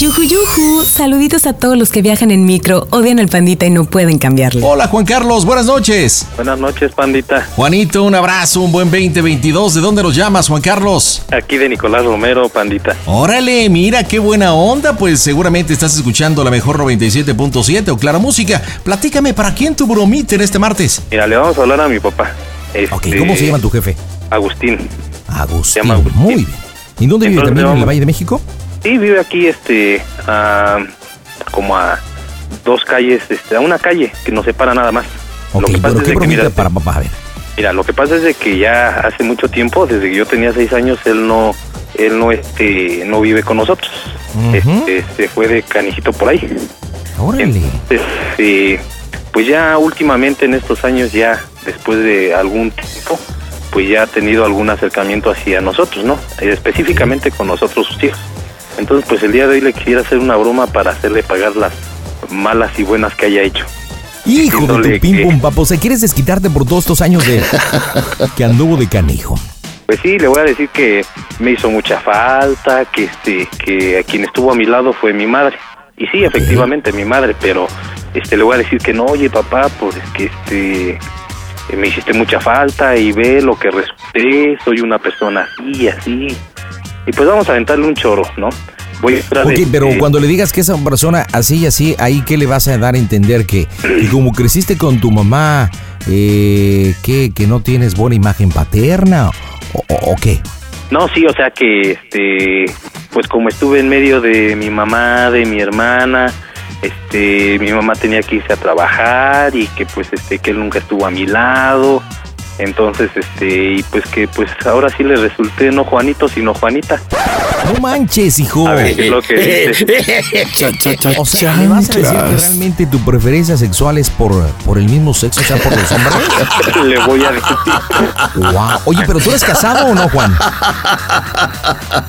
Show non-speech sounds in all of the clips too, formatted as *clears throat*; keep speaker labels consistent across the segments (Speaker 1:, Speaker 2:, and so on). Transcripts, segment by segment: Speaker 1: Yuju, yuju, saluditos a todos los que viajan en micro, odian al pandita y no pueden cambiarlo.
Speaker 2: Hola Juan Carlos, buenas noches.
Speaker 3: Buenas noches, pandita.
Speaker 2: Juanito, un abrazo, un buen 2022. ¿De dónde nos llamas, Juan Carlos?
Speaker 3: Aquí de Nicolás Romero, pandita.
Speaker 2: Órale, mira qué buena onda, pues seguramente estás escuchando la mejor 97.7 o Claro Música. Platícame, ¿para quién tu bromíter este martes?
Speaker 3: Mira, le vamos a hablar a mi papá.
Speaker 2: Este... Ok, ¿cómo se llama tu jefe?
Speaker 3: Agustín.
Speaker 2: Agustín, se llama Agustín. muy bien. ¿Y dónde vive? ¿También vamos... en el Valle de México?
Speaker 3: Sí, vive aquí, este, a, como a dos calles, este, a una calle que nos separa nada más.
Speaker 2: Ok, lo que pasa pero es qué que, mira, para papá, a ver.
Speaker 3: Mira, lo que pasa es de que ya hace mucho tiempo, desde que yo tenía seis años, él no, él no, este, no vive con nosotros. Uh
Speaker 2: ¿Mm?
Speaker 3: -huh. este, este, fue de canijito por ahí.
Speaker 2: Órale.
Speaker 3: Entonces, eh, pues ya últimamente en estos años, ya después de algún tiempo, pues ya ha tenido algún acercamiento hacia nosotros, ¿no? Específicamente con nosotros sus hijos. Entonces, pues el día de hoy le quisiera hacer una broma para hacerle pagar las malas y buenas que haya hecho.
Speaker 2: Hijo de tu pim que... pum papo, ¿se quieres desquitarte por todos estos años
Speaker 3: *laughs*
Speaker 2: de que anduvo de canijo?
Speaker 3: Pues sí, le voy a decir que me hizo mucha falta, que este, que a quien estuvo a mi lado fue mi madre. Y sí, okay. efectivamente, mi madre, pero este le voy a decir que no, oye papá, pues es que este me hiciste mucha falta y ve lo que resulté, soy una persona así, así y pues vamos a aventarle un choro, ¿no? este,
Speaker 2: Voy a okay, pero eh, cuando le digas que es una persona así y así, ahí qué le vas a dar a entender que y como creciste con tu mamá, eh, ¿qué, que no tienes buena imagen paterna o, o, o, qué?
Speaker 3: No, sí, o sea que, este, pues como estuve en medio de mi mamá, de mi hermana, este, mi mamá tenía que irse a trabajar y que pues este, que él nunca estuvo a mi lado, entonces, este, y pues que pues ahora sí le resulté no Juanito, sino Juanita.
Speaker 2: No manches, hijo.
Speaker 3: A ver, ¿qué es lo que *laughs*
Speaker 2: dices? o sea, ¿me vas a decir que realmente tu preferencia sexual es por, por el mismo sexo, o sea, por los hombres?
Speaker 3: le voy a decir.
Speaker 2: Wow. Oye, pero tú eres casado o no,
Speaker 3: *laughs*
Speaker 2: Juan?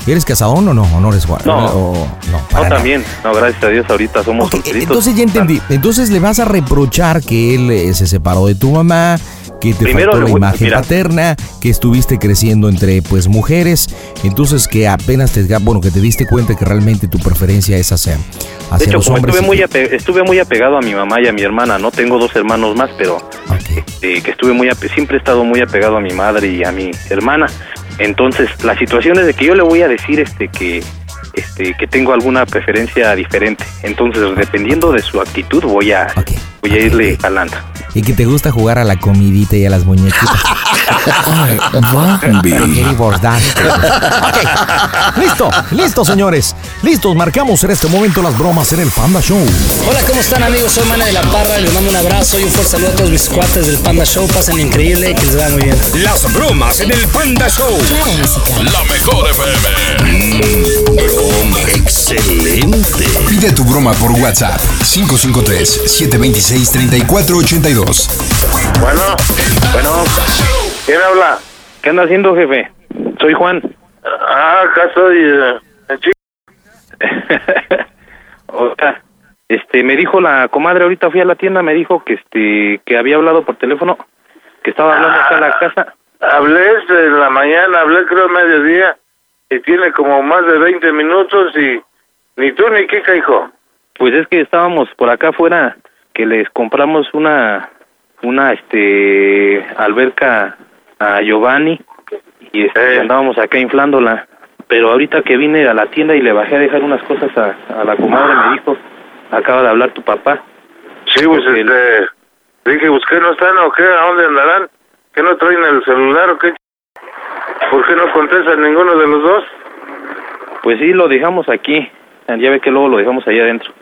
Speaker 2: ¿Eres casado o no? No, no eres Juan.
Speaker 3: No, o, no, para no también. No, gracias a Dios, ahorita somos okay,
Speaker 2: solteritos. Entonces ya entendí. Entonces le vas a reprochar que él eh, se separó de tu mamá que te Primero faltó la voy, imagen mira. paterna, que estuviste creciendo entre pues mujeres, entonces que apenas te bueno que te diste cuenta que realmente tu preferencia es hacia, hacia
Speaker 3: de hecho,
Speaker 2: los hombres.
Speaker 3: Estuve muy, que... estuve muy apegado a mi mamá y a mi hermana, no tengo dos hermanos más, pero okay. eh, que estuve muy siempre he estado muy apegado a mi madre y a mi hermana. Entonces, la situación es de que yo le voy a decir este que este, que tengo alguna preferencia diferente. Entonces, dependiendo de su actitud, voy a, okay, voy okay, a irle okay. jalando.
Speaker 2: Y que te gusta jugar a la comidita y a las muñequitas. Ay, listo, listo, señores. Listos, marcamos en este momento las bromas en el Panda Show.
Speaker 4: Hola, ¿cómo están, amigos? Soy Mana de la Parra. Les mando un abrazo y un fuerte saludo a todos mis cuates del Panda Show. Pasen increíble que les va muy bien.
Speaker 5: Las bromas en el Panda Show. La mejor FM. Mm.
Speaker 6: Excelente. Pide tu broma por WhatsApp 553 726 3482.
Speaker 3: Bueno, bueno.
Speaker 7: ¿Quién habla?
Speaker 3: ¿Qué anda haciendo, jefe? Soy Juan.
Speaker 7: Ah, acá estoy.
Speaker 3: *laughs* o sea, este, me dijo la comadre ahorita fui a la tienda, me dijo que este que había hablado por teléfono, que estaba hablando acá
Speaker 7: Ah.
Speaker 3: en la casa.
Speaker 7: Hablé este, en la mañana, hablé creo mediodía y tiene como más de 20 minutos y ni tú ni Kika, hijo.
Speaker 3: Pues es que estábamos por acá afuera que les compramos una una este alberca a Giovanni y este, eh. andábamos acá inflándola. pero ahorita que vine a la tienda y le bajé a dejar unas cosas a, a la comadre, me dijo, acaba de hablar tu papá.
Speaker 7: Sí, pues este, el... dije, pues que no están o qué, a dónde andarán, que no traen el celular o qué, ¿por qué no contestan ninguno de los dos?
Speaker 3: Pues sí, lo dejamos aquí, Ah, ya ve que luego lo dejamos allá adentro.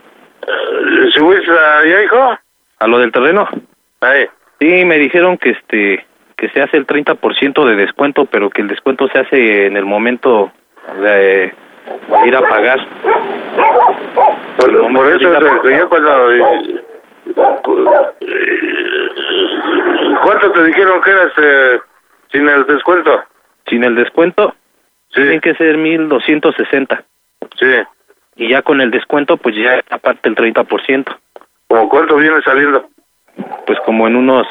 Speaker 7: ¿Si fuiste allá, hijo?
Speaker 3: ¿A lo del terreno?
Speaker 7: Ahí.
Speaker 3: Sí, me dijeron que este que se hace el 30% de descuento, pero que el descuento se hace en el momento de ir a pagar.
Speaker 7: Por, por eso, se, yo cuando... eh, ¿Cuánto te dijeron que eras eh, sin el descuento?
Speaker 3: Sin el descuento,
Speaker 7: sí.
Speaker 3: tienen que ser 1.260.
Speaker 7: Sí.
Speaker 3: Y ya con el descuento, pues ya aparte el 30%.
Speaker 7: ¿Cómo cuánto viene saliendo?
Speaker 3: Pues como en unos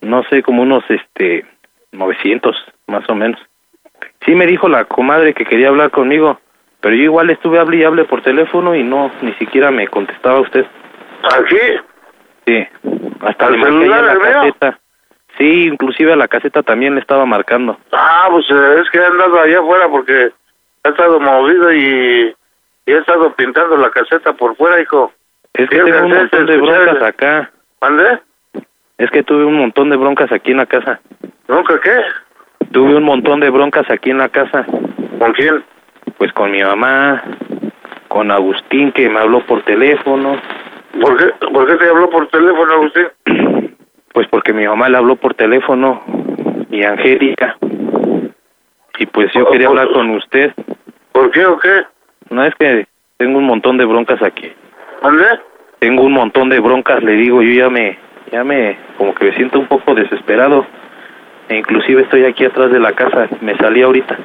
Speaker 3: no sé, como unos este 900 más o menos. Sí me dijo la comadre que quería hablar conmigo, pero yo igual estuve hablé y hablé por teléfono y no ni siquiera me contestaba usted.
Speaker 7: ¿Aquí?
Speaker 3: Sí. Hasta le marqué a la caseta. Sí, inclusive a la caseta también le estaba marcando.
Speaker 7: Ah, pues es que he andado allá afuera porque ha estado movido y, y he estado pintando la caseta por fuera, hijo.
Speaker 3: Es que tengo un montón de broncas acá.
Speaker 7: ¿Mande?
Speaker 3: Es que tuve un montón de broncas aquí en la casa.
Speaker 7: ¿Bronca qué?
Speaker 3: Tuve un montón de broncas aquí en la casa.
Speaker 7: ¿Con quién?
Speaker 3: Pues con mi mamá, con Agustín que me habló por teléfono.
Speaker 7: ¿Por qué, ¿Por qué te habló por teléfono, Agustín?
Speaker 3: *clears throat* Pues porque mi mamá le habló por teléfono y Angélica. Y pues yo quería hablar con usted.
Speaker 7: ¿Por qué o qué?
Speaker 3: No es que tengo un montón de broncas aquí.
Speaker 7: ¿Dónde?
Speaker 3: Tengo un montón de broncas, le digo, yo ya me ya me como que me siento un poco desesperado e inclusive estoy aquí atrás de la casa me salí ahorita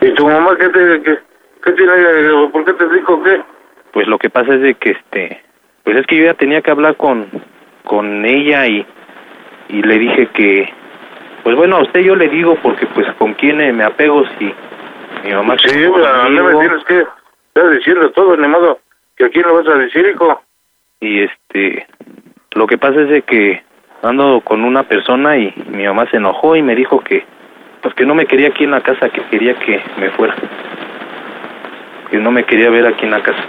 Speaker 7: y tu mamá qué te qué, qué tiene por qué te dijo qué
Speaker 3: pues lo que pasa es de que este pues es que yo ya tenía que hablar con con ella y y le dije que pues bueno a usted yo le digo porque pues con quién me apego si mi mamá
Speaker 7: sí la, no me tienes que estás diciendo todo animado que a quién lo vas a decir hijo
Speaker 3: y este lo que pasa es de que ando con una persona y mi mamá se enojó y me dijo que pues que no me quería aquí en la casa, que quería que me fuera. Que no me quería ver aquí en la casa.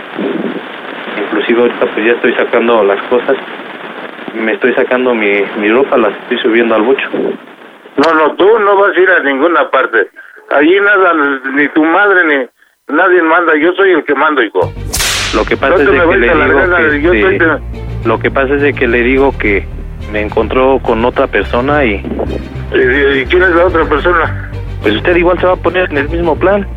Speaker 3: Inclusive ahorita pues ya estoy sacando las cosas. Me estoy sacando mi, mi ropa, las estoy subiendo al bocho.
Speaker 7: No, no, tú no vas a ir a ninguna parte. Allí nada, ni tu madre, ni nadie manda. Yo soy el que mando, hijo.
Speaker 3: Lo que pasa no es de que le digo gana, que, yo este, soy lo que pasa es de que le digo que me encontró con otra persona y...
Speaker 7: Eh, ¿Y, y quién es la otra persona?
Speaker 3: Pues usted igual se va a poner en el mismo plan.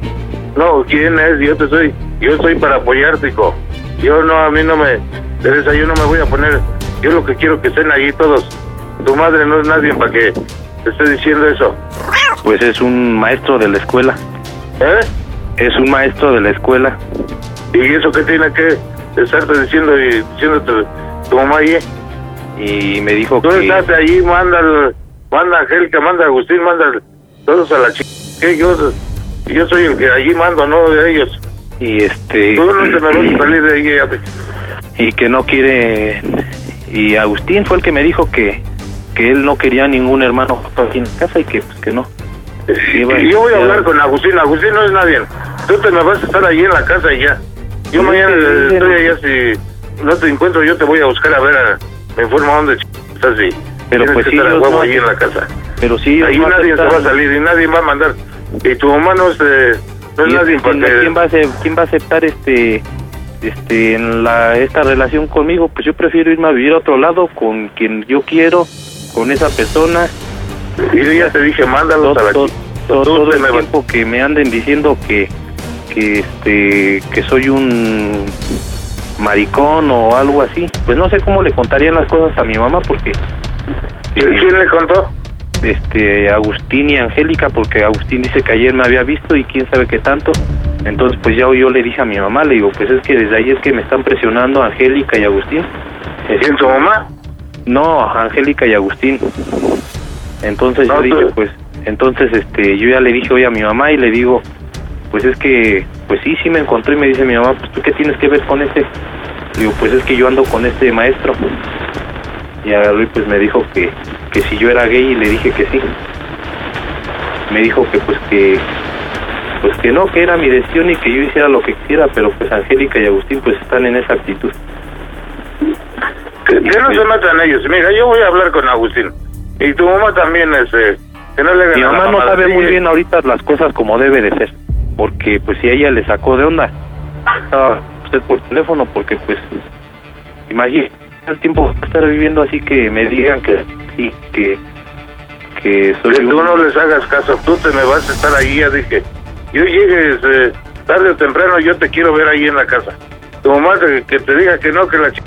Speaker 7: No, ¿quién es? Yo te soy... Yo estoy para apoyarte, hijo. Yo no, a mí no me... Teresa, yo no me voy a poner... Yo lo que quiero que estén allí todos. Tu madre no es nadie para que te esté diciendo eso.
Speaker 3: Pues es un maestro de la escuela.
Speaker 7: ¿Eh?
Speaker 3: Es un maestro de la escuela.
Speaker 7: ¿Y eso qué tiene que estarte diciendo y diciéndote tu mamá allí.
Speaker 3: Y me dijo
Speaker 7: Tú
Speaker 3: que...
Speaker 7: estás allí, manda, al, manda a Angélica, manda a Agustín, manda al, todos a la chica. Yo, yo soy el que allí mando, no de ellos.
Speaker 3: Y este...
Speaker 7: Tú no te me vas a salir de
Speaker 3: *clears throat*
Speaker 7: ahí.
Speaker 3: Y que no quiere... Y Agustín fue el que me dijo que, que él no quería ningún hermano aquí en casa y que, pues, que no.
Speaker 7: Y, iba y yo voy a hablar con Agustín, Agustín no es nadie. Tú te me vas a estar allí en la casa y ya. Yo mañana es que estoy allá si no te encuentro, yo te voy a buscar a ver, a, me informa dónde estás y
Speaker 3: pero
Speaker 7: tienes
Speaker 3: pues
Speaker 7: que
Speaker 3: sí,
Speaker 7: estar a huevo
Speaker 3: no,
Speaker 7: allí en la casa.
Speaker 3: Pero Pues sí,
Speaker 7: ahí
Speaker 3: no
Speaker 7: nadie se va a
Speaker 3: aceptaron.
Speaker 7: salir y nadie va a mandar. Y tu mamá no es, eh, no es
Speaker 3: Y
Speaker 7: nadie
Speaker 3: este,
Speaker 7: para que...
Speaker 3: ¿quién, va a ace- quién va a aceptar este este en la esta relación conmigo? Pues yo prefiero irme a vivir a otro lado con quien yo quiero, con esa persona.
Speaker 7: Y yo ya te dije, mándalos
Speaker 3: Todo,
Speaker 7: a la
Speaker 3: todo-
Speaker 7: chi-
Speaker 3: todo-
Speaker 7: Tú
Speaker 3: todo
Speaker 7: te
Speaker 3: el
Speaker 7: me vas-
Speaker 3: tiempo que me anden diciendo que que este que soy un maricón o algo así. Pues no sé cómo le contarían las cosas a mi mamá porque
Speaker 7: ¿Quién
Speaker 3: eh,
Speaker 7: quién le contó?
Speaker 3: este Agustín y Angélica porque Agustín dice que ayer me había visto y quién sabe qué tanto. Entonces pues ya yo le dije a mi mamá, le digo, pues es que desde ahí es que me están presionando Angélica y Agustín. Es-
Speaker 7: ¿Quién tu mamá?
Speaker 3: no, Angélica y Agustín. Entonces
Speaker 7: No,
Speaker 3: yo dije,
Speaker 7: tú-
Speaker 3: pues entonces este yo ya le dije hoy a mi mamá y le digo, pues es que pues sí, sí me encontré y me dice mi mamá, pues tú qué tienes que ver con este. Digo, pues es que yo ando con este maestro. Y agarró y pues me dijo que, que si yo era gay y le dije que sí. Me dijo que pues que, pues que no, que era mi destino y que yo hiciera lo que quisiera, pero pues Angélica y Agustín pues están en esa actitud. pues,
Speaker 7: Que, que no se matan ellos. Mira, yo voy a hablar con Agustín. Y tu mamá también, este, que no le hagan
Speaker 3: Mi
Speaker 7: a la
Speaker 3: mamá no
Speaker 7: mamada.
Speaker 3: sabe muy
Speaker 7: Sí,
Speaker 3: bien ahorita las cosas como debe de ser, porque pues si ella le sacó de onda, estaba usted por teléfono, porque pues imagínese el tiempo que estar viviendo así que me digan que sí, que, que soy
Speaker 7: Que tú
Speaker 3: un-
Speaker 7: no les hagas caso, tú te me vas a estar ahí, ya dije. Yo llegues eh, tarde o temprano, yo te quiero ver ahí en la casa. Tu mamá te- que te diga que no, que la ch...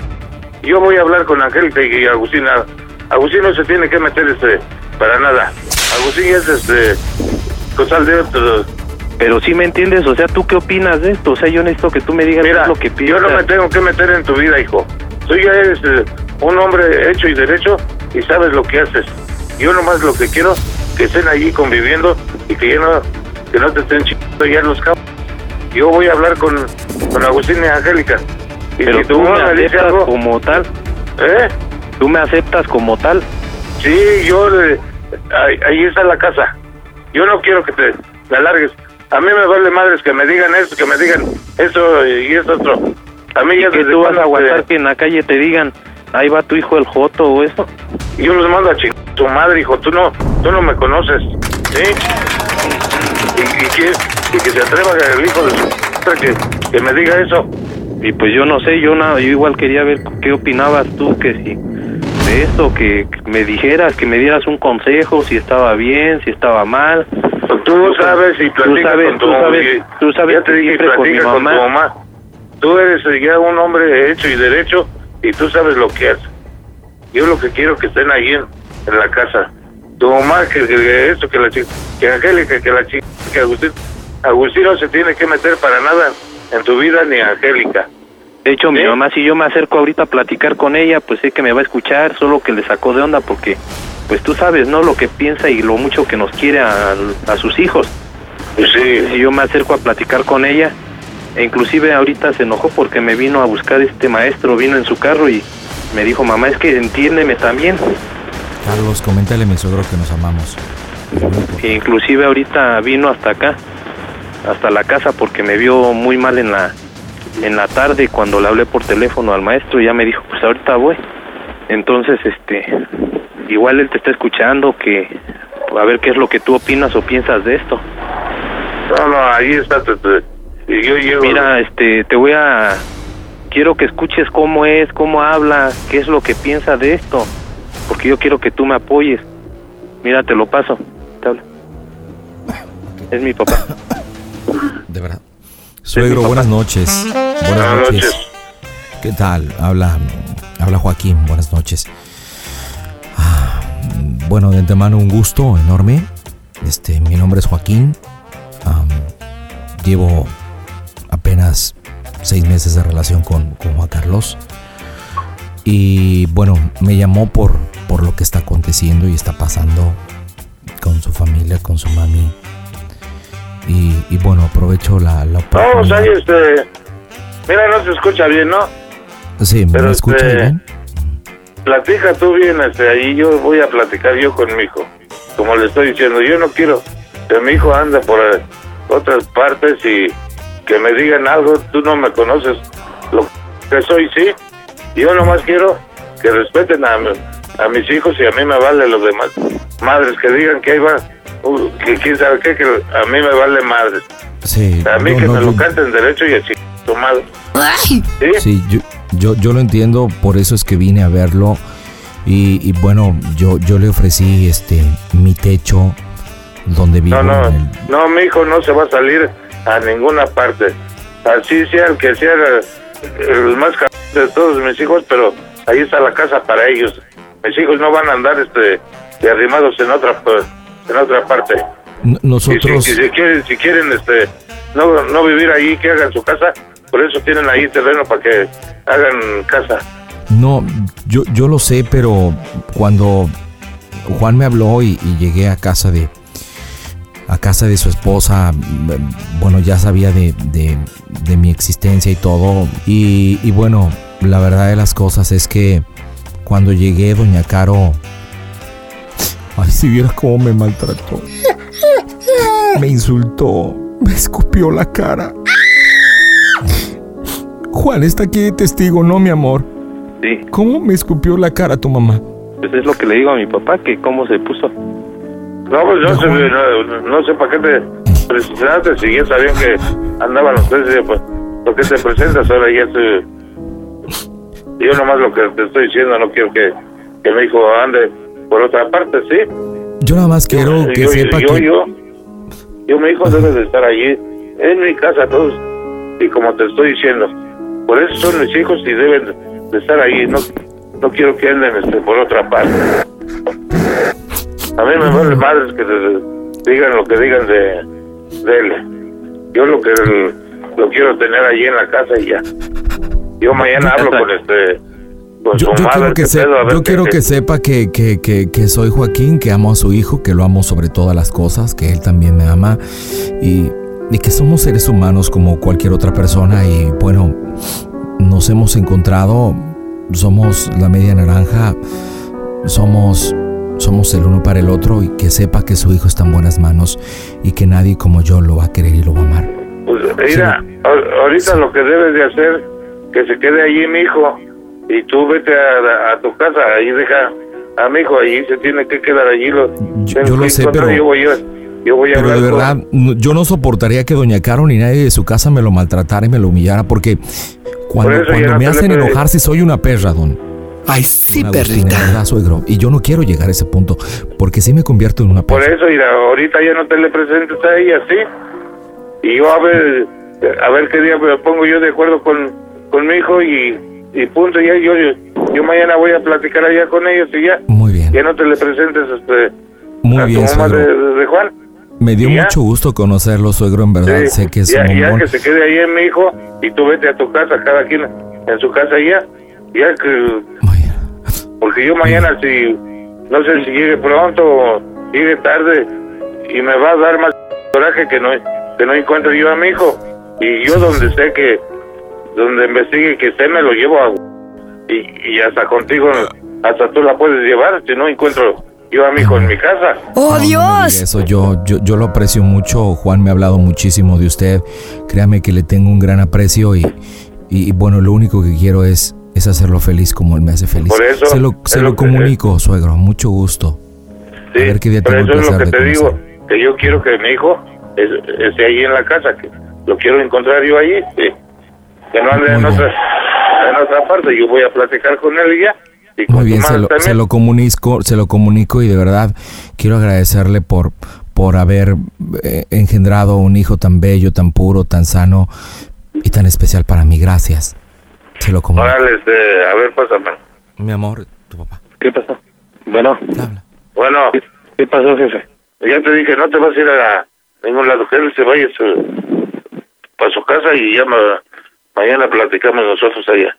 Speaker 7: Yo voy a hablar con Angélica y Agustín. A- Agustín no se tiene que meter este, para nada. Agustín es este, cosal de otro.
Speaker 3: Pero sí me entiendes, o sea, ¿tú qué opinas de esto? O sea, yo necesito que tú me digas qué
Speaker 7: Mira,
Speaker 3: es lo que piensas.
Speaker 7: yo no me tengo que meter en tu vida, hijo. Tú ya eres eh, un hombre hecho y derecho y sabes lo que haces. Yo nomás lo que quiero que estén allí conviviendo y que ya no, que no te estén chingando ya los cabos. Yo voy a hablar con, con Agustín y Angélica. Y
Speaker 3: Pero
Speaker 7: si tu
Speaker 3: tú me
Speaker 7: mamá me dice
Speaker 3: aceptas
Speaker 7: algo,
Speaker 3: como tal,
Speaker 7: ¿eh?
Speaker 3: tú me aceptas como tal.
Speaker 7: Sí, yo, eh, ahí, ahí está la casa. Yo no quiero que te la largues. A mí me vale madres que me digan esto, que me digan eso y eso otro. A mí
Speaker 3: Y
Speaker 7: ya
Speaker 3: que
Speaker 7: desde
Speaker 3: tú vas
Speaker 7: cuando
Speaker 3: a
Speaker 7: te-
Speaker 3: aguantar que en la calle te digan, ahí va tu hijo el Joto o eso.
Speaker 7: Yo los mando a chingar a tu madre, hijo. Tú no, tú no me conoces, ¿sí? Y, y que, y que se atreva el hijo de su madre que, que me diga eso.
Speaker 3: Y pues yo no sé, yo, nada, yo igual quería ver qué opinabas tú, que si de esto, que que me dijeras, que me dieras un consejo, si estaba bien, si estaba mal.
Speaker 7: Tú sabes y
Speaker 3: Tú
Speaker 7: platicas
Speaker 3: sabes,
Speaker 7: con tu
Speaker 3: tú
Speaker 7: mamá.
Speaker 3: sabes, tú sabes
Speaker 7: ya te
Speaker 3: que
Speaker 7: dije,
Speaker 3: siempre con mi
Speaker 7: platica con,
Speaker 3: mamá.
Speaker 7: tu mamá. Tú eres eh, ya un hombre hecho y derecho y tú sabes lo que haces. Yo lo que quiero que estén ahí en, en la casa. Tu mamá, que, que- que esto, que la chica, que Angélica, que la chica, que Agustín. Agustín no se tiene que meter para nada en tu vida ni Angélica.
Speaker 3: De hecho, mi
Speaker 7: ¿Sí?
Speaker 3: mamá, si yo me acerco ahorita a platicar con ella, pues sé que me va a escuchar, solo que le sacó de onda porque, pues tú sabes, ¿no? Lo que piensa y lo mucho que nos quiere a, a sus hijos.
Speaker 7: Pues
Speaker 3: Si
Speaker 7: sí,
Speaker 3: yo me acerco a platicar con ella, e inclusive ahorita se enojó porque me vino a buscar este maestro, vino en su carro y me dijo, mamá, es que entiéndeme también.
Speaker 2: Carlos, coméntale a mi suegro que nos amamos.
Speaker 3: que inclusive ahorita vino hasta acá, hasta la casa, porque me vio muy mal en la en la tarde cuando le hablé por teléfono al maestro y ya me dijo, pues ahorita voy. Entonces, este, igual él te está escuchando, que a ver qué es lo que tú opinas o piensas de esto.
Speaker 7: no, no, ahí está. tu- tu- y yo llego.
Speaker 3: Mira, este, te voy a quiero que escuches cómo es, cómo habla, qué es lo que piensa de esto, porque yo quiero que tú me apoyes. Mira, te lo paso. Te habla. Es mi
Speaker 7: *laughs*
Speaker 3: papá.
Speaker 2: De verdad. Suegro, buenas noches. Buenas
Speaker 7: Buenas
Speaker 2: noches.
Speaker 7: noches.
Speaker 2: ¿Qué tal? Habla, habla Joaquín, buenas noches. Ah, Bueno, de antemano un gusto enorme. Este, mi nombre es Joaquín. Am, llevo apenas seis meses de relación con, con Juan Carlos. Y bueno, me llamó por, por lo que está aconteciendo y está pasando con su familia, con su mami. Y, y bueno, aprovecho la, la
Speaker 7: No, o
Speaker 2: oportunidad.
Speaker 7: sea, ahí este. Mira, no se escucha bien, ¿no?
Speaker 2: Sí, ¿me
Speaker 7: pero
Speaker 2: escucha
Speaker 7: este-
Speaker 2: bien?
Speaker 7: Platica tú bien, este, ahí yo voy a platicar yo con mi hijo. Como le estoy diciendo, yo no quiero que mi hijo ande por eh, otras partes y que me digan algo, tú no me conoces lo que soy, sí. Yo nomás quiero que respeten a, mi- a mis hijos y a mí me vale los demás. Madres, que digan que ahí va, uh, que quién sabe qué, que a mí me vale madres.
Speaker 2: Sí,
Speaker 7: A mí
Speaker 2: no,
Speaker 7: que
Speaker 2: no,
Speaker 7: me lo
Speaker 2: yo-
Speaker 7: canten derecho y así, tu madre. ¿Sí?
Speaker 2: Sí, yo, yo, yo lo entiendo, por eso es que vine a verlo. Y, y bueno, yo, yo le ofrecí este mi techo donde vivo.
Speaker 7: No, no,
Speaker 2: en el-
Speaker 7: no, mi hijo no se va a salir a ninguna parte. Así sea el que sea el, el más cabrón de todos mis hijos, pero ahí está la casa para ellos. Mis hijos no van a andar este de arrimados en otra pues, en otra parte.
Speaker 2: N-
Speaker 7: Y si,
Speaker 2: Nosotros,
Speaker 7: y si quieren, si quieren este no, no vivir ahí, que hagan su casa. Por eso tienen ahí terreno para que hagan casa.
Speaker 2: no, yo, yo lo sé, pero cuando Juan me habló y, y llegué a casa de a casa de su esposa, mm, bueno, ya sabía de, de- de mi existencia y todo. Y, y bueno, la verdad de las cosas es que cuando llegué, doña Caro, ay, si vieras cómo me maltrató, me insultó, me escupió la cara. Juan está aquí de testigo, ¿no, mi amor?
Speaker 3: Sí,
Speaker 2: ¿Cómo me escupió la cara tu mamá?
Speaker 3: pues es lo que le digo a mi papá, que cómo se puso.
Speaker 7: No, pues no sé, no, no sé para qué te presentaste, si ya sabían que andaban los tres, y, pues, ¿por qué te presentas ahora? Ya te- Yo nomás lo que te estoy diciendo, no quiero que, que mi hijo ande por otra parte, ¿sí?
Speaker 2: Yo nada más quiero que
Speaker 7: yo,
Speaker 2: sepa
Speaker 7: yo,
Speaker 2: que...
Speaker 7: yo, yo, mi hijo debe de estar allí, en mi casa todos, y como te estoy diciendo, por eso son mis hijos y deben de estar allí, no, no quiero que anden este, por otra parte. A mí me vale madres que te- te digan lo que digan de, de él. Yo lo que lo quiero tener allí en la casa y ya. Yo mañana hablo con este con
Speaker 2: Yo, yo
Speaker 7: su madre.
Speaker 2: quiero que,
Speaker 7: este
Speaker 2: se-
Speaker 7: pedo, a ver
Speaker 2: yo
Speaker 7: qué-
Speaker 2: quiero
Speaker 7: qué-
Speaker 2: que sepa que, que- que- que soy Joaquín, que amo a su hijo, que lo amo sobre todas las cosas, que él también me ama y, y que somos seres humanos como cualquier otra persona y bueno, nos hemos encontrado, somos la media naranja, somos, somos el uno para el otro y que sepa que su hijo está en buenas manos y que nadie como yo lo va a querer y lo va a amar.
Speaker 7: Pues, mira, a- ahorita lo que debes de hacer, que se quede allí mi hijo, y tú vete a, a tu casa, ahí deja a mi hijo, allí se tiene que quedar allí. Lo,
Speaker 2: Yo- yo lo sé,
Speaker 7: encontrar,
Speaker 2: pero-
Speaker 7: Yo voy a, yo voy a
Speaker 2: Pero
Speaker 7: hablar
Speaker 2: de
Speaker 7: con-
Speaker 2: verdad, no- yo no soportaría que Doña Caro ni nadie de su casa me lo maltratara y me lo humillara, porque cuando,
Speaker 7: Por eso ya
Speaker 2: cuando
Speaker 7: no
Speaker 2: me
Speaker 7: se
Speaker 2: hacen
Speaker 7: le puede-
Speaker 2: enojar, si soy una perra, don.
Speaker 8: Ay, sí,
Speaker 2: Don Agustín, de
Speaker 8: perrita.
Speaker 2: verdad, suegro. Y yo no quiero llegar a ese punto, porque si me convierto en una
Speaker 7: Por
Speaker 2: perra.
Speaker 7: eso, mira, ahorita ya no te le presentes a ella, ¿sí? Y yo a ver, a ver qué día me pongo yo de acuerdo con, con mi hijo y, y punto, ya yo, yo mañana voy a platicar allá con ellos y ya,
Speaker 2: Muy bien,
Speaker 7: ya no te le presentes este, a
Speaker 2: muy
Speaker 7: tu
Speaker 2: bien,
Speaker 7: mamá de-
Speaker 2: suegro.
Speaker 7: de- de Juan.
Speaker 2: Me dio
Speaker 7: ¿Y ya?
Speaker 2: mucho gusto conocerlo, suegro, en verdad.
Speaker 7: Sí,
Speaker 2: Sé que es
Speaker 7: ya,
Speaker 2: un
Speaker 7: ya
Speaker 2: bombón.
Speaker 7: que se quede ahí en mi hijo y tú vete a tu casa, cada quien en su casa ya. Ya que,
Speaker 2: Muy bien.
Speaker 7: porque yo mañana si, no sé si llegue pronto o llegue tarde y me va a dar más coraje que no, que no encuentro yo a mi hijo. Y yo donde sé que, donde investigue que esté, me lo llevo a... Y, y hasta contigo, hasta tú la puedes llevar si no encuentro yo a mi hijo en mi casa.
Speaker 9: ¡Oh,
Speaker 2: No, no me diga
Speaker 9: Dios!
Speaker 2: Eso yo, yo, yo lo aprecio mucho. Juan me ha hablado muchísimo de usted. Créame que le tengo un gran aprecio y, y, y, bueno, lo único que quiero es, es hacerlo feliz como él me hace feliz.
Speaker 7: Por eso,
Speaker 2: se lo,
Speaker 7: es
Speaker 2: se
Speaker 7: lo
Speaker 2: lo
Speaker 7: que-
Speaker 2: comunico, suegro. Mucho gusto.
Speaker 7: Sí,
Speaker 2: A ver qué día
Speaker 7: pero
Speaker 2: tengo el
Speaker 7: eso es lo que
Speaker 2: placer
Speaker 7: te
Speaker 2: de
Speaker 7: digo, que yo quiero que mi hijo es- esté allí en la casa, que lo quiero encontrar yo allí, sí. que no ande en
Speaker 2: Muy
Speaker 7: otra, en otra parte, yo voy a platicar con él y ya. Y con
Speaker 2: Muy bien,
Speaker 7: tu
Speaker 2: se
Speaker 7: madre
Speaker 2: lo,
Speaker 7: también.
Speaker 2: se lo comunico, se lo comunico y de verdad quiero agradecerle por, por haber eh, engendrado un hijo tan bello, tan puro, tan sano y tan especial para mí. Gracias. Se lo comunico.
Speaker 7: Órale, este, a ver, pásame.
Speaker 2: Mi amor, tu papá.
Speaker 3: ¿Qué pasó? Bueno,
Speaker 2: Te habla.
Speaker 7: Bueno,
Speaker 3: ¿qué, qué pasó, jefe?
Speaker 7: ya te dije, no te vas a ir a ningún lado, que él se vaya a su, para su casa y ya ma- mañana platicamos nosotros allá.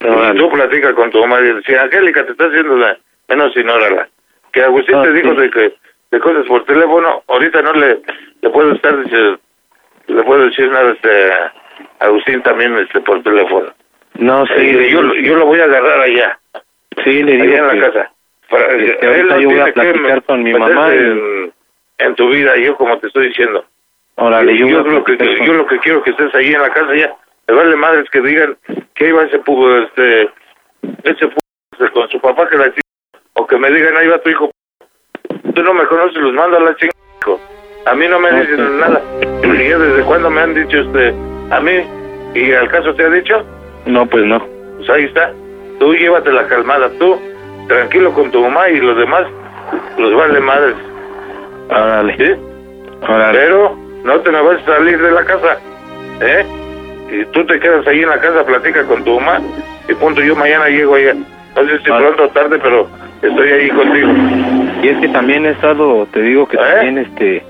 Speaker 7: Y tú platicas con tu madre y dices, Angélica, te está haciendo la menos ignórala. Que Agustín
Speaker 3: Ah,
Speaker 7: te
Speaker 3: sí.
Speaker 7: dijo de que de cosas por teléfono, ahorita no le, le puedo estar, dice, le puedo decir nada este, a Agustín también este, por teléfono.
Speaker 3: No, sí,
Speaker 7: Y Eh, yo, lo- yo lo voy a agarrar allá,
Speaker 3: sí, le
Speaker 7: allá
Speaker 3: digo
Speaker 7: en
Speaker 3: que-
Speaker 7: la casa. Para-
Speaker 3: este,
Speaker 7: eh, él
Speaker 3: ahorita
Speaker 7: no
Speaker 3: yo voy a
Speaker 7: tiene que pues
Speaker 3: platicar con mi
Speaker 7: meterse
Speaker 3: mamá y-
Speaker 7: En, en tu vida, yo como te estoy diciendo.
Speaker 3: Órale,
Speaker 7: Yo,
Speaker 3: yo, voy a
Speaker 7: lo que,
Speaker 3: platicar con-
Speaker 7: yo lo que quiero es que estés ahí en la casa ya. Me vale madres que digan que iba ese pu- este, ese pu- este, con su papá que la ching- O que me digan, ahí va tu hijo. Tú no me conoces, los mando a la ching- hijo. A mí no me
Speaker 3: Ah,
Speaker 7: dicen
Speaker 3: sí.
Speaker 7: nada. *clears throat* Y yo desde cuando me han dicho este, a mí, y al caso te ha dicho,
Speaker 3: No, pues no.
Speaker 7: pues ahí está. Tú llévate la calmada, tú tranquilo con tu mamá y los demás, los vale madres.
Speaker 3: Órale,
Speaker 7: ¿sí?
Speaker 3: órale.
Speaker 7: Pero no te me vas a salir de la casa, ¿eh? Y tú te quedas ahí en la casa, platica con tu mamá y punto. Yo mañana llego allá. No sé si
Speaker 3: Ah.
Speaker 7: pronto o tarde, pero estoy ahí contigo.
Speaker 3: Y es que también he estado, te digo que
Speaker 7: ¿Eh?
Speaker 3: también, este,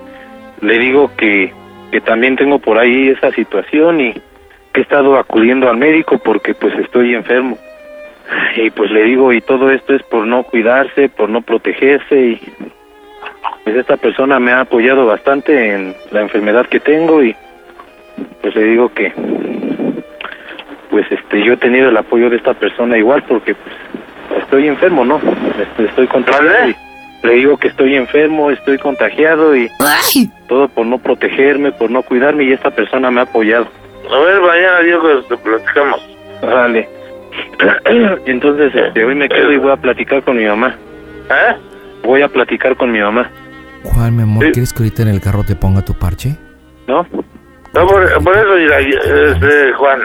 Speaker 3: le digo que, que también tengo por ahí esa situación y que he estado acudiendo al médico porque pues estoy enfermo. Y pues le digo, y todo esto es por no cuidarse, por no protegerse y pues esta persona me ha apoyado bastante en la enfermedad que tengo y pues le digo que pues este yo he tenido el apoyo de esta persona igual porque pues, estoy enfermo, ¿no? Este, Estoy contra
Speaker 7: ¿Vale?
Speaker 3: le digo que estoy enfermo, estoy contagiado y
Speaker 5: ¡Ay!
Speaker 3: todo por no protegerme, por no cuidarme y esta persona me ha apoyado.
Speaker 7: A ver, mañana Diego, te platicamos.
Speaker 3: Vale. *clears throat* Entonces, este, hoy me quedo y voy a platicar con mi mamá.
Speaker 7: ¿Eh?
Speaker 3: Voy a platicar con mi mamá,
Speaker 2: Juan, mi
Speaker 10: Eh.
Speaker 2: amor,
Speaker 7: Sí.
Speaker 2: ¿quieres que ahorita en el carro te ponga tu
Speaker 10: *laughs*
Speaker 2: parche?
Speaker 3: ¿no?
Speaker 7: No, por, por eso, mira, este, Juan,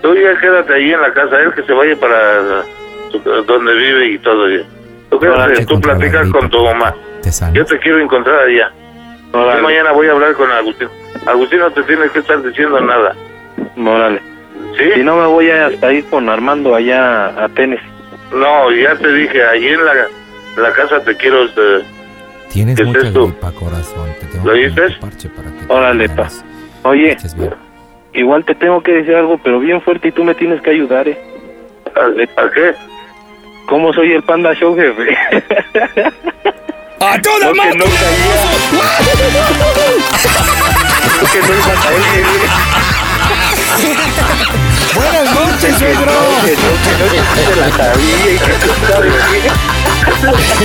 Speaker 7: tú ya quédate ahí en la casa, él que se vaya para su- donde vive y todo. ya. Tú quédate,
Speaker 2: Lucha
Speaker 7: tú
Speaker 2: contra la
Speaker 7: platicas
Speaker 2: gripa.
Speaker 7: con tu mamá.
Speaker 2: Te sano.
Speaker 7: Yo te quiero encontrar allá. Yo
Speaker 3: Órale,
Speaker 7: mañana voy a hablar con Agustín. Agustín no te tiene que estar diciendo nada,
Speaker 3: órale.
Speaker 7: ¿sí?
Speaker 3: Si no, me voy a hasta ir con Armando allá a tenis.
Speaker 7: No, ya te dije, allí en la, la casa te quiero... este,
Speaker 2: Tienes
Speaker 7: ¿qué es
Speaker 2: mucha
Speaker 7: esto?
Speaker 2: gripa, corazón. Te tengo
Speaker 7: ¿Lo
Speaker 2: que poner
Speaker 7: dices?
Speaker 2: tu parche para que te
Speaker 3: Órale, pa.
Speaker 2: relajes.
Speaker 3: Oye,
Speaker 2: Estés bien.
Speaker 3: igual te tengo que decir algo, pero bien fuerte y tú me tienes que ayudar, ¿eh?
Speaker 7: ¿A, a qué?
Speaker 3: ¿Cómo soy el Panda Show,
Speaker 7: *laughs*
Speaker 3: jefe?
Speaker 11: ¡A toda
Speaker 3: Porque
Speaker 11: máquina!
Speaker 3: no sabía. Porque no sabía.
Speaker 11: ¡Buenas noches, suegro!
Speaker 3: Que no, que no, que no se la sabía y que no sabía.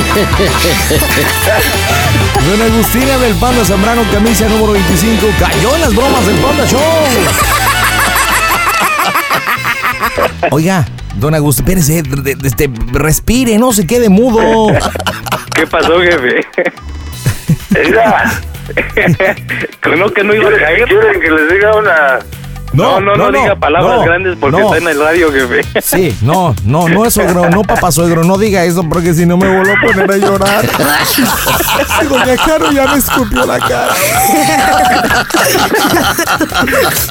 Speaker 10: Don Agustina del Panda Zambrano, camisa número 25. Cayó en las bromas del Panda Show.
Speaker 2: *laughs* Oiga, don Agustín, espérese, re- re- este, respire, no se quede mudo.
Speaker 3: ¿Qué pasó, jefe?
Speaker 7: Mira, *laughs*
Speaker 3: no, que no iba a
Speaker 7: ¿quieren,
Speaker 3: caer.
Speaker 7: quieren que les diga una...
Speaker 3: No, no, no, diga palabras
Speaker 2: no,
Speaker 3: grandes porque
Speaker 2: no.
Speaker 3: está en el radio, jefe.
Speaker 7: *laughs*
Speaker 2: Sí, no, no, no es suegro, no papá suegro, no diga eso porque si no me vuelvo a poner
Speaker 10: *laughs*
Speaker 2: a llorar. Doña Caro ya me escupió la cara.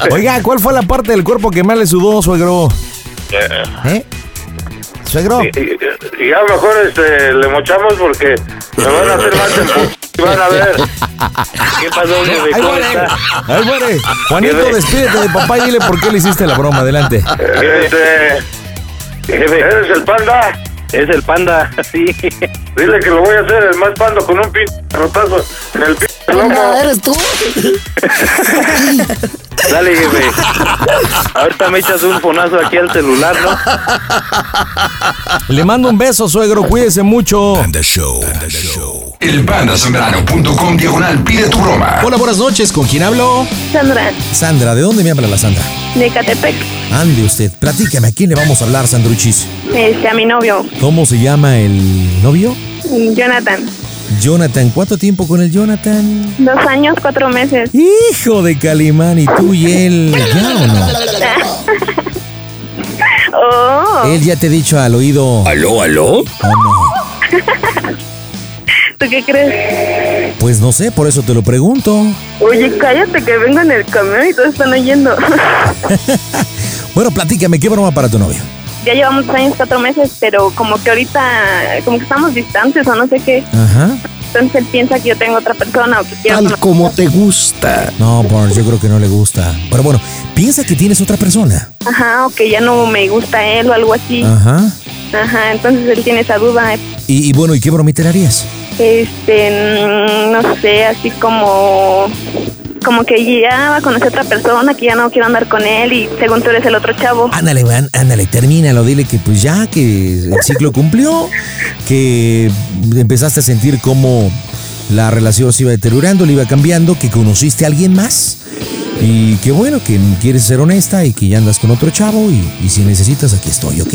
Speaker 10: Oiga, ¿cuál fue la parte del cuerpo que más le sudó, suegro?
Speaker 2: ¿Eh? Suegro,
Speaker 7: Y- y- y Ya mejor este, le mochamos porque me van a hacer más tiempo. Y Van a ver.
Speaker 3: ¿Qué pasó, jefe?
Speaker 2: ahí
Speaker 3: ¿Cómo
Speaker 2: muere,
Speaker 3: está?
Speaker 2: ahí muere. Juanito, despídete de papá y dile por qué le hiciste la broma, adelante.
Speaker 7: Este,
Speaker 3: Jefe,
Speaker 7: ¿Eres el panda?
Speaker 3: es el Panda, *laughs* sí.
Speaker 7: Dile que lo voy a hacer el más pando con un pin rotazo en el pin
Speaker 5: No,
Speaker 7: lomo.
Speaker 5: eres tú.
Speaker 3: Dale, jefe. Ahorita me echas un fonazo aquí al celular, ¿no?
Speaker 2: Le mando un beso, suegro, cuídese mucho.
Speaker 11: Panda Show. Panda Show.
Speaker 12: Elpandasambrano.com diagonal pide tu broma.
Speaker 2: Hola, buenas noches, ¿con quién hablo?
Speaker 13: Sandra,
Speaker 2: Sandra, ¿de dónde me habla la Sandra?
Speaker 13: de Catepec,
Speaker 2: Ande usted, platícame, ¿a quién le vamos a hablar, Sandruchis?
Speaker 13: este, a mi novio,
Speaker 2: ¿Cómo se llama el novio?
Speaker 13: Jonathan.
Speaker 2: Jonathan, ¿cuánto tiempo con el Jonathan?
Speaker 13: Dos años, cuatro meses.
Speaker 2: Hijo de Calimán, ¿y tú y él ya o no?
Speaker 13: Oh,
Speaker 2: Él ya te ha dicho al oído. ¿O
Speaker 11: ¿Aló, aló?
Speaker 2: no?
Speaker 13: ¿tú qué crees?
Speaker 2: Pues no sé, por eso te lo pregunto.
Speaker 13: Oye, cállate que vengo en el camión y todos están oyendo.
Speaker 2: Bueno, platícame, ¿qué broma para tu novio?
Speaker 13: *laughs* ya llevamos dos años, cuatro meses, pero como que ahorita, como que estamos distantes o no sé qué.
Speaker 2: Ajá.
Speaker 13: Entonces él piensa que yo tengo otra persona o que quiero...
Speaker 5: Tal
Speaker 13: conocer.
Speaker 5: como te gusta.
Speaker 2: No, Barnes, yo creo que no le gusta. Pero bueno, piensa que tienes otra persona.
Speaker 13: Ajá, o que ya no me gusta él o algo así.
Speaker 2: Ajá.
Speaker 13: Ajá, entonces él tiene esa duda.
Speaker 2: Y, y bueno, ¿y qué bromita le harías?
Speaker 13: Este, mm, no sé, así como... Como que ya va a conocer otra persona, que ya no quiero andar con él y según tú eres el otro chavo.
Speaker 2: Ándale, man, ándale, termínalo, dile que pues ya, que el ciclo cumplió, que empezaste a sentir cómo la relación se iba deteriorando, le iba cambiando, que conociste a alguien más y que bueno, que quieres ser honesta y que ya andas con otro chavo y, y si necesitas aquí estoy, ¿ok?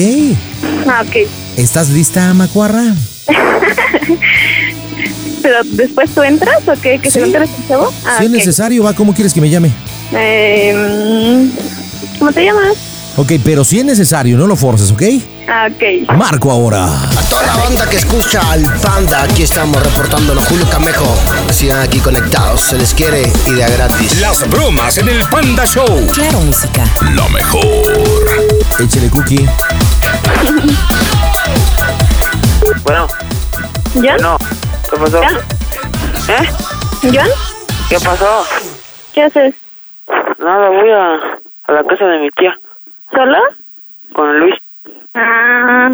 Speaker 13: Ah, ok.
Speaker 2: ¿Estás lista, Macuarra?
Speaker 13: *laughs* ¿Pero después tú entras o qué? ¿Que
Speaker 2: Sí.
Speaker 13: se no te rechazó? Ah,
Speaker 2: si es
Speaker 13: ok.
Speaker 2: necesario, va, ¿cómo quieres que me llame?
Speaker 13: Eh, mm, ¿Cómo te llamas?
Speaker 2: Ok, pero si es necesario, no lo forces, ¿ok?
Speaker 13: Ah, ok.
Speaker 2: Marco ahora.
Speaker 5: A toda la banda que escucha al Panda, aquí estamos reportándolo. Julio Camejo, sigan aquí conectados, se les quiere y de a gratis.
Speaker 11: Las bromas en el Panda Show.
Speaker 14: Claro, música.
Speaker 11: Lo mejor.
Speaker 2: Échale cookie.
Speaker 3: Bueno,
Speaker 13: ¿John?
Speaker 3: no. ¿Qué pasó?
Speaker 13: ¿Ya?
Speaker 3: ¿Eh?
Speaker 13: ¿John?
Speaker 3: ¿Qué pasó?
Speaker 13: ¿Qué haces?
Speaker 3: Nada, voy a, a la casa de mi tía
Speaker 13: ¿Solo?
Speaker 3: con Luis.
Speaker 13: Ah,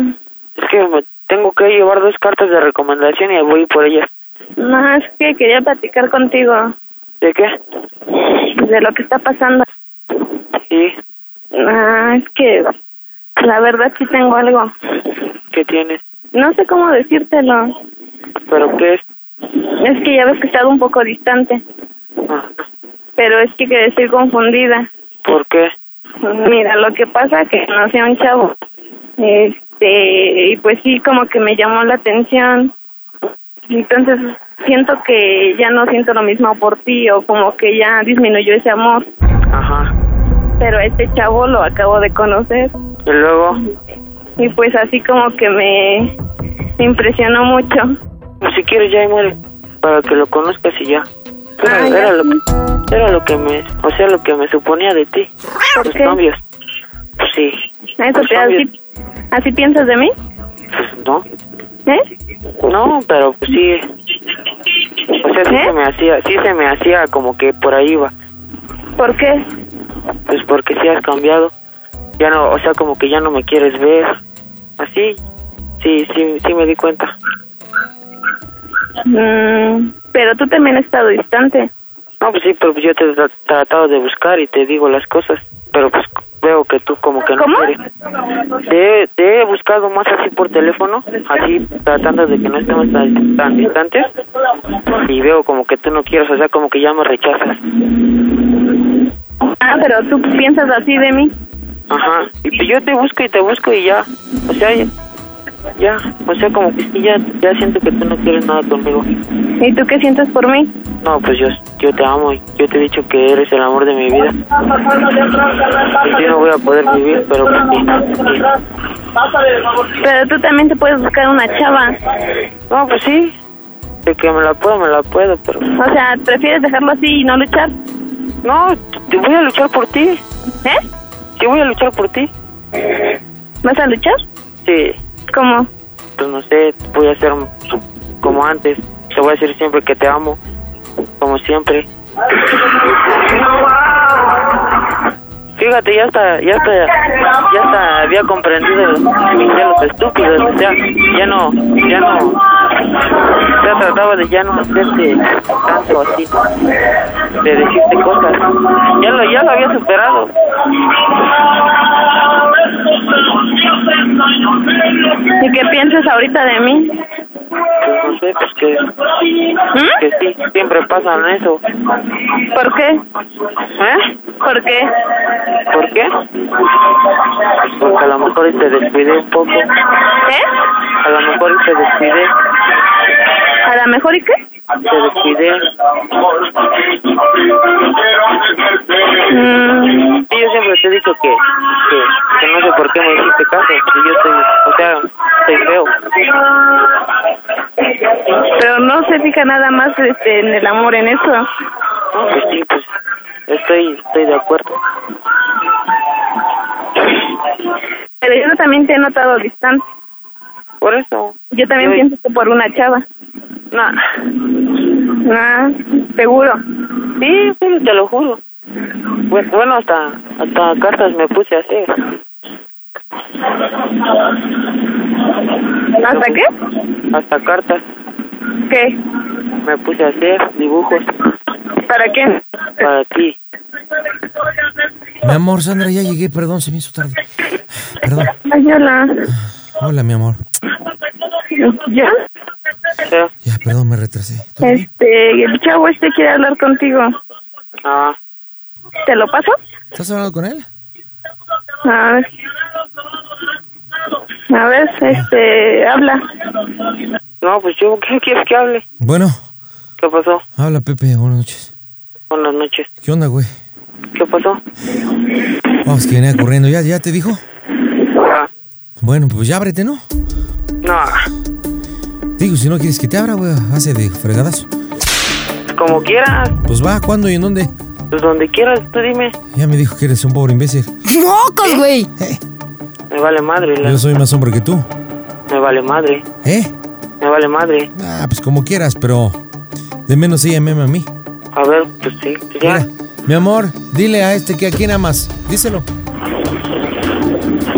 Speaker 3: Es que me tengo que llevar dos cartas de recomendación y voy por ellas.
Speaker 13: no, es que quería platicar contigo
Speaker 3: ¿De qué?
Speaker 13: de lo que está pasando.
Speaker 3: ¿Y
Speaker 13: Ah, es que la verdad sí tengo algo.
Speaker 3: qué tienes?
Speaker 13: No sé cómo decírtelo.
Speaker 15: ¿Pero qué es?
Speaker 13: Es que ya ves que he estado un poco distante.
Speaker 15: Ah,
Speaker 13: Pero es que que estoy confundida.
Speaker 15: ¿Por qué?
Speaker 13: Mira, lo que pasa es que conocí a un chavo. Este, y pues sí, como que me llamó la atención. Entonces siento que ya no siento lo mismo por ti o como que ya disminuyó ese amor.
Speaker 15: Ajá.
Speaker 13: Pero a este chavo lo acabo de conocer
Speaker 15: ¿Y luego?
Speaker 13: y pues así como que me impresionó mucho.
Speaker 15: Pues si quieres ya y muere. Para que lo conozcas y ya. Era,
Speaker 13: Ah, ya.
Speaker 15: era lo, que- era lo que me... O sea, lo que me suponía de ti. Tus
Speaker 13: qué?
Speaker 15: novios. Pues sí.
Speaker 13: Eso
Speaker 15: Tus
Speaker 13: te-
Speaker 15: novios,
Speaker 13: así, así piensas de mí,
Speaker 15: pues no.
Speaker 13: ¿eh?
Speaker 15: No, pero pues sí. O sea, sí se me hacía... Sí se me hacía como que por ahí iba.
Speaker 13: ¿Por qué?
Speaker 15: Pues porque sí has cambiado. Ya no... O sea, como que ya no me quieres ver. Así. Sí, sí, sí me di cuenta.
Speaker 13: Mm, pero tú también has estado distante.
Speaker 15: No, pues sí, pero pues yo te he tra- tratado de buscar y te digo las cosas, pero pues veo que tú como que no
Speaker 13: ¿Cómo?
Speaker 15: quieres. Te, te he buscado más así por teléfono, así tratando de que no estemos tan, tan distantes y veo como que tú no quieres, o sea, como que ya me rechazas.
Speaker 13: Ah, pero tú piensas así de mí.
Speaker 15: Ajá, y pues yo te busco y te busco y ya, o sea, ya, ya, o sea, como que sí, ya, ya siento que tú no quieres nada conmigo.
Speaker 13: ¿Y tú qué sientes por mí?
Speaker 15: No, pues yo, yo te amo, y yo te he dicho que eres el amor de mi vida. Yo no voy a poder vivir, pero pues sí, sí.
Speaker 13: Pero tú también te puedes buscar una chava.
Speaker 15: No, pues sí. De que me la puedo, me la puedo, pero...
Speaker 13: O sea, ¿prefieres dejarlo así y no luchar?
Speaker 15: No, te voy a luchar por ti.
Speaker 13: ¿Eh?
Speaker 15: Sí, voy a luchar por ti.
Speaker 13: ¿Vas a luchar?
Speaker 15: Sí,
Speaker 13: ¿Cómo?
Speaker 15: pues no sé, voy a ser como antes. Te voy a decir siempre que te amo, como siempre. Fíjate, ya está, ya está, ya está, había comprendido ya los estúpidos, o sea, ya no, ya no, ya trataba de ya no hacerte tanto así, de decirte cosas, ya lo, ya lo había superado.
Speaker 13: ¿Y qué piensas ahorita de mí?
Speaker 15: Pues no sé, pues que, que sí, siempre pasan eso.
Speaker 13: ¿Por qué?
Speaker 15: ¿Eh?
Speaker 13: ¿Por qué?
Speaker 15: ¿Por qué? Pues porque a lo mejor y te descuidé un poco.
Speaker 13: ¿Eh?
Speaker 15: A lo mejor y te descuidé,
Speaker 13: ¿A lo mejor y qué?
Speaker 15: te descuidé. Sí, yo siempre te he dicho que, que, que no sé por qué me hiciste caso. Si yo estoy, o sea, estoy feo.
Speaker 13: Pero no se fija nada más este, en el amor, en eso.
Speaker 15: No, pues sí, pues estoy, estoy de acuerdo.
Speaker 13: Pero yo también te he notado distante.
Speaker 15: Por eso,
Speaker 13: Yo también
Speaker 15: Ay.
Speaker 13: pienso que por una chava.
Speaker 15: no.
Speaker 13: Ah, seguro.
Speaker 15: Sí, sí, te lo juro. Bueno, bueno, hasta, hasta cartas me puse a hacer.
Speaker 13: ¿Hasta qué?
Speaker 15: Hasta cartas
Speaker 13: ¿Qué?
Speaker 15: me puse a hacer dibujos
Speaker 13: ¿Para quién?
Speaker 15: para ti.
Speaker 3: Mi amor, Sandra, ya llegué, perdón, se me hizo tarde. Perdón.
Speaker 13: Ay, hola.
Speaker 3: Hola, mi amor.
Speaker 13: ¿Ya?
Speaker 15: ¿Eh?
Speaker 3: Ya, perdón, me retrasé.
Speaker 13: Este, el chavo este quiere hablar contigo.
Speaker 15: Ah,
Speaker 13: ¿Te lo paso?
Speaker 3: ¿Estás hablando con él?
Speaker 13: A ver. A ver, este, habla.
Speaker 15: no, pues yo, ¿qué quieres que hable?
Speaker 3: Bueno,
Speaker 15: ¿Qué pasó?
Speaker 3: habla Pepe, buenas noches.
Speaker 15: Buenas noches.
Speaker 3: ¿Qué onda, güey?
Speaker 15: ¿Qué pasó?
Speaker 3: Vamos, que venía corriendo. ¿Ya, ¿Ya te dijo?
Speaker 15: Ah,
Speaker 3: Bueno, pues ya ábrete, ¿no?
Speaker 15: no,
Speaker 3: Digo, si no quieres que te abra, güey, hace de fregadazo.
Speaker 15: como quieras,
Speaker 3: Pues va, ¿cuándo y en dónde?
Speaker 15: pues donde quieras, tú dime.
Speaker 3: Ya me dijo que eres un pobre imbécil.
Speaker 4: *laughs* ¡Mocos, güey!
Speaker 15: Me vale madre, la-
Speaker 3: Yo soy más hombre que tú.
Speaker 15: me vale madre,
Speaker 3: ¿Eh?
Speaker 15: me vale madre.
Speaker 3: Ah, pues como quieras, pero de menos ella me ama a mí.
Speaker 15: A ver, pues sí, pues ya.
Speaker 3: Mi amor, dile a este que a quién amas. Díselo.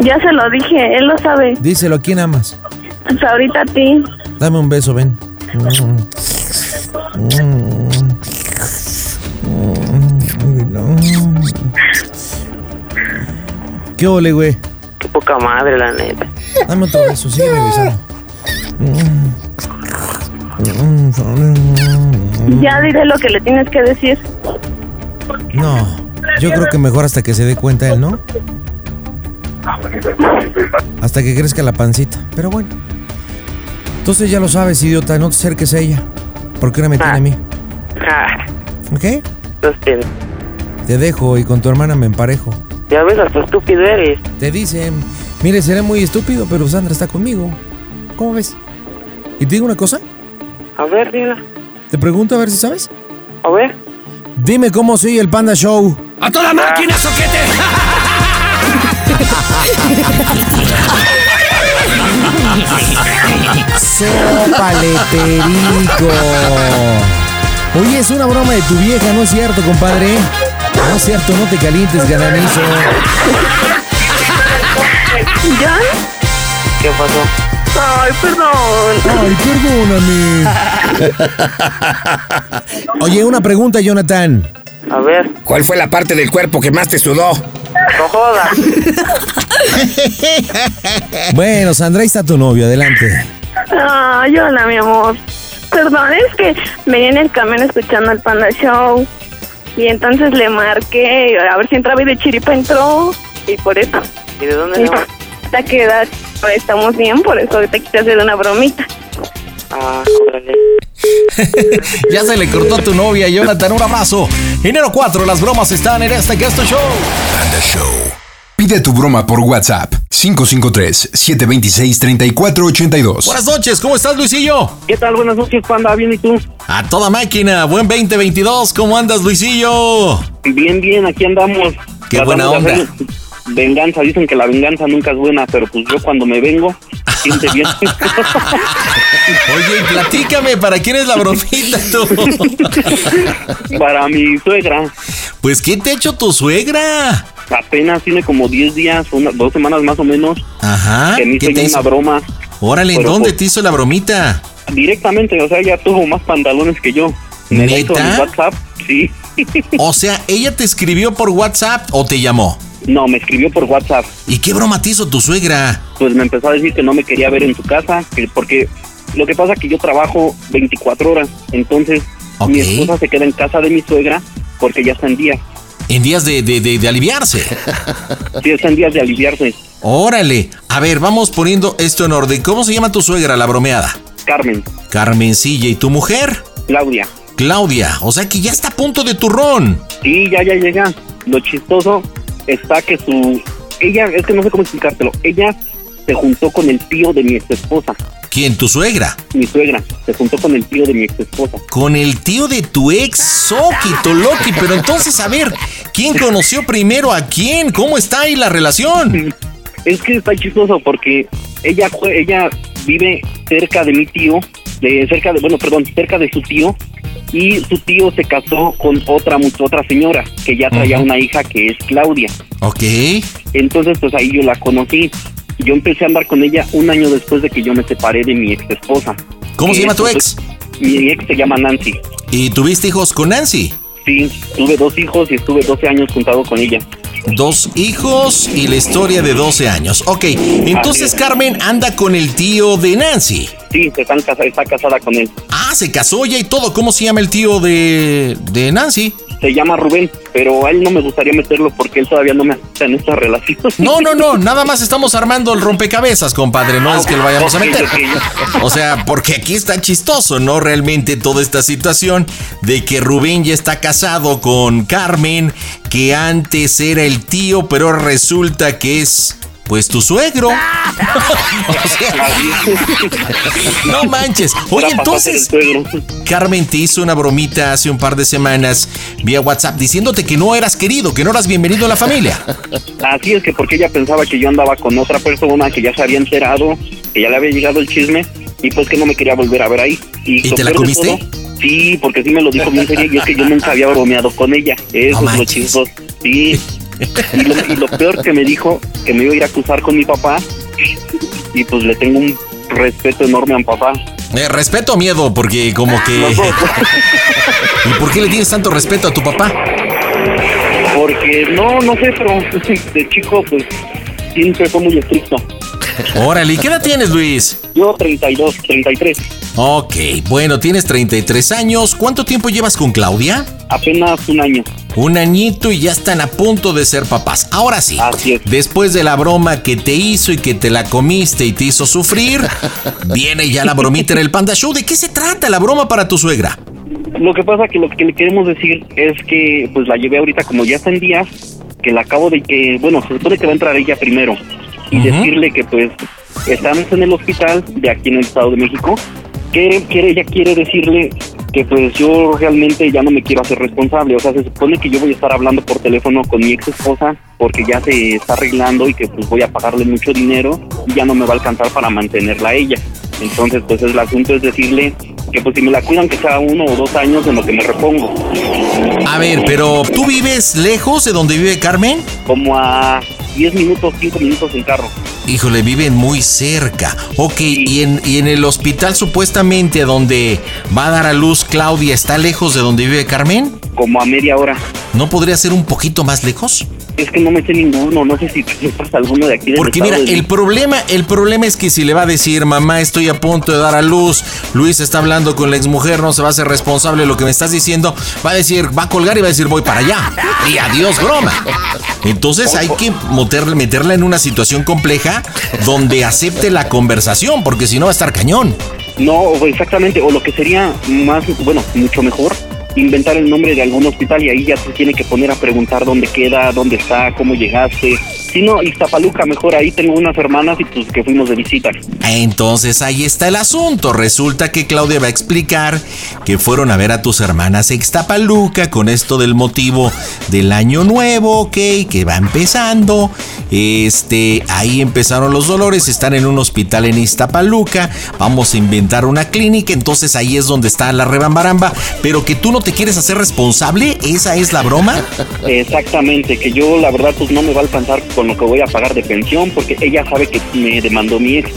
Speaker 13: Ya se lo dije, él lo sabe.
Speaker 3: Díselo a quién amas.
Speaker 13: Hasta ahorita a ti.
Speaker 3: Dame un
Speaker 13: *laughs*
Speaker 3: beso, ven. ¿Qué ole, güey?
Speaker 15: Qué poca madre, la neta.
Speaker 3: Dame otro beso, sígueme besando.
Speaker 13: Ya dile lo que le tienes que
Speaker 3: *laughs*
Speaker 13: decir.
Speaker 2: No, yo creo que mejor hasta que se dé cuenta él, ¿no? Hasta que crezca la pancita. Pero bueno. Entonces ya lo sabes, idiota, no te acerques a ella. Porque ahora me tiene a mí.
Speaker 15: Ah,
Speaker 2: ¿Ok? Te dejo y con tu hermana me emparejo.
Speaker 15: Ya ves, hasta estúpido eres.
Speaker 2: Te dicen, mire, seré muy estúpido, pero Sandra está conmigo. ¿Cómo ves? ¿Y te digo una cosa?
Speaker 15: A ver, dila.
Speaker 2: Te pregunto a ver si sabes.
Speaker 15: A ver.
Speaker 2: Dime cómo soy el Panda Show.
Speaker 12: ¡A toda
Speaker 5: Ah.
Speaker 12: máquina, soquete!
Speaker 2: ¡Sópale, perico! Oye, es una broma de tu vieja, ¿no es cierto, compadre? No es cierto, no te calientes, gananizo.
Speaker 13: ¿Ya?
Speaker 15: ¿Qué pasó?
Speaker 13: Ay, perdón.
Speaker 2: Ay, perdóname.
Speaker 13: *laughs*
Speaker 2: Oye, una pregunta, Jonathan.
Speaker 15: A ver.
Speaker 12: ¿Cuál fue la parte del cuerpo que más te sudó?
Speaker 15: No jodas.
Speaker 2: bueno, Sandra, ahí está tu novio, adelante.
Speaker 13: Ay, hola, mi amor. Perdón, es que venía en el camión escuchando el Panda Show. Y entonces le marqué, a ver si entraba y de chiripa entró. Y por eso.
Speaker 15: ¿Y de dónde no?
Speaker 13: Hasta que edad estamos bien, por eso te quise hacer una bromita.
Speaker 15: Ah,
Speaker 2: *laughs* ya se le cortó a tu novia, Jonathan. Un abrazo. Enero 4, las bromas están en este Gesto Show.
Speaker 6: Panda Show. Pide tu broma por WhatsApp 553-726-3482.
Speaker 2: Buenas noches, ¿cómo estás, Luisillo?
Speaker 4: ¿Qué tal? Buenas noches, Panda, ¿bien y tú?
Speaker 2: A toda máquina, buen 2022, ¿cómo andas, Luisillo?
Speaker 4: Bien, bien, aquí andamos.
Speaker 2: Qué Tratamos buena onda.
Speaker 4: Hacer venganza, dicen que la venganza nunca es buena, pero pues yo cuando me vengo, siente bien.
Speaker 2: *laughs*
Speaker 4: *laughs*
Speaker 2: Oye, platícame, ¿para quién es la bromita tú?
Speaker 4: *laughs* Para mi suegra.
Speaker 2: Pues, ¿qué te ha hecho tu suegra?
Speaker 4: Apenas tiene como 10 días, una, dos semanas más o menos.
Speaker 2: Ajá.
Speaker 4: Que me hizo, hizo? una broma.
Speaker 2: Órale, ¿en dónde pues, te hizo la bromita?
Speaker 4: Directamente, o sea, ella tuvo más pantalones que yo. Me ¿Neta? hizo en WhatsApp, sí. *laughs*
Speaker 2: o sea, ¿ella te escribió por WhatsApp o te llamó?
Speaker 4: No, me escribió por WhatsApp.
Speaker 2: ¿Y qué broma te hizo tu suegra?
Speaker 4: Pues me empezó a decir que no me quería ver en su casa, que porque lo que pasa es que yo trabajo 24 horas, entonces okay. mi esposa se queda en casa de mi suegra porque ya está en día.
Speaker 2: En días de, de, de, de aliviarse.
Speaker 4: sí, está en días de aliviarse.
Speaker 2: Órale. A ver, vamos poniendo esto en orden. ¿Cómo se llama tu suegra, la bromeada?
Speaker 4: Carmen.
Speaker 2: Carmencilla. ¿Y tu mujer?
Speaker 4: Claudia.
Speaker 2: Claudia. O sea que ya está a punto de turrón.
Speaker 4: Sí, ya, ya llega. Lo chistoso está que su ella es que no sé cómo explicártelo ella se juntó con el tío de mi ex esposa
Speaker 2: ¿Quién? ¿Tu suegra?
Speaker 4: Mi suegra. Se juntó con el tío de mi ex esposa.
Speaker 2: Con el tío de tu ex, Soquito Loki. Pero entonces, a ver, ¿quién conoció primero a quién? ¿Cómo está ahí la relación?
Speaker 4: Es que está chistoso porque ella, ella vive cerca de mi tío, de cerca de, bueno, perdón, cerca de su tío, y su tío se casó con otra otra señora que ya traía uh -huh. una hija que es Claudia.
Speaker 2: Ok.
Speaker 4: Entonces pues ahí yo la conocí. Yo empecé a andar con ella un año después de que yo me separé de mi ex esposa.
Speaker 2: ¿Cómo se llama tu ex?
Speaker 4: Mi ex se llama Nancy.
Speaker 2: ¿Y tuviste hijos con Nancy?
Speaker 4: Sí, tuve dos hijos y estuve 12 años juntado con ella.
Speaker 2: Dos hijos y la historia de 12 años. Ok, entonces Carmen anda con el tío de Nancy.
Speaker 4: Sí, se están casa, está casada con él.
Speaker 2: Ah, se casó ya y todo. ¿Cómo se llama el tío de, de Nancy?
Speaker 4: Se llama Rubén, pero a él no me gustaría meterlo porque él todavía no me acepta en esta relación.
Speaker 2: No, no, no, nada más estamos armando el rompecabezas, compadre, no es que lo
Speaker 4: *laughs*
Speaker 2: vayamos a meter. O sea, porque aquí está chistoso, ¿no? Realmente toda esta situación de que Rubén ya está casado con Carmen, que antes era el tío, pero resulta que es pues tu suegro. o sea, no manches. Oye, entonces, Carmen te hizo una bromita hace un par de semanas vía WhatsApp diciéndote que no eras querido, que no eras bienvenido a la familia.
Speaker 4: Así es que porque ella pensaba que yo andaba con otra persona que ya se había enterado, que ya le había llegado el chisme y pues que no me quería volver a ver ahí.
Speaker 2: ¿Y, ¿Y te la comiste?
Speaker 4: sí, porque sí me lo dijo bien serio y es que yo nunca había bromeado con ella. Eso no es lo chistoso. Sí. Y lo, y lo, peor que me dijo que me iba a ir a acusar con mi papá y pues le tengo un respeto enorme a mi papá.
Speaker 2: Eh, respeto o miedo, porque como que... ¿Y por qué le tienes tanto respeto a tu papá?
Speaker 4: Porque no, no sé, pero *laughs* de chico pues siempre fue muy estricto.
Speaker 2: Órale, ¿y qué edad tienes, Luis?
Speaker 4: Yo 32, 33.
Speaker 2: Ok, bueno, tienes 33 años. ¿Cuánto tiempo llevas con Claudia?
Speaker 4: Apenas un año.
Speaker 2: Un añito y ya están a punto de ser papás. Ahora sí,
Speaker 4: Así es.
Speaker 2: después de la broma que te hizo y que te la comiste y te hizo
Speaker 4: *laughs*
Speaker 2: sufrir, viene ya la bromita en el Panda Show. ¿De qué se trata la broma para tu suegra?
Speaker 4: Lo que pasa que lo que le queremos decir es que pues la llevé ahorita como ya está en días, que la acabo de que, bueno, se supone que va a entrar ella primero y
Speaker 2: Ujú.
Speaker 4: decirle que pues estamos en el hospital de aquí en el Estado de México. Que quiere, ella quiere decirle que pues yo realmente ya no me quiero hacer responsable. O sea, se supone que yo voy a estar hablando por teléfono con mi ex esposa porque ya se está arreglando y que pues voy a pagarle mucho dinero y ya no me va a alcanzar para mantenerla a ella. Entonces pues el asunto es decirle que pues si me la cuidan que sea uno o dos años en lo que me repongo.
Speaker 2: A ver, pero ¿tú vives lejos de donde vive Carmen?
Speaker 4: Como a 10 minutos, 5 minutos en carro.
Speaker 2: Híjole, viven muy cerca. Ok, y en, y en el hospital supuestamente a donde va a dar a luz Claudia, ¿está lejos de donde vive Carmen?
Speaker 4: Como a media hora.
Speaker 2: ¿No podría ser un poquito más lejos?
Speaker 4: Es que no me sé ninguno, no sé si tú sepas alguno de aquí. del
Speaker 2: Porque mira,
Speaker 4: estado de-
Speaker 2: el problema, el problema es que si le va a decir, mamá, estoy a punto de dar a luz, Luis está hablando con la exmujer, no se va a hacer responsable de lo que me estás diciendo, va a decir, va a colgar y va a decir, voy para allá. Y adiós, broma. Entonces hay que meterle- meterla en una situación compleja donde acepte la conversación, porque si no va a estar cañón.
Speaker 4: No, o exactamente, o lo que sería más, bueno, mucho mejor, inventar el nombre de algún hospital y ahí ya se tiene que poner a preguntar dónde queda, dónde está, cómo llegaste. Si no, Iztapaluca, mejor ahí tengo unas hermanas y pues que fuimos de visita.
Speaker 2: Entonces ahí está el asunto. Resulta que Claudia va a explicar que fueron a ver a tus hermanas a Ixtapaluca con esto del motivo del año nuevo, ok, que va empezando. Este, ahí empezaron los dolores, están en un hospital en Ixtapaluca, vamos a inventar una clínica, entonces ahí es donde está la rebambaramba, pero que tú no te quieres hacer responsable, esa es la broma.
Speaker 4: Exactamente, que yo la verdad pues no me va a alcanzar con lo que voy a pagar de pensión porque ella sabe que me demandó mi ex,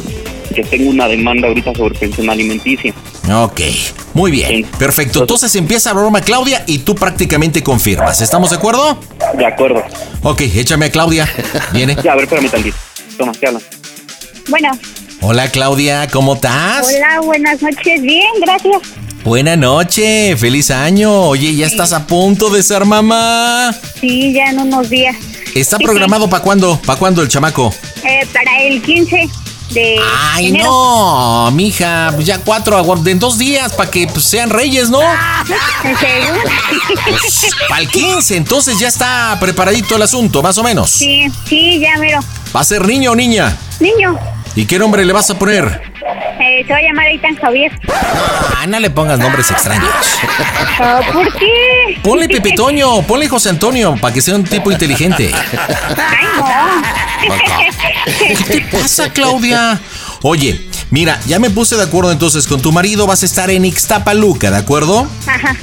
Speaker 4: que tengo una demanda ahorita sobre pensión alimenticia.
Speaker 2: Ok, muy bien, perfecto. Entonces empieza la broma Claudia y tú prácticamente confirmas. ¿Estamos de acuerdo?
Speaker 4: De acuerdo.
Speaker 2: Ok, échame a Claudia. Viene.
Speaker 4: Ya, a ver, espérame tantito. Toma, te hablan.
Speaker 16: Bueno,
Speaker 2: Hola Claudia, ¿cómo estás?
Speaker 16: hola, buenas noches. Bien, gracias.
Speaker 2: Buena noche, feliz año. Oye, ya estás a punto de ser mamá.
Speaker 16: Sí, ya en unos días.
Speaker 2: ¿Está programado para cuándo? ¿Para cuándo el chamaco?
Speaker 16: Eh, para el 15 de
Speaker 2: Ay,
Speaker 16: enero.
Speaker 2: no, mija, pues ya cuatro, agu- en dos días, para que pues, sean reyes, ¿no? Pues,
Speaker 16: ¿En serio?
Speaker 2: Para el 15, entonces ya está preparadito el asunto, más o menos.
Speaker 16: Sí, sí, ya mero.
Speaker 2: ¿Va a ser niño o niña?
Speaker 16: Niño,
Speaker 2: ¿Y qué nombre le vas a poner?
Speaker 16: eh, se va a llamar Aitan Javier.
Speaker 2: Ah, no le pongas nombres extraños.
Speaker 16: Ah, ¿Por qué?
Speaker 2: Ponle Pepe Toño, ponle José Antonio, para que sea un tipo inteligente.
Speaker 16: Ay, no.
Speaker 2: ¿Qué te pasa, Claudia? Oye, mira, ya me puse de acuerdo entonces con tu marido, vas a estar en Ixtapaluca, ¿de acuerdo?
Speaker 16: Ajá.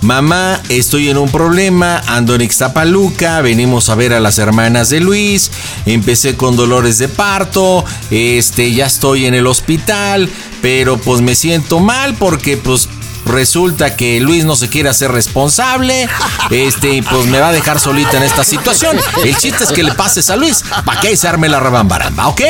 Speaker 2: Mamá, estoy en un problema, ando en Ixtapaluca, venimos a ver a las hermanas de Luis, empecé con dolores de parto, este, ya estoy en el hospital, pero pues me siento mal porque pues resulta que Luis no se quiere hacer responsable, este, y pues me va a dejar solita en esta situación. El chiste es que le pases a Luis, para que ahí se arme la rebambaramba, ¿ok?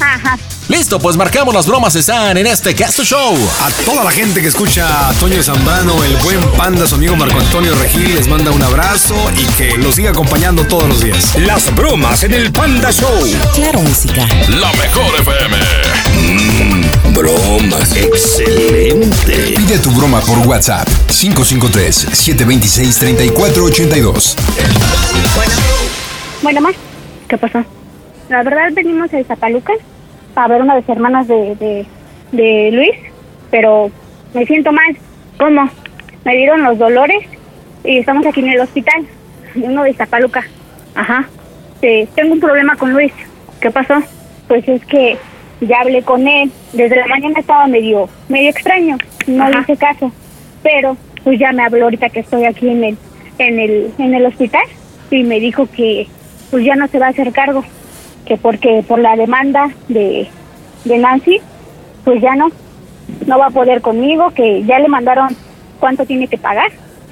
Speaker 16: Ajá.
Speaker 2: Listo, pues marcamos las bromas, están en este Casto Show.
Speaker 12: A toda la gente que escucha a Toño Zambrano, el buen panda, su amigo Marco Antonio Regil, les manda un abrazo y que los siga acompañando todos los días.
Speaker 5: Las bromas en el Panda Show.
Speaker 17: Claro, música.
Speaker 5: La mejor FM. Mm, bromas. Excelente.
Speaker 18: Pide tu broma por WhatsApp 553-726-3482.
Speaker 16: Bueno, más. ¿Qué pasó? La verdad venimos a Zapaluca a ver una de las hermanas de, de, de Luis, pero me siento mal. ¿Cómo? Me dieron los dolores y estamos aquí en el hospital, uno de Zapaluca. Ajá. Sí, tengo un problema con Luis. ¿Qué pasó? Pues es que ya hablé con él. Desde la mañana estaba medio, medio extraño. No le hice caso. Pero pues ya me habló ahorita que estoy aquí en el, en el, en el hospital y me dijo que pues ya no se va a hacer cargo, que porque por la demanda de, de Nancy, pues ya no, no va a poder conmigo, que ya le mandaron cuánto tiene que pagar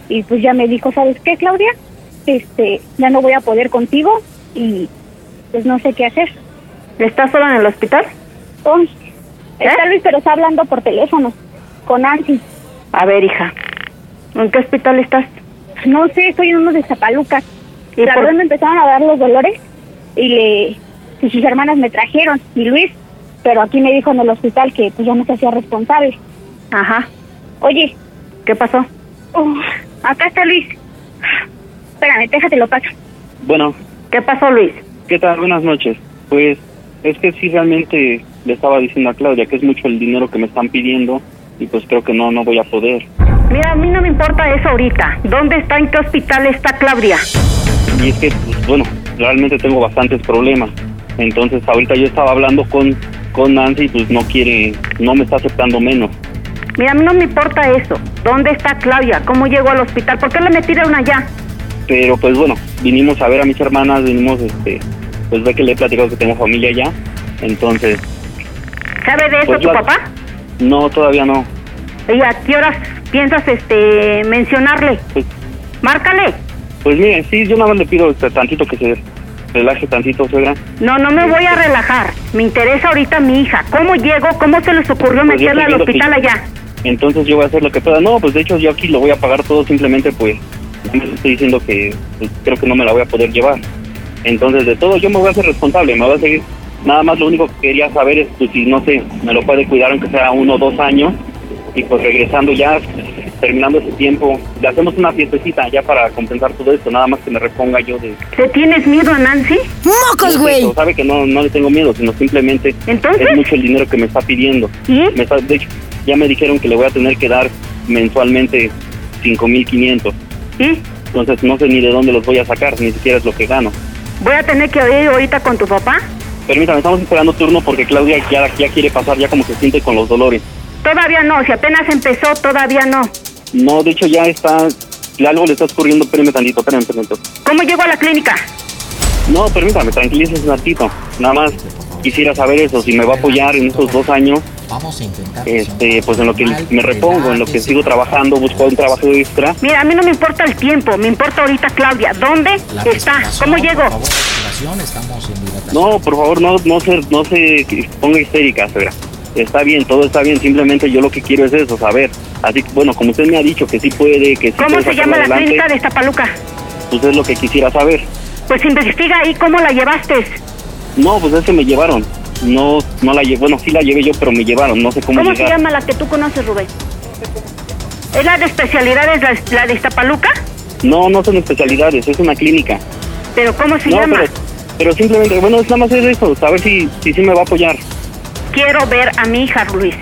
Speaker 16: y pues ya me dijo, ¿sabes qué, Claudia? Este, ya no voy a poder contigo y pues no sé qué hacer. ¿Estás solo en el hospital? Uy, está Luis, pero está hablando por teléfono. con Nancy.
Speaker 1: A ver, hija, ¿en qué hospital estás?
Speaker 16: No sé, estoy en uno de Zapalucas. Y la por... me empezaron a dar los dolores y le y sus hermanas me trajeron y Luis, pero aquí me dijo en el hospital que pues ya no se hacía responsable.
Speaker 1: Ajá.
Speaker 16: Oye,
Speaker 1: ¿qué pasó?
Speaker 16: Uh, acá está Luis. Espérame, déjate lo paso.
Speaker 4: Bueno.
Speaker 1: ¿Qué pasó, Luis?
Speaker 4: ¿Qué tal? Buenas noches. Pues es que sí realmente le estaba diciendo a Claudia que es mucho el dinero que me están pidiendo y pues creo que no no voy a poder.
Speaker 1: Mira, a mí no me importa eso ahorita. ¿Dónde está en qué hospital está Claudia?
Speaker 4: Y es que pues, bueno, realmente tengo bastantes problemas. Entonces, ahorita yo estaba hablando con con Nancy y pues no quiere no me está aceptando menos.
Speaker 1: Mira, a mí no me importa eso. ¿Dónde está Claudia? ¿Cómo llegó al hospital? ¿Por qué le metieron allá?
Speaker 4: Pero pues bueno, vinimos a ver a mis hermanas, vinimos este pues ve que le he platicado que tengo familia allá. Entonces,
Speaker 1: ¿sabe de eso pues, tu la... papá?
Speaker 4: No, todavía no.
Speaker 1: ¿Y a qué horas piensas este mencionarle? Pues, Márcale.
Speaker 4: Pues mire, sí, yo nada más le pido este, tantito que se relaje tantito, suegra.
Speaker 1: No, no me voy a relajar. Me interesa ahorita mi hija. ¿Cómo llegó? ¿Cómo se les ocurrió pues meterla al hospital
Speaker 4: yo,
Speaker 1: allá?
Speaker 4: Entonces yo voy a hacer lo que pueda. No, pues de hecho yo aquí lo voy a pagar todo simplemente pues estoy diciendo que pues, creo que no me la voy a poder llevar. Entonces de todo yo me voy a hacer responsable, me voy a seguir. Nada más lo único que quería saber es pues, si no sé, me lo puede cuidar aunque sea uno o dos años y pues regresando ya terminando ese tiempo, le hacemos una fiestecita ya para compensar todo esto, nada más que me reponga yo de...
Speaker 1: ¿Le tienes miedo a Nancy?
Speaker 19: ¡Mocos, güey!
Speaker 4: No, sabe que no, no le tengo miedo, sino simplemente
Speaker 1: Pues, ¿Entonces?
Speaker 4: es mucho el dinero que me está pidiendo.
Speaker 1: ¿Y?
Speaker 4: Me está, de hecho, ya me dijeron que le voy a tener que dar mensualmente 5.500.
Speaker 1: ¿Y?
Speaker 4: Entonces no sé ni de dónde los voy a sacar, ni siquiera es lo que gano.
Speaker 1: ¿Voy a tener que ir ahorita con tu papá?
Speaker 4: Permítame, estamos esperando turno porque Claudia ya, ya quiere pasar, ya como se siente con los dolores.
Speaker 1: Todavía no, si apenas empezó, todavía no.
Speaker 4: No, de hecho ya está, algo le está ocurriendo, espérame tantito, espérame tantito.
Speaker 1: ¿Cómo llegó a la clínica?
Speaker 4: No, permítame, tranquilícese un ratito. Nada más quisiera saber eso, si me va a apoyar en estos dos años.
Speaker 2: Vamos a intentar.
Speaker 4: Este, pues en lo que me repongo, en lo que sigo trabajando, busco un trabajo extra.
Speaker 1: Mira, a mí no me importa el tiempo, me importa ahorita Claudia. ¿Dónde está? ¿Cómo llegó?
Speaker 4: no, por favor, no, no, se, no se ponga histérica, señora está bien, todo está bien, simplemente yo lo que quiero es eso, saber. Así que, bueno, como usted me ha dicho que sí puede, que sí
Speaker 1: ¿Cómo
Speaker 4: puede
Speaker 1: se llama la
Speaker 4: adelante,
Speaker 1: clínica de Estapaluca?
Speaker 4: Pues es lo que quisiera saber.
Speaker 1: Pues investiga ahí cómo la llevaste.
Speaker 4: No, pues es que me llevaron. No, no la llevé, bueno, sí la llevé yo, pero me llevaron, no sé cómo
Speaker 1: ¿Cómo
Speaker 4: llegar.
Speaker 1: se llama la que tú conoces, Rubén? ¿Es la de especialidades, la, la de Estapaluca?
Speaker 4: No, no son especialidades, es una clínica.
Speaker 1: ¿Pero cómo se
Speaker 4: no,
Speaker 1: llama?
Speaker 4: Pero, pero, simplemente, bueno, nada más es eso, saber si, si sí me va a apoyar
Speaker 1: quiero ver a mi hija, Luis.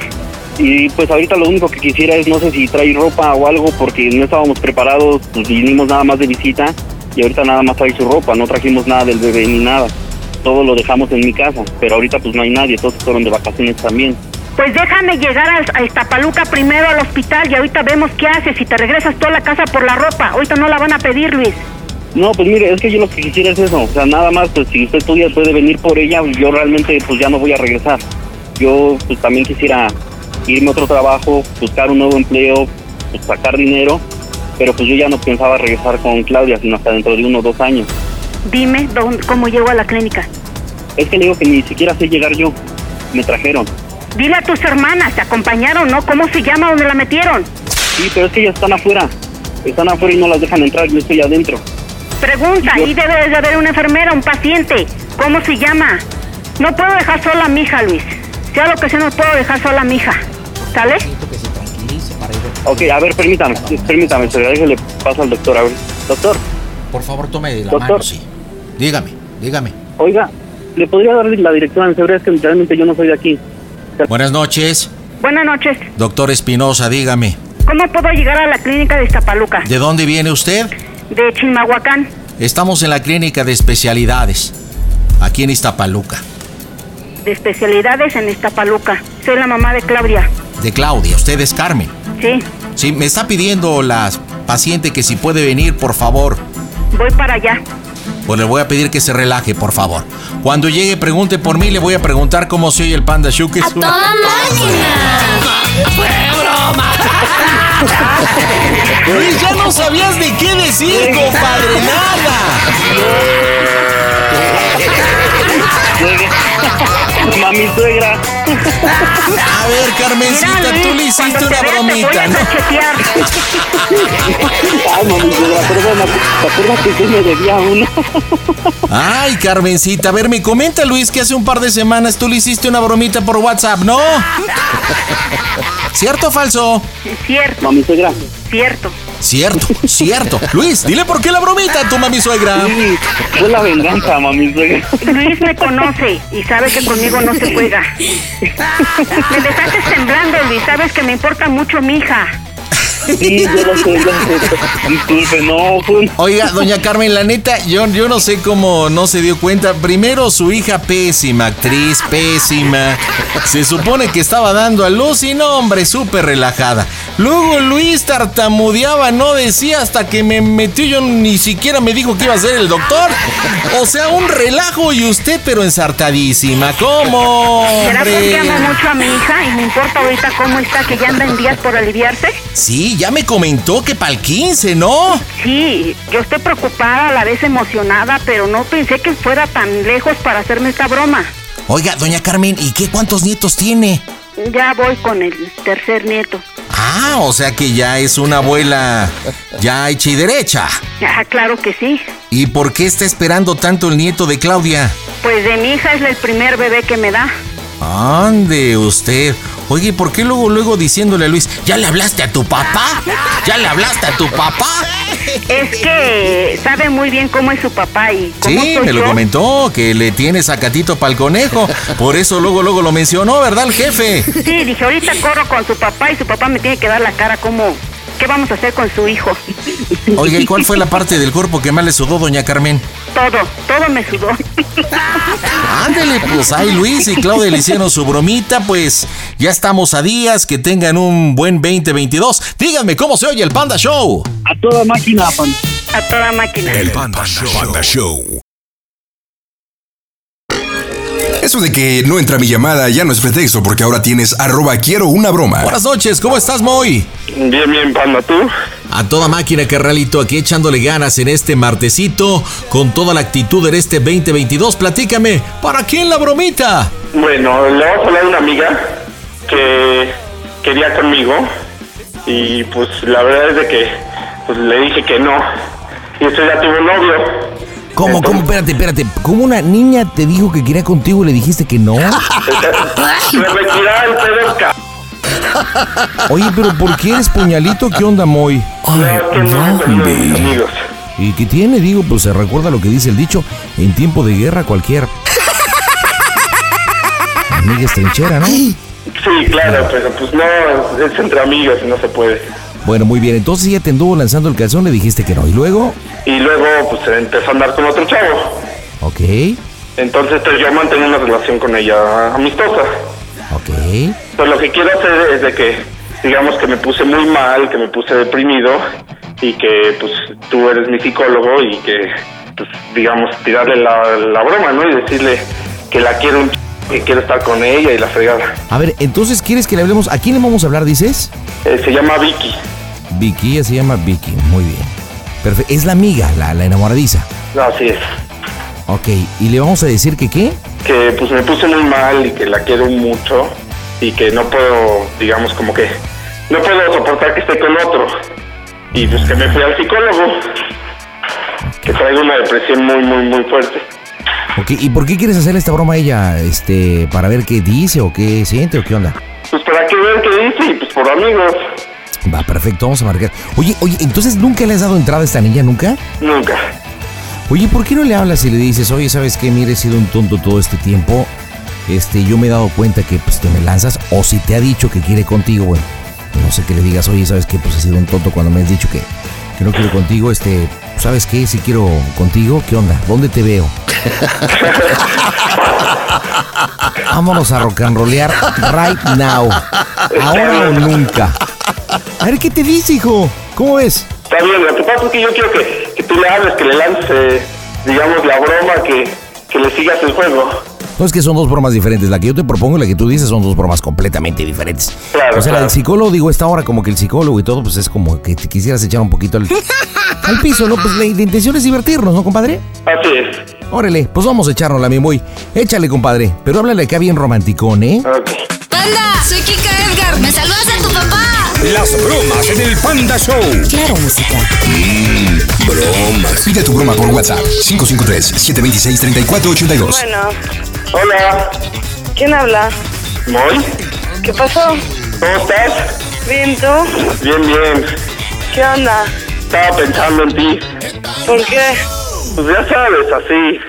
Speaker 4: Y pues ahorita lo único que quisiera es, no sé si trae ropa o algo, porque no estábamos preparados, pues vinimos nada más de visita y ahorita nada más trae su ropa, no trajimos nada del bebé ni nada. Todo lo dejamos en mi casa, pero ahorita pues no hay nadie, todos fueron de vacaciones también.
Speaker 1: Pues déjame llegar a, a Estapaluca primero al hospital y ahorita vemos qué haces si te regresas toda la casa por la ropa. Ahorita no la van a pedir, Luis.
Speaker 4: No, pues mire, es que yo lo que quisiera es eso. O sea, nada más, pues si usted todavía puede venir por ella, yo realmente pues ya no voy a regresar yo pues también quisiera irme a otro trabajo, buscar un nuevo empleo, pues, sacar dinero, pero pues yo ya no pensaba regresar con Claudia, sino hasta dentro de uno o dos años.
Speaker 1: Dime dónde, cómo llego a la clínica.
Speaker 4: Es que le digo que ni siquiera sé llegar yo, me trajeron.
Speaker 1: Dile a tus hermanas, ¿te acompañaron, no? ¿Cómo se llama donde la metieron?
Speaker 4: Sí, pero es que ellas están afuera, están afuera y no las dejan entrar, yo estoy adentro.
Speaker 1: Pregunta, yo... ahí debe de haber una enfermera, un paciente, ¿cómo se llama? No puedo dejar sola a mi hija, Luis. Ya lo que sea, no puedo dejar sola a mi hija. ¿Sale?
Speaker 4: Ok, a ver, permítame, permítame, déjale paso al doctor, a ver. Doctor.
Speaker 2: Por favor, tome la doctor. mano, sí. Dígame, dígame.
Speaker 4: Oiga, ¿le podría dar la dirección al seguridad? Es que realmente yo no soy de aquí.
Speaker 2: Buenas noches.
Speaker 1: Buenas noches.
Speaker 2: Doctor Espinosa, dígame.
Speaker 1: ¿Cómo puedo llegar a la clínica de Iztapaluca?
Speaker 2: ¿De dónde viene usted?
Speaker 1: De Chimahuacán.
Speaker 2: Estamos en la clínica de especialidades, aquí en Iztapaluca
Speaker 1: de especialidades en Iztapaluca. Soy la mamá de Claudia.
Speaker 2: De Claudia, usted es Carmen.
Speaker 1: Sí.
Speaker 2: Sí, me está pidiendo la paciente que si puede venir, por favor.
Speaker 1: Voy para allá.
Speaker 2: Pues le voy a pedir que se relaje, por favor. Cuando llegue, pregunte por mí, le voy a preguntar cómo se oye el panda show que
Speaker 5: ¡A toda máquina! ¡Fue broma!
Speaker 2: *laughs* y ya no sabías de qué decir, compadre, nada.
Speaker 4: Mami suegra.
Speaker 2: A ver, Carmencita, Mira, Luis, tú le hiciste una bromita, te
Speaker 4: ¿no? *laughs* Ay, mami suegra, perdona, ¿te acuerdas que yo me debía uno?
Speaker 2: Ay, Carmencita, a ver, me comenta Luis que hace un par de semanas tú le hiciste una bromita por WhatsApp, ¿no? ¿Cierto o falso?
Speaker 4: Cierto. Mami suegra. Cierto.
Speaker 2: Cierto, cierto. Luis, dile por qué la bromita a tu mami suegra.
Speaker 4: Sí, fue la venganza, mami suegra.
Speaker 1: Luis me conoce y sabe que conmigo no se juega. Me dejaste temblando, Luis. Sabes que me importa mucho mi hija.
Speaker 4: Sí, yo lo sé, yo Disculpe, no. Pues.
Speaker 2: Oiga, doña Carmen, la neta, yo, yo no sé cómo no se dio cuenta. Primero, su hija pésima, actriz pésima. Se supone que estaba dando a luz y no, hombre, súper relajada. Luego Luis tartamudeaba, no decía hasta que me metió. Yo ni siquiera me dijo que iba a ser el doctor. O sea, un relajo y usted, pero ensartadísima. ¿Cómo?
Speaker 1: ¿Será porque amo mucho a mi hija y me importa ahorita cómo está, que ya anda en días por aliviarse?
Speaker 2: Sí, ya me comentó que para el 15, ¿no?
Speaker 1: Sí, yo estoy preocupada, a la vez emocionada, pero no pensé que fuera tan lejos para hacerme esta broma.
Speaker 2: Oiga, doña Carmen, ¿y qué cuántos nietos tiene?
Speaker 1: Ya voy con el tercer nieto.
Speaker 2: Ah, o sea que ya es una abuela ya hecha y derecha.
Speaker 1: Ah, claro que sí.
Speaker 2: ¿Y por qué está esperando tanto el nieto de Claudia?
Speaker 1: Pues de mi hija es el primer bebé que me
Speaker 2: *laughs*
Speaker 1: da.
Speaker 2: Ande usted. Oye, ¿por qué luego, luego diciéndole a Luis, ¿ya le hablaste a tu papá? ¿Ya le hablaste a tu papá?
Speaker 1: Es que sabe muy bien cómo es su papá y cómo
Speaker 2: Sí, me lo yo. comentó, que le tiene sacatito para el conejo. Por eso luego, luego lo mencionó, ¿verdad, el jefe?
Speaker 1: Sí, dije, ahorita corro con su papá y su papá me tiene que dar la cara como... ¿Qué vamos a hacer con su hijo?
Speaker 2: Oiga, ¿y cuál fue la parte del cuerpo que más le sudó, doña Carmen?
Speaker 1: Todo, todo me sudó.
Speaker 2: Ándele, pues ahí Luis y Claudia le hicieron su bromita, pues ya estamos a días, que tengan un buen 2022. Díganme cómo se oye el Panda Show.
Speaker 4: A toda máquina, Panda.
Speaker 1: A toda máquina.
Speaker 12: El Panda Show. Panda Show.
Speaker 6: Eso de que no entra mi llamada ya no es pretexto porque ahora tienes arroba quiero una broma.
Speaker 2: Buenas noches, ¿cómo estás, Moy?
Speaker 5: Bien, bien, panda, ¿tú?
Speaker 2: A toda máquina, carralito, aquí echándole ganas en este martesito, con toda la actitud en este 2022. Platícame, ¿para quién la bromita?
Speaker 5: Bueno, le voy a hablar a una amiga que quería conmigo y pues la verdad es de que pues, le dije que no. Y usted ya tuvo novio.
Speaker 20: ¿Cómo, Entonces, cómo? Espérate, espérate. ¿Cómo una niña te dijo que quería contigo y le dijiste que
Speaker 2: *laughs*
Speaker 20: no?
Speaker 5: Me retiraba el pedo, ca-
Speaker 20: Oye, pero ¿por qué eres puñalito? ¿Qué onda, Moy?
Speaker 5: No, es que no, no, no, amigos.
Speaker 20: ¿Y qué tiene? Digo, pues se recuerda lo que dice el dicho, en tiempo de guerra cualquier... Amiga es trinchera, ¿no?
Speaker 5: Sí, claro, pero pues no, es entre amigos y no se puede.
Speaker 20: Bueno, muy bien. Entonces ella te anduvo lanzando el calzón, le dijiste que no. ¿Y luego?
Speaker 5: Y luego, pues empezó a andar con otro chavo.
Speaker 20: Ok.
Speaker 5: Entonces, pues yo mantengo una relación con ella amistosa.
Speaker 20: Ok.
Speaker 5: Pues lo que quiero hacer es de que, digamos que me puse muy mal, que me puse deprimido y que, pues, tú eres mi psicólogo y que, pues, digamos, tirarle la, la broma, ¿no? Y decirle que la quiero un ch... que quiero estar con ella y la fregada.
Speaker 20: A ver, entonces, ¿quieres que le hablemos? ¿A quién le vamos a hablar, dices?
Speaker 5: Eh, se llama Vicky.
Speaker 20: Vicky, ella se llama Vicky, muy bien. Perfecto. Es la amiga, la, la enamoradiza.
Speaker 5: No, así es.
Speaker 20: Ok, ¿y le vamos a decir que qué?
Speaker 5: Que pues me puse muy mal y que la quiero mucho y que no puedo, digamos, como que no puedo soportar que esté con otro. Y pues que me fui al psicólogo, que traigo una depresión muy, muy, muy fuerte.
Speaker 20: Ok, ¿y por qué quieres hacer esta broma a ella? Este, ¿Para ver qué dice o qué siente o qué onda?
Speaker 5: Pues para que vean qué dice y pues por amigos.
Speaker 20: Va, perfecto, vamos a marcar. Oye, oye, entonces nunca le has dado entrada a esta niña, ¿nunca?
Speaker 5: Nunca.
Speaker 20: Oye, ¿por qué no le hablas y le dices, oye, sabes qué, mire, he sido un tonto todo este tiempo? Este, yo me he dado cuenta que pues te me lanzas, o si te ha dicho que quiere contigo, bueno, no sé que le digas, oye, sabes qué, pues he sido un tonto cuando me has dicho que, que no quiero contigo, este, ¿sabes qué? Si quiero contigo, ¿qué onda? ¿Dónde te veo? *laughs* Vámonos a rocanrolear right now. Ahora o nunca. A ver qué te dice, hijo. ¿Cómo ves?
Speaker 5: Está bien, lo que pasa es que yo quiero que, que tú le hables, que le lances, eh, digamos, la broma, que, que le sigas el juego.
Speaker 2: No es que son dos formas diferentes. La que yo te propongo y la que tú dices son dos formas completamente diferentes.
Speaker 21: Claro,
Speaker 2: o sea,
Speaker 21: claro.
Speaker 2: el psicólogo, digo, esta hora como que el psicólogo y todo, pues es como que te quisieras echar un
Speaker 21: *laughs*
Speaker 2: poquito al, al piso, ¿no? Pues la, la intención es divertirnos, ¿no, compadre?
Speaker 21: Así es.
Speaker 2: Órale, pues vamos a echarnos la Mimoy. Échale, compadre. Pero háblale acá bien romanticón, ¿eh?
Speaker 22: Panda, soy Kika Edgar. Me saludas a tu papá.
Speaker 12: Las bromas en el Panda Show.
Speaker 22: Claro, música.
Speaker 12: Mmm, bromas.
Speaker 23: Pide tu broma por WhatsApp 553-726-3482.
Speaker 24: Bueno,
Speaker 5: Hola,
Speaker 24: ¿quién habla?
Speaker 5: Moy,
Speaker 24: ¿Qué pasó?
Speaker 5: ¿cómo estás?
Speaker 24: Bien, ¿tú?
Speaker 5: Bien, bien.
Speaker 24: ¿Qué onda?
Speaker 5: Estaba pensando en ti.
Speaker 24: ¿Por qué? *laughs*
Speaker 5: Pues ya sabes, así.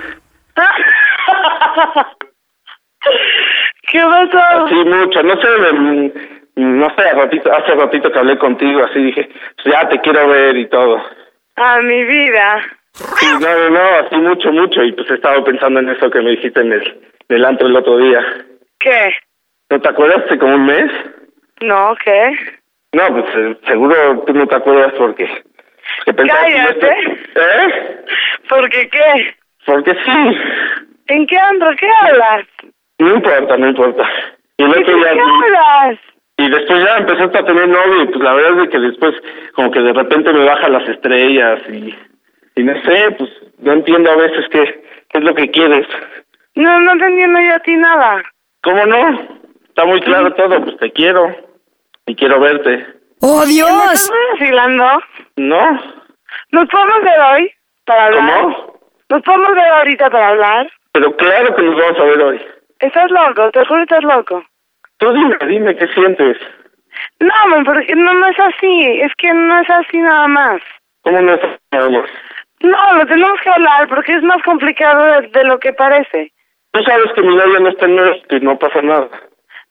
Speaker 24: ¿Qué pasó?
Speaker 5: Así mucho. No sé, me- no sé, ratito, hace ratito que hablé contigo, así dije, pues ya te quiero ver y todo.
Speaker 24: A mi vida.
Speaker 5: Sí, no, no, no, así mucho, mucho. Y pues he estado pensando en eso que me dijiste en el, en el antro el otro día.
Speaker 24: ¿Qué?
Speaker 5: ¿No te acuerdas hace como un mes?
Speaker 24: No, ¿qué?
Speaker 5: No, pues eh, seguro tú no te acuerdas porque... porque pensabas que yo
Speaker 24: Cállate.
Speaker 5: estoy- ¿Eh?
Speaker 24: ¿Por qué qué?
Speaker 5: Porque sí.
Speaker 24: ¿En qué andro? ¿Qué hablas?
Speaker 5: No importa, no importa. Y el
Speaker 24: ¿De
Speaker 5: otro
Speaker 24: qué
Speaker 5: día...
Speaker 24: hablas?
Speaker 5: Y después ya empezaste a tener novio y pues la verdad es de que después como que de repente me bajan las estrellas y, y no sé, pues no entiendo a veces qué, qué es lo que quieres.
Speaker 24: No, no te entiendo yo a ti nada.
Speaker 5: ¿Cómo no? Está muy claro todo, pues te quiero y quiero verte.
Speaker 24: ¡Oh, Dios! ¿Me estás vacilando?
Speaker 5: ¿No?
Speaker 24: ¿Nos podemos ver hoy para hablar?
Speaker 5: ¿Cómo?
Speaker 24: ¿Nos podemos ver ahorita para hablar?
Speaker 5: Pero claro que nos vamos a ver hoy.
Speaker 24: Estás loco, te juro que estás loco.
Speaker 5: Tú dime, dime qué sientes.
Speaker 24: No, man, porque no, no es así. Es que no es así nada más.
Speaker 5: ¿Cómo no estás, mi amor?
Speaker 24: No, lo tenemos que hablar porque es más complicado de, de lo que parece.
Speaker 5: Tú sabes que mi novia no está en México y no pasa nada.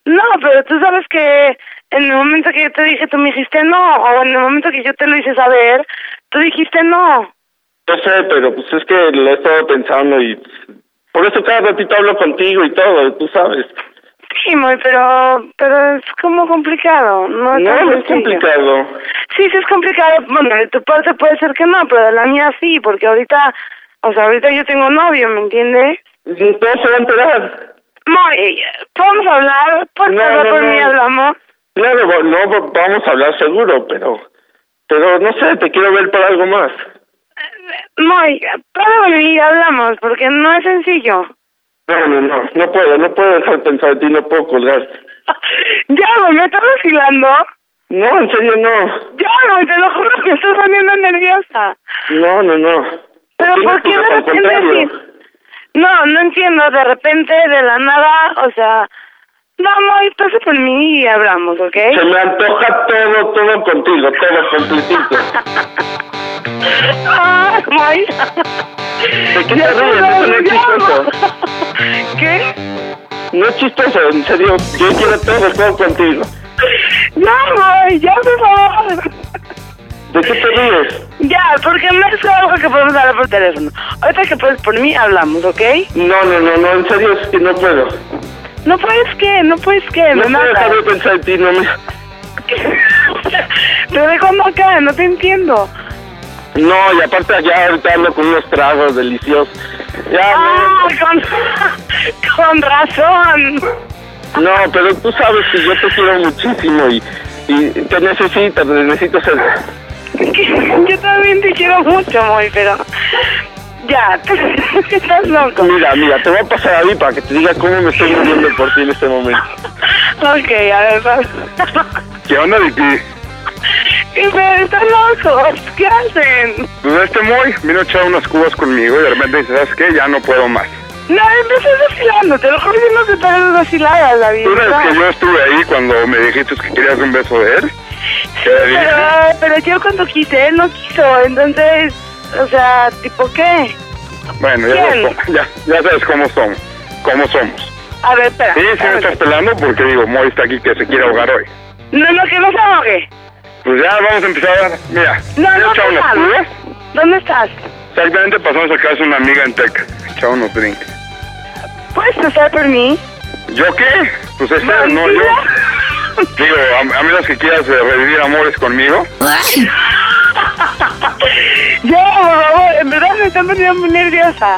Speaker 24: No, pero tú sabes que en el momento que yo te dije, tú me dijiste no. O en el momento que yo te lo hice saber, tú dijiste no.
Speaker 5: No sé, pero pues es que lo he estado pensando y por eso cada ratito hablo contigo y todo, tú sabes.
Speaker 24: Sí, muy, pero, pero es como complicado. No, es tan
Speaker 5: No, no es
Speaker 24: sencillo.
Speaker 5: complicado.
Speaker 24: Sí, sí es complicado. Bueno, de tu parte puede ser que no, pero de la mía sí, porque ahorita, o sea, ahorita yo tengo novio, ¿me entiendes?
Speaker 5: No se va a enterar.
Speaker 24: Muy, podemos hablar, por
Speaker 5: No,
Speaker 24: favor,
Speaker 5: no,
Speaker 24: por
Speaker 5: no.
Speaker 24: mí hablamos.
Speaker 5: Claro, va- no va- vamos a hablar seguro, pero pero no sé, te quiero ver por algo más.
Speaker 24: Muy, para volver hablamos, porque no es sencillo.
Speaker 5: No, no, no, no puedo, no puedo dejar de pensar en ti, no puedo colgar.
Speaker 24: Ya, güey, me estás vacilando.
Speaker 5: No, en serio no.
Speaker 24: Ya, güey, te lo juro que me estoy poniendo nerviosa.
Speaker 5: No, no, no.
Speaker 24: Pero
Speaker 5: Tienes
Speaker 24: ¿por qué
Speaker 5: razón,
Speaker 24: de
Speaker 5: al
Speaker 24: repente
Speaker 5: contrario.
Speaker 24: así? No, no entiendo, de repente, de la nada, o sea, vamos, pasa por mí y hablamos, ¿ok?
Speaker 5: Se me antoja todo, todo contigo, todo completito.
Speaker 24: Ay, Ah, May.
Speaker 5: ¿De qué
Speaker 24: Ya
Speaker 5: te ríes?
Speaker 24: sabes,
Speaker 5: Eso no es
Speaker 24: ya.
Speaker 5: chistoso.
Speaker 24: ¿Qué?
Speaker 5: No es chistoso, en serio, yo quiero todo, todo contigo.
Speaker 24: No, May, ya, por favor.
Speaker 5: ¿De qué te ríes?
Speaker 24: Ya, porque no es algo que podemos hablar por teléfono. Ahorita que puedes por mí, hablamos, ¿ok?
Speaker 5: No, no, no, no, en serio es que no puedo.
Speaker 24: No puedes que, no puedes que,
Speaker 5: No
Speaker 24: me
Speaker 5: puedo
Speaker 24: matas.
Speaker 5: dejar de pensar en ti, no me...
Speaker 24: Pero de cuando acá, no te entiendo.
Speaker 5: No, y aparte allá ahorita ando con unos tragos deliciosos. Ya,
Speaker 24: Ah,
Speaker 5: no,
Speaker 24: con, con razón.
Speaker 5: no, pero tú sabes que yo te quiero muchísimo y, y te necesito, te necesito ser...
Speaker 24: Yo también te quiero mucho, Moy, pero... Ya, *laughs* estás loco.
Speaker 5: Mira, mira, te voy a pasar a mí para que te diga cómo me estoy muriendo por ti en este momento.
Speaker 24: Ok, a ver, va.
Speaker 5: ¿Qué onda de ti?
Speaker 24: ¿Qué pedo? ¿Están locos? ¿Qué hacen?
Speaker 7: Pues este Moy vino a echar unas cubas conmigo y de repente dice, ¿sabes qué? Ya no puedo más.
Speaker 24: No, empecé vacilando, te lo juro que no te estás vacilada, David.
Speaker 7: ¿Tú sabes
Speaker 24: No.
Speaker 7: que yo estuve ahí cuando me dijiste que querías un beso de él? Que le dije,
Speaker 24: Pero, pero yo cuando quise, él no quiso, entonces, o sea, tipo, ¿qué?
Speaker 7: bueno, ya
Speaker 24: ¿quién?
Speaker 7: sabes, cómo- ya, ya sabes cómo somos. Cómo somos.
Speaker 24: A ver, espera.
Speaker 7: Sí, sí me estás pelando porque digo, Moy está aquí que se quiere ahogar hoy.
Speaker 24: No, no, que no se ahogue.
Speaker 7: Pues ya vamos a empezar. Mira,
Speaker 24: No, no,
Speaker 7: echa
Speaker 24: no,
Speaker 7: unas
Speaker 24: no.
Speaker 7: cubas.
Speaker 24: ¿Dónde estás?
Speaker 7: Exactamente pasamos a casa de una amiga en Texas. Echa unos drinks.
Speaker 24: ¿Puedes pasar por mí?
Speaker 7: ¿Yo qué? Pues esta, no, yo. Digo, a, a menos que quieras eh, revivir amores conmigo.
Speaker 24: *laughs* Ya, por favor, en verdad me están poniendo muy nerviosa.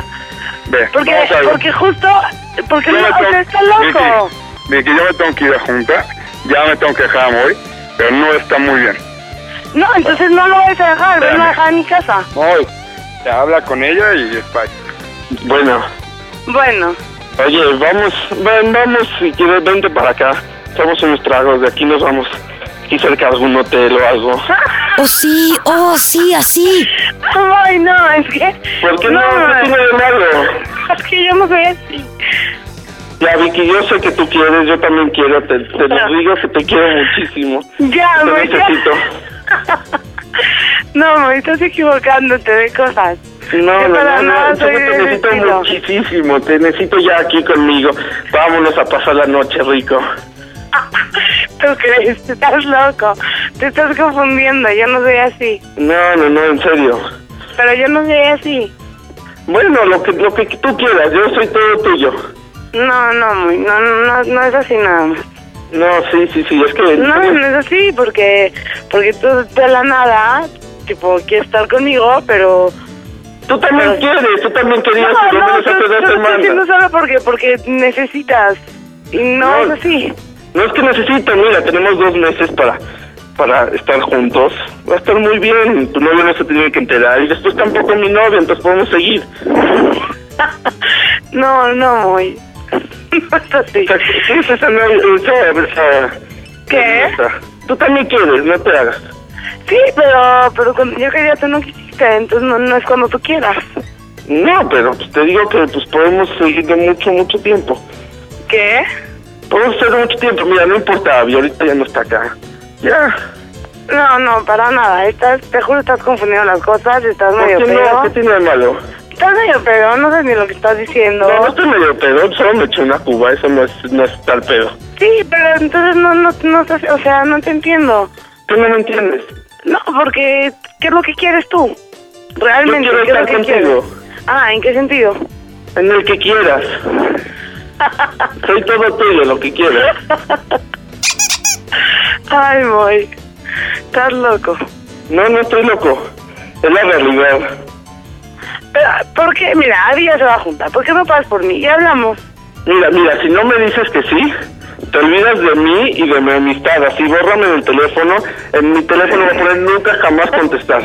Speaker 7: Ve,
Speaker 24: Porque,
Speaker 7: vamos a algo.
Speaker 24: porque justo Porque no, o
Speaker 7: pues,
Speaker 24: sea, está loco.
Speaker 5: De que yo me tengo que ir a junta, ya me tengo que dejar a morir, pero no está muy bien.
Speaker 24: No, entonces no lo vas a dejar, ven a dejar a mi casa.
Speaker 5: Voy, te habla con ella y despacho. Bueno.
Speaker 24: Bueno.
Speaker 5: Oye, vamos, ven, vamos, si quieres, vente para acá. Somos unos tragos, de aquí nos vamos. Aquí cerca de algún hotel o algo.
Speaker 24: Ah,
Speaker 25: Oh, sí, oh, sí, así.
Speaker 24: Ay, no, es que...
Speaker 5: ¿Por qué no? No tiene de malo.
Speaker 24: Es que yo no soy así.
Speaker 5: Ya, Vicky, yo sé que tú quieres, yo también quiero, te, te lo digo que te quiero muchísimo.
Speaker 24: Ya,
Speaker 5: te
Speaker 24: güey, ya.
Speaker 5: necesito.
Speaker 24: No, me estás equivocándote de cosas.
Speaker 5: No,
Speaker 24: Yo
Speaker 5: no,
Speaker 24: para
Speaker 5: no,
Speaker 24: nada
Speaker 5: no, yo
Speaker 24: soy
Speaker 5: te necesito
Speaker 24: divertido.
Speaker 5: muchísimo, te necesito ya aquí conmigo. Vámonos a pasar la noche, rico.
Speaker 24: ¿Tú crees? *laughs* Te Estás loco. Te estás confundiendo. Yo no soy así.
Speaker 5: No, no, no, en serio.
Speaker 24: Pero yo no soy así.
Speaker 5: Bueno, lo que, lo que tú quieras, yo soy todo tuyo.
Speaker 24: No, no, muy- no, no, no, no es así nada más.
Speaker 5: No, sí, sí, sí, es que...
Speaker 24: No, no es así porque, porque tú de la nada, tipo, quieres estar conmigo, pero...
Speaker 5: Tú también quieres, tú también querías,
Speaker 24: No,
Speaker 5: por lo
Speaker 24: no,
Speaker 5: menos
Speaker 24: tú,
Speaker 5: hace
Speaker 24: tú
Speaker 5: dos
Speaker 24: lo estás
Speaker 5: semanas.
Speaker 24: haciendo solo porque, porque necesitas. Y no, es así.
Speaker 5: No es que necesito, mira, tenemos dos meses para para estar juntos. Va a estar muy bien, tu novio no se tiene que enterar y después tampoco mi novio, entonces podemos seguir.
Speaker 24: No, no, *laughs* muy.
Speaker 5: O sea, ¿qué es esa novia? Esa- esa-
Speaker 24: ¿Qué?
Speaker 5: esa. Tú también quieres, no te hagas.
Speaker 24: Sí, pero, pero cuando yo quería tú no quisiste, entonces no, no es cuando tú quieras.
Speaker 5: No, pero pues, te digo que pues podemos seguir de mucho, mucho tiempo.
Speaker 24: ¿Qué?
Speaker 5: Podemos ser de mucho tiempo, mira, no importa, Abby, ahorita ya no está acá. Ya.
Speaker 24: No, no, para nada. Estás, te juro, estás confundiendo las cosas, estás
Speaker 5: ¿Por
Speaker 24: medio
Speaker 5: qué no?
Speaker 24: pedo.
Speaker 5: ¿Qué tiene de malo?
Speaker 24: Estás medio pedo, no sé ni lo que estás diciendo.
Speaker 5: No, no estoy medio pedo, solo me eché una cuba, eso no es, no es tal pedo.
Speaker 24: Sí, pero entonces no, no, no, estás- o sea, no te entiendo.
Speaker 5: Tú no me entiendes.
Speaker 24: No, porque, ¿qué es lo que quieres tú? Realmente,
Speaker 5: Yo
Speaker 24: ¿qué es
Speaker 5: quiero
Speaker 24: lo que
Speaker 5: estar
Speaker 24: quieres?
Speaker 5: contigo.
Speaker 24: Ah, ¿en qué sentido?
Speaker 5: En el
Speaker 24: *laughs*
Speaker 5: que quieras. Soy todo tuyo, lo que quieras.
Speaker 24: Ay, voy. Estás loco.
Speaker 5: No, no estoy loco. Es la realidad.
Speaker 24: Pero, ¿por qué? Mira, Abby ya se va a juntar. ¿Por qué no pasas por mí? Ya hablamos.
Speaker 5: Mira, mira, si no me dices que sí, te olvidas de mí y de mi amistad. Así, bórrame del teléfono. En mi teléfono va a poner nunca jamás contestar.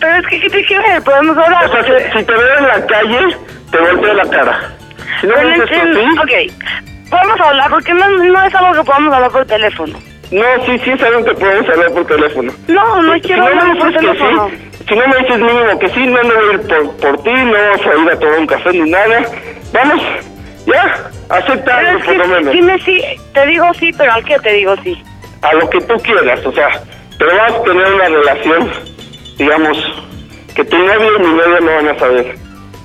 Speaker 24: Pero es que, ¿qué te quiere? Podemos hablar.
Speaker 5: O sea, si, si te veo en la calle, te volteo la cara. Si no me
Speaker 24: Pero
Speaker 5: dices que
Speaker 24: entiendo.
Speaker 5: sí...
Speaker 24: Ok, podemos hablar porque no, no es algo que podamos hablar por teléfono.
Speaker 5: No, sí, sí es algo que podemos hablar por teléfono.
Speaker 24: No, no
Speaker 5: Si-
Speaker 24: quiero
Speaker 5: si Pues, no me
Speaker 24: hablar por
Speaker 5: dices que
Speaker 24: teléfono.
Speaker 5: sí, si no me dices mínimo que sí, no me voy a ir por, por ti, no vas a ir a tomar un café ni nada. Vamos, ya, acepta
Speaker 24: Pero
Speaker 5: algo
Speaker 24: es
Speaker 5: por lo
Speaker 24: que
Speaker 5: menos.
Speaker 24: dime sí, te digo sí, pero ¿al qué te digo sí?
Speaker 5: A lo que tú quieras, o sea, pero vas a tener una relación, digamos, que tu novio y mi novia no van a saber.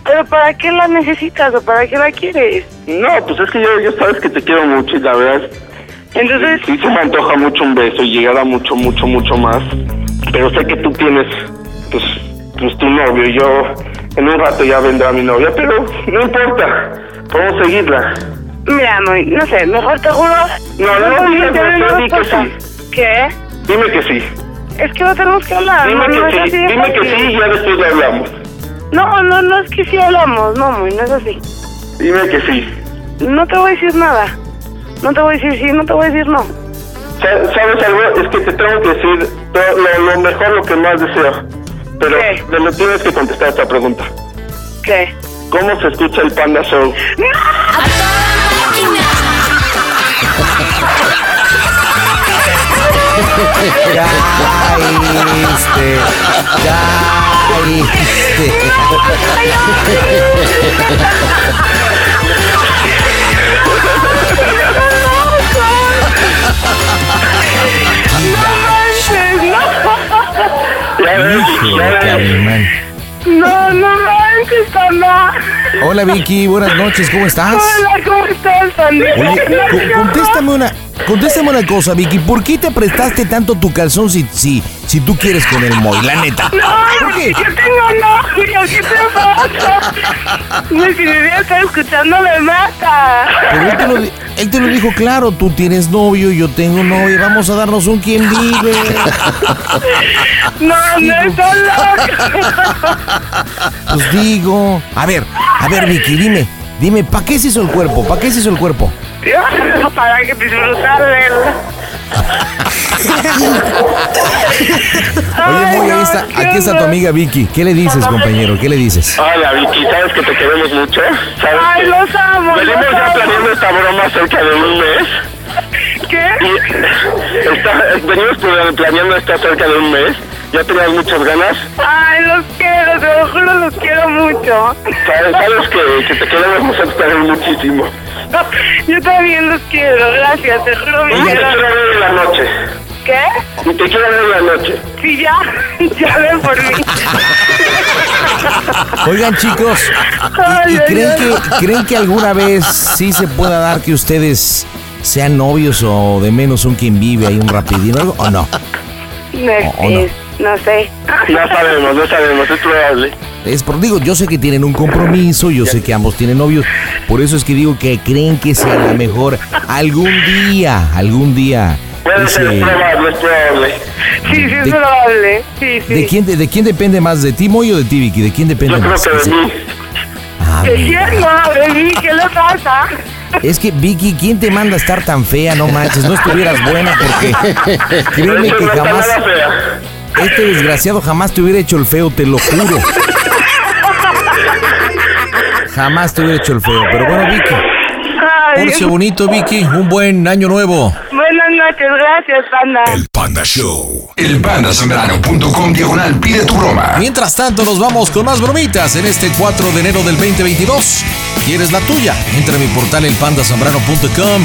Speaker 24: ¿Pero para qué la necesitas o para qué la quieres?
Speaker 5: No, pues es que yo, yo sabes que te quiero mucho y la verdad.
Speaker 24: Entonces-
Speaker 5: Sí, se me antoja mucho un beso y llegar a mucho, mucho, mucho más. Pero sé que tú tienes, pues, pues tu novio. y Yo en un rato ya vendrá mi novia, pero no importa. Podemos seguirla.
Speaker 24: Mira, no, no sé, mejor te juro...
Speaker 5: No, no, no,
Speaker 24: ni
Speaker 5: no,
Speaker 24: te
Speaker 5: no,
Speaker 24: digo
Speaker 5: no, di que
Speaker 24: cosas. ¿Qué?
Speaker 5: Dime que sí.
Speaker 24: Es que no tenemos que hablar. no,
Speaker 5: Dime
Speaker 24: no es
Speaker 5: que sí.
Speaker 24: así de
Speaker 5: Dime que
Speaker 24: fácil.
Speaker 5: sí y ya después le hablamos.
Speaker 24: No, no, no es que sí hablamos, no, muy, no es así.
Speaker 5: Dime que sí.
Speaker 24: No te voy a decir nada. No te voy a decir sí, no te voy a decir no.
Speaker 5: Sa- ¿Sabes algo? Es que te tengo que decir to- lo, lo mejor, lo que más deseo. Pero me lo tienes que contestar a esta pregunta.
Speaker 24: ¿Qué?
Speaker 5: ¿Cómo se escucha el Panda Show?
Speaker 2: Caíste, caíste.
Speaker 3: Híjole, calimán.
Speaker 24: No, no manches, Panda.
Speaker 2: Hola Vicky, buenas noches, ¿cómo estás?
Speaker 24: Hola, ¿cómo estás, Panda?
Speaker 2: Oye,
Speaker 24: No,
Speaker 2: co- contéstame una, contéstame una cosa, Vicky. ¿Por qué te prestaste tanto tu calzón si, si, si tú quieres con el Moy? La neta.
Speaker 24: No, yo tengo novio, ¿qué te pasa? Mi familia está escuchando, me mata.
Speaker 2: Pero él te, lo, di- él te lo dijo claro, tú tienes novio, yo tengo novio, vamos a darnos un quien vive.
Speaker 24: No, no, está loco.
Speaker 2: Pues digo. A ver, a ver, Vicky, dime, Dime, ¿para qué se hizo el cuerpo? ¿Para qué se hizo el cuerpo?
Speaker 15: *laughs* Para que disfrutar de él.
Speaker 2: Oye, muy, ahí está- aquí está tu amiga Vicky. ¿Qué le dices, compañero? ¿Qué le dices?
Speaker 5: Hola Vicky, sabes que te queremos mucho. eh? ¿Sabes
Speaker 15: Ay,
Speaker 5: que
Speaker 15: los amo,
Speaker 5: Venimos
Speaker 15: los
Speaker 5: ya
Speaker 15: amo.
Speaker 5: planeando esta broma cerca de un mes.
Speaker 15: ¿Qué?
Speaker 5: Y está- venimos pl- planeando esta cerca de un mes. Ya tenías muchas ganas.
Speaker 15: Ay, los quiero, te lo juro, los quiero mucho.
Speaker 5: Sabes, sabes que, que te queremos nosotros también muchísimo.
Speaker 15: *laughs* Yo también los quiero, gracias, te juro.
Speaker 5: Y
Speaker 15: mi
Speaker 5: te
Speaker 15: vida.
Speaker 5: quiero ver en la noche.
Speaker 15: ¿Qué?
Speaker 5: Y te quiero ver en la noche.
Speaker 15: Sí, ya, *laughs* ya ven por mí.
Speaker 2: Oigan, chicos, ¿y, y creen, que, creen que alguna vez sí se pueda dar que ustedes sean novios o de menos un quien vive ahí un rapidino o algo? ¿O no?
Speaker 15: No,
Speaker 2: ¿O no?
Speaker 15: es- eh, no sé.
Speaker 5: No sabemos, Pues no sabemos, es probable.
Speaker 2: Es por digo, yo sé que tienen un compromiso, yo sé que ambos tienen novios, por eso es que digo que creen que sea la mejor algún día, algún día.
Speaker 5: Puede ser, es
Speaker 2: ese-
Speaker 5: probable, es probable.
Speaker 15: Sí, sí, es
Speaker 2: ¿De-
Speaker 15: probable. Sí, sí.
Speaker 2: ¿De quién, de, de quién depende más? ¿De ti, Moy, o de ti, Vicky? ¿De quién depende
Speaker 5: Yo creo
Speaker 2: más?
Speaker 5: que de
Speaker 2: Ese-
Speaker 5: mí.
Speaker 2: Ah,
Speaker 15: ¿De quién? No, de mí, ¿qué le pasa?
Speaker 2: Es que, Vicky, ¿quién te manda a estar tan fea? No manches, no estuvieras buena
Speaker 5: *laughs*
Speaker 2: porque créeme
Speaker 5: Eso
Speaker 2: que
Speaker 5: no está
Speaker 2: jamás...
Speaker 5: nada fea.
Speaker 2: Este desgraciado jamás te hubiera hecho el feo, te lo juro. Jamás te hubiera hecho el feo, pero bueno, Vicky.
Speaker 15: Ay,
Speaker 26: Pórtese bonito, Vicky. Un buen año nuevo.
Speaker 15: buenas noches, gracias, Panda.
Speaker 26: Panda Show.
Speaker 6: El pandasambrano.com diagonal pide tu broma.
Speaker 26: Mientras tanto, nos vamos con más bromitas en este 4 de enero del 2022. ¿Quieres la tuya? Entra a mi portal elpandasambrano.com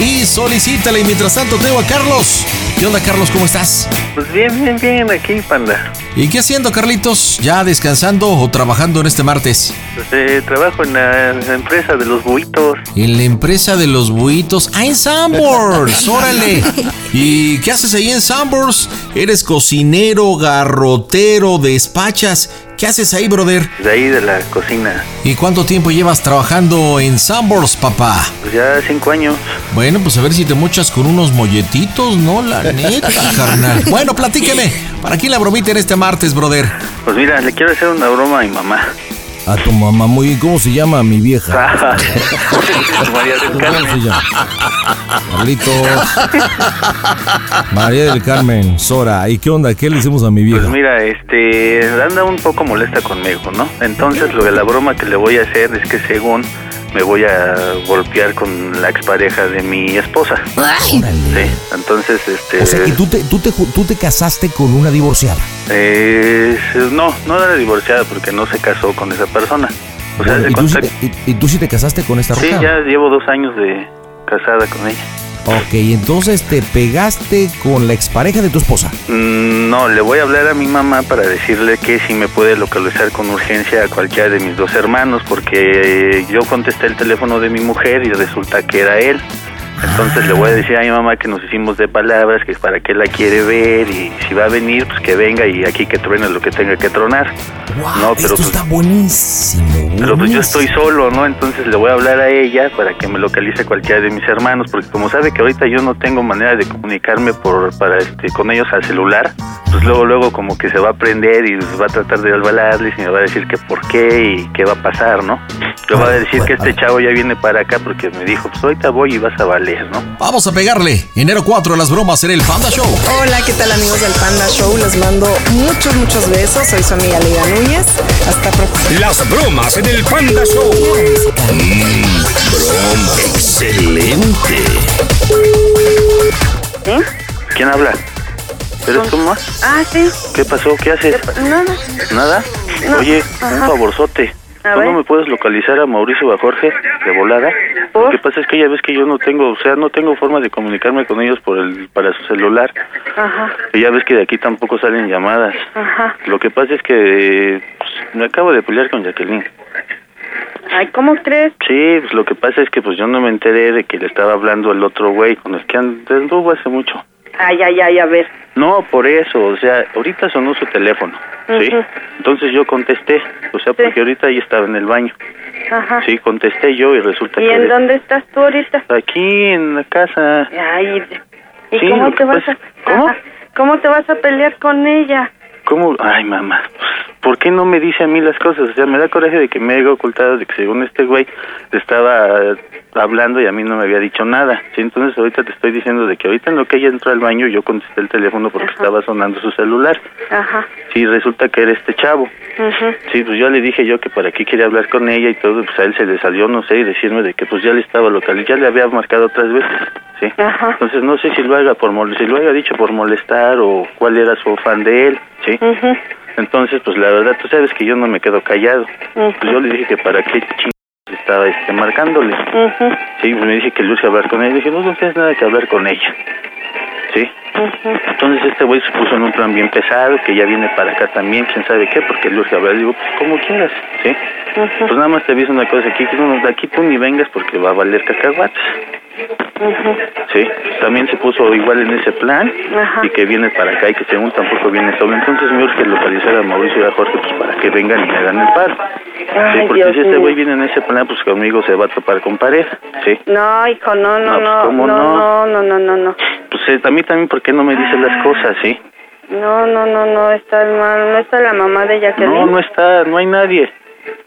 Speaker 26: y solicítala. Y mientras tanto, tengo a Carlos. ¿Qué onda, Carlos? ¿Cómo estás?
Speaker 27: Pues bien, bien, bien, aquí, panda.
Speaker 26: ¿Y qué haciendo, Carlitos? ¿Ya descansando o trabajando en este martes?
Speaker 27: Pues, eh, trabajo en la empresa de los buitos.
Speaker 26: En la empresa de los buitos. ¡Ah, en Sambors! ¡Órale! ¿Y qué haces ahí en Sambors? Eres cocinero, garrotero, despachas. ¿Qué haces ahí, brother?
Speaker 27: De ahí, de la cocina.
Speaker 26: ¿Y cuánto tiempo llevas trabajando en Sambors, papá?
Speaker 27: Pues ya cinco años.
Speaker 26: Bueno, pues a ver si te mochas con unos molletitos, ¿no?
Speaker 27: *laughs*
Speaker 26: La neta, carnal. Bueno, platíqueme. ¿Para quién la bromita en este martes, brother?
Speaker 27: Pues mira, le quiero hacer una broma a mi mamá.
Speaker 2: A tu mamá, muy bien, ¿cómo se llama mi vieja?
Speaker 27: *laughs* María del
Speaker 2: ¿Cómo se
Speaker 27: Carmen.
Speaker 2: llama? Carlitos. María del Carmen, Sora. ¿Y qué onda? ¿Qué le hicimos a mi
Speaker 27: Pues
Speaker 2: vieja?
Speaker 27: mira, este, anda un poco molesta conmigo, ¿no? Entonces, lo de la broma que le voy a hacer es que según me voy a golpear con la expareja de mi esposa.
Speaker 2: Ah.
Speaker 27: Sí, entonces, este...
Speaker 2: O sea que tú te, tú, te, ju- tú te casaste con una divorciada.
Speaker 27: eh, no, no era divorciada porque no se casó con esa persona. O sea,
Speaker 2: Bueno,
Speaker 27: se
Speaker 2: y, tú sí
Speaker 27: contact-
Speaker 2: te, y- y tú sí te casaste con esta
Speaker 27: Sí,
Speaker 2: rojada.
Speaker 27: ya llevo dos años de casada con ella.
Speaker 2: Ok, entonces te pegaste con la expareja de tu esposa.
Speaker 27: Mm, No, le voy a hablar a mi mamá para decirle que si me puede localizar con urgencia a cualquiera de mis dos hermanos, porque eh, yo contesté el teléfono de mi mujer y resulta que era él. Entonces le voy a decir a mi mamá que nos hicimos de palabras, que para qué la quiere ver y si va a venir, pues que venga y aquí que truene lo que tenga que tronar. no, pero pues,
Speaker 2: buenísimo.
Speaker 27: pero pues yo estoy solo, ¿no? Entonces le voy a hablar a ella para que me localice cualquiera de mis hermanos, porque como sabe que ahorita yo no tengo manera de comunicarme por para este con ellos al celular, pues luego luego como que se va a prender y va a tratar de albalarles y me va a decir que por qué y qué va a pasar, ¿no? Le va a decir que este chavo ya viene para acá porque me dijo, pues ahorita voy y vas a valer, ¿no?
Speaker 26: Vamos a pegarle. Enero 4, las bromas en el Panda Show.
Speaker 28: Hola, ¿qué tal amigos del Panda Show? Les mando muchos, muchos besos. Soy su amiga Leida Núñez. Hasta pronto.
Speaker 12: Las bromas en el Panda Show. Mm, broma. Excelente.
Speaker 27: ¿Quién habla? ¿Eres tú más?
Speaker 15: Ah, sí.
Speaker 27: ¿Qué pasó? ¿Qué haces?
Speaker 15: No, no.
Speaker 27: ¿Nada?
Speaker 15: No,
Speaker 27: Oye, un
Speaker 15: ajá.
Speaker 27: favorzote.
Speaker 15: A
Speaker 27: ¿Tú
Speaker 15: ver.
Speaker 27: no me puedes localizar a Mauricio o a Jorge de volada? Lo que pasa es que ya ves que yo no tengo, o sea, no tengo forma de comunicarme con ellos por el, para su celular.
Speaker 15: Ajá,
Speaker 27: Y ya ves que de aquí tampoco salen llamadas.
Speaker 15: ajá.
Speaker 27: Lo que pasa es que eh, pues, me acabo de pelear con Jacqueline.
Speaker 15: Ay, ¿cómo crees?
Speaker 27: Sí, pues lo que pasa es que pues yo no me enteré de que le estaba hablando el otro güey con el que anduvo hace mucho.
Speaker 15: Ay, ay, ay, a ver.
Speaker 27: No, por eso, o sea, ahorita sonó su teléfono, ¿sí?
Speaker 15: Ujú.
Speaker 27: Entonces yo contesté, o sea, porque ahorita ahí estaba en el baño.
Speaker 15: Ajá.
Speaker 27: Sí, contesté yo y resulta
Speaker 15: ¿Y
Speaker 27: que...
Speaker 15: en dónde estás tú ahorita?
Speaker 27: Aquí en la casa.
Speaker 15: Ay, ¿y
Speaker 27: Sí,
Speaker 15: cómo
Speaker 27: lo
Speaker 15: te
Speaker 27: que
Speaker 15: vas a...
Speaker 27: pasa- ¿Cómo?
Speaker 15: Ajá. ¿Cómo te vas a pelear con ella?
Speaker 27: ¿Cómo? Ay, mamá. ¿Por qué no me dice a mí las cosas? O sea, me da coraje de que me haya ocultado de que según este güey le estaba hablando y a mí no me había dicho nada. Sí, entonces ahorita te estoy diciendo de que ahorita en lo que ella entró al baño yo contesté el teléfono porque Ajá. estaba sonando su celular.
Speaker 1: Ajá.
Speaker 27: Sí, resulta que era este chavo.
Speaker 1: Ajá.
Speaker 27: Sí, pues yo le dije yo que para qué quería hablar con ella y todo, pues a él se le salió, no sé, y decirme de que pues ya le estaba local, ya le había marcado otras veces. Sí.
Speaker 1: Ajá.
Speaker 27: Entonces no sé si lo haga por si lo haya dicho por molestar o cuál era su fan de él, ¿sí?
Speaker 1: Uh -huh.
Speaker 27: Entonces, pues la verdad, tú sabes que yo no me quedo callado.
Speaker 1: Uh -huh.
Speaker 27: Pues yo le dije que para qué chingados estaba este, marcándole.
Speaker 1: Uh -huh.
Speaker 27: Sí, pues me dice que le urge hablar con ella. Le dije, no, no tienes nada que hablar con ella. ¿Sí? Entonces este güey se puso en un plan bien pesado, que ya viene para acá también, quién sabe qué, porque le urge hablar. Le digo, pues como quieras, ¿sí? Pues nada más te aviso una cosa aquí, que no, de aquí tú ni vengas porque va a valer cacahuates.
Speaker 1: Uh -huh.
Speaker 27: Sí, también se puso igual en ese plan
Speaker 1: uh -huh.
Speaker 27: y que viene para acá y que según tampoco viene solo. Entonces me urge localizar a Mauricio y a Jorge pues, para que vengan y me hagan el paro.
Speaker 1: Ay,
Speaker 27: sí, porque
Speaker 1: Dios
Speaker 27: si este
Speaker 1: mío.
Speaker 27: güey viene en ese plan, pues conmigo se va a topar con pared. Sí,
Speaker 1: No, hijo, no, no,
Speaker 27: No, pues,
Speaker 1: no,
Speaker 27: ¿cómo
Speaker 1: no, no, no, no, no, no,
Speaker 27: pues eh, a mí también, ¿por qué no me dice
Speaker 1: Ah,
Speaker 27: las cosas? Sí,
Speaker 1: no, no, no, no, está el mal, no está la mamá de Jacqueline.
Speaker 27: no, no está, no hay nadie.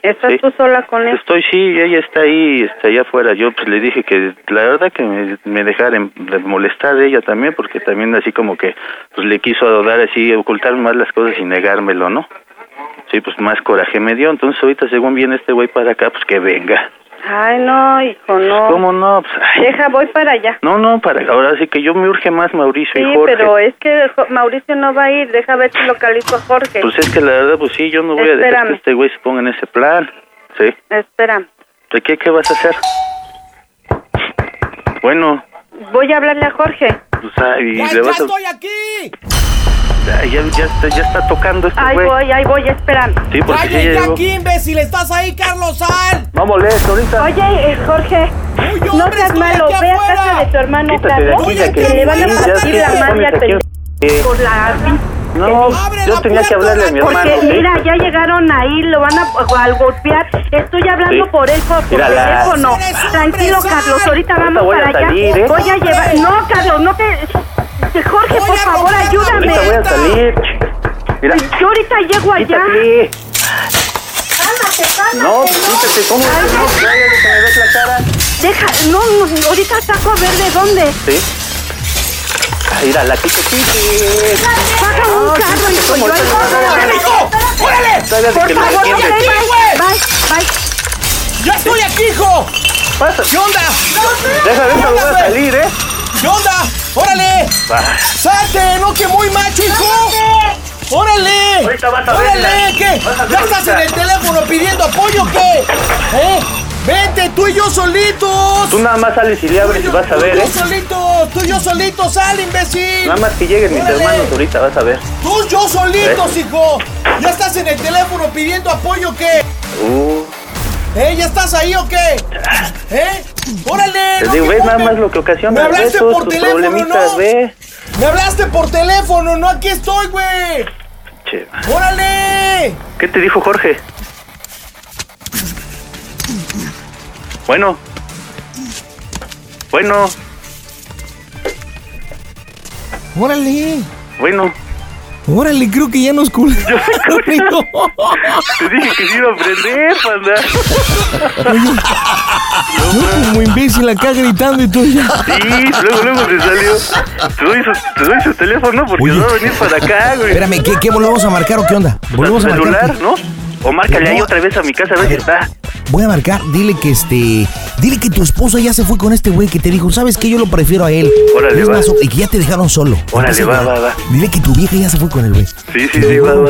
Speaker 1: Estás
Speaker 27: sí.
Speaker 1: tú sola con él.
Speaker 27: Estoy, sí, ella está ahí, está allá afuera. Yo pues le dije que la verdad que me, me dejara en- de molestar ella también, porque también así como que pues le quiso dar así, ocultar más las cosas y negármelo, ¿no? Sí, pues más coraje me dio. Entonces ahorita según viene este güey para acá, pues que venga.
Speaker 1: Ay, no, hijo, no.
Speaker 27: ¿Cómo no? Pues, ay.
Speaker 1: Deja, voy para allá.
Speaker 27: No, no, para ahora sí que yo me urge más Mauricio
Speaker 1: Sí,
Speaker 27: y Jorge.
Speaker 1: pero es que Jo- Mauricio no va a ir. Deja ver si localizo a Jorge.
Speaker 27: Pues es que la verdad, pues sí, yo no voy a dejar
Speaker 1: Espérame.
Speaker 27: que este güey se ponga en ese plan. Sí.
Speaker 1: Espera,
Speaker 27: ¿De qué, qué vas a hacer? Bueno,
Speaker 1: voy a hablarle a Jorge.
Speaker 27: pues ay, le vas a...
Speaker 1: aquí!
Speaker 27: Ay, Ya, ya, está, ya está tocando este
Speaker 1: Ahí
Speaker 27: güey.
Speaker 1: voy, ahí voy, espérame.
Speaker 27: Sí, porque sí, ya llegó.
Speaker 1: imbécil! ¡Estás ahí, Carlos Sal!
Speaker 27: No molestes ahorita.
Speaker 1: Oye, eh, Jorge, no seas malo. Ve a casa de tu hermano
Speaker 27: Quítate de
Speaker 1: Flavio
Speaker 27: aquí, ya
Speaker 1: que le van a
Speaker 27: ya
Speaker 1: partir
Speaker 27: que
Speaker 1: la
Speaker 27: te
Speaker 1: madre
Speaker 27: pones
Speaker 1: a
Speaker 27: aquí un- Eh,
Speaker 1: pendejo por la
Speaker 27: No, yo tenía que hablarle a mi hermano.
Speaker 1: Porque
Speaker 27: ¿sí?
Speaker 1: mira, ya llegaron ahí, lo van a, a golpear. Estoy hablando
Speaker 27: Sí.
Speaker 1: por él por, por
Speaker 27: Mira, la-
Speaker 1: teléfono. Tranquilo, Carlos, ahorita
Speaker 27: Ahorita
Speaker 1: vamos
Speaker 27: voy a
Speaker 1: para allá.
Speaker 27: salir, ¿eh?
Speaker 1: Voy a llevar. No, Carlos, no te. te- Jorge, por favor, ayúdame.
Speaker 27: Ahorita voy a salir. Mira,
Speaker 1: Yo ahorita llego allá.
Speaker 27: Quítate. no, quítate, ¿cómo? No, cállate, que me ves la cara.
Speaker 1: Deja, no, no, ahorita saco a ver de dónde.
Speaker 27: Sí. Ay, Mira, la quito, quítate.
Speaker 1: Baja un carro, hijo, yo ahí-
Speaker 27: Todavía de
Speaker 1: Por
Speaker 27: que me
Speaker 1: favor,
Speaker 27: defiendes.
Speaker 1: no te- bye, bye, bye.
Speaker 2: ¡Yo estoy aquí, hijo!
Speaker 27: Pasa.
Speaker 2: ¿Qué onda?
Speaker 27: Deja, deja, voy
Speaker 2: Órale,
Speaker 27: a
Speaker 2: güey.
Speaker 27: salir, ¿eh?
Speaker 2: ¿Qué onda? ¡Órale!
Speaker 27: Va.
Speaker 2: ¡Salte! ¡No, que muy macho, hijo! ¡Órale!
Speaker 27: Ahorita vas a ver,
Speaker 2: ¡Órale!
Speaker 27: mira.
Speaker 2: ¿Qué?
Speaker 27: Vas a ver
Speaker 2: ¿Ya estás
Speaker 27: ahorita.
Speaker 2: en el teléfono pidiendo apoyo o qué? ¿Eh? ¡Vente tú y yo solitos!
Speaker 27: Tú nada más sales y le abres y vas a
Speaker 2: Tú
Speaker 27: ver,
Speaker 2: y yo
Speaker 27: ¿eh?
Speaker 2: solitos! ¡Tú y yo solitos! ¡Sal, imbécil!
Speaker 27: Nada más que lleguen mis
Speaker 2: Órale.
Speaker 27: hermanos ¿Eh? ahorita, vas a ver.
Speaker 2: ¡Tú y yo solitos, hijo! ¿Ya estás en el teléfono pidiendo apoyo o qué?
Speaker 27: Uh,
Speaker 2: ¿Eh? ¿Ya estás ahí o qué? ¿Eh? ¡Órale!
Speaker 27: te
Speaker 2: no
Speaker 27: digo,
Speaker 2: que
Speaker 27: ves
Speaker 2: muy
Speaker 27: nada
Speaker 2: macho.
Speaker 27: más lo que
Speaker 2: Me
Speaker 27: ocasiona
Speaker 2: hablaste
Speaker 27: ves
Speaker 2: por
Speaker 27: tus tus
Speaker 2: teléfono,
Speaker 27: problemitas,
Speaker 2: ¿no?
Speaker 27: ve.
Speaker 2: Me hablaste por teléfono, no aquí estoy, güey.
Speaker 27: Che,
Speaker 2: ¡Órale!
Speaker 27: ¿Qué te dijo Jorge? Bueno. Bueno,
Speaker 5: Órale,
Speaker 27: bueno.
Speaker 5: órale, creo que ya nos culparon. *laughs*
Speaker 27: Te dije que sí iba a aprender, panda.
Speaker 5: Yo como imbécil acá gritando y tú ya.
Speaker 27: Sí, luego, luego te salió. Te doy su, te doy su teléfono porque va a venir para acá, güey.
Speaker 5: Espérame, ¿qué, qué volvemos a marcar o qué onda?
Speaker 27: ¿Tu
Speaker 5: Volvemos a marcar.
Speaker 27: celular, no? O márcale ahí otra vez a mi casa a ver si está.
Speaker 5: Voy a marcar, dile que este. Dile que tu esposa ya se fue con este güey que te dijo, ¿sabes qué? Yo lo prefiero a él.
Speaker 27: Órale,
Speaker 5: Es
Speaker 27: va.
Speaker 5: más, y que ya te dejaron solo.
Speaker 27: Órale,
Speaker 5: Entonces,
Speaker 27: va, va, va.
Speaker 5: Dile que tu vieja ya se fue con el güey.
Speaker 27: Sí, sí, sí, va, va.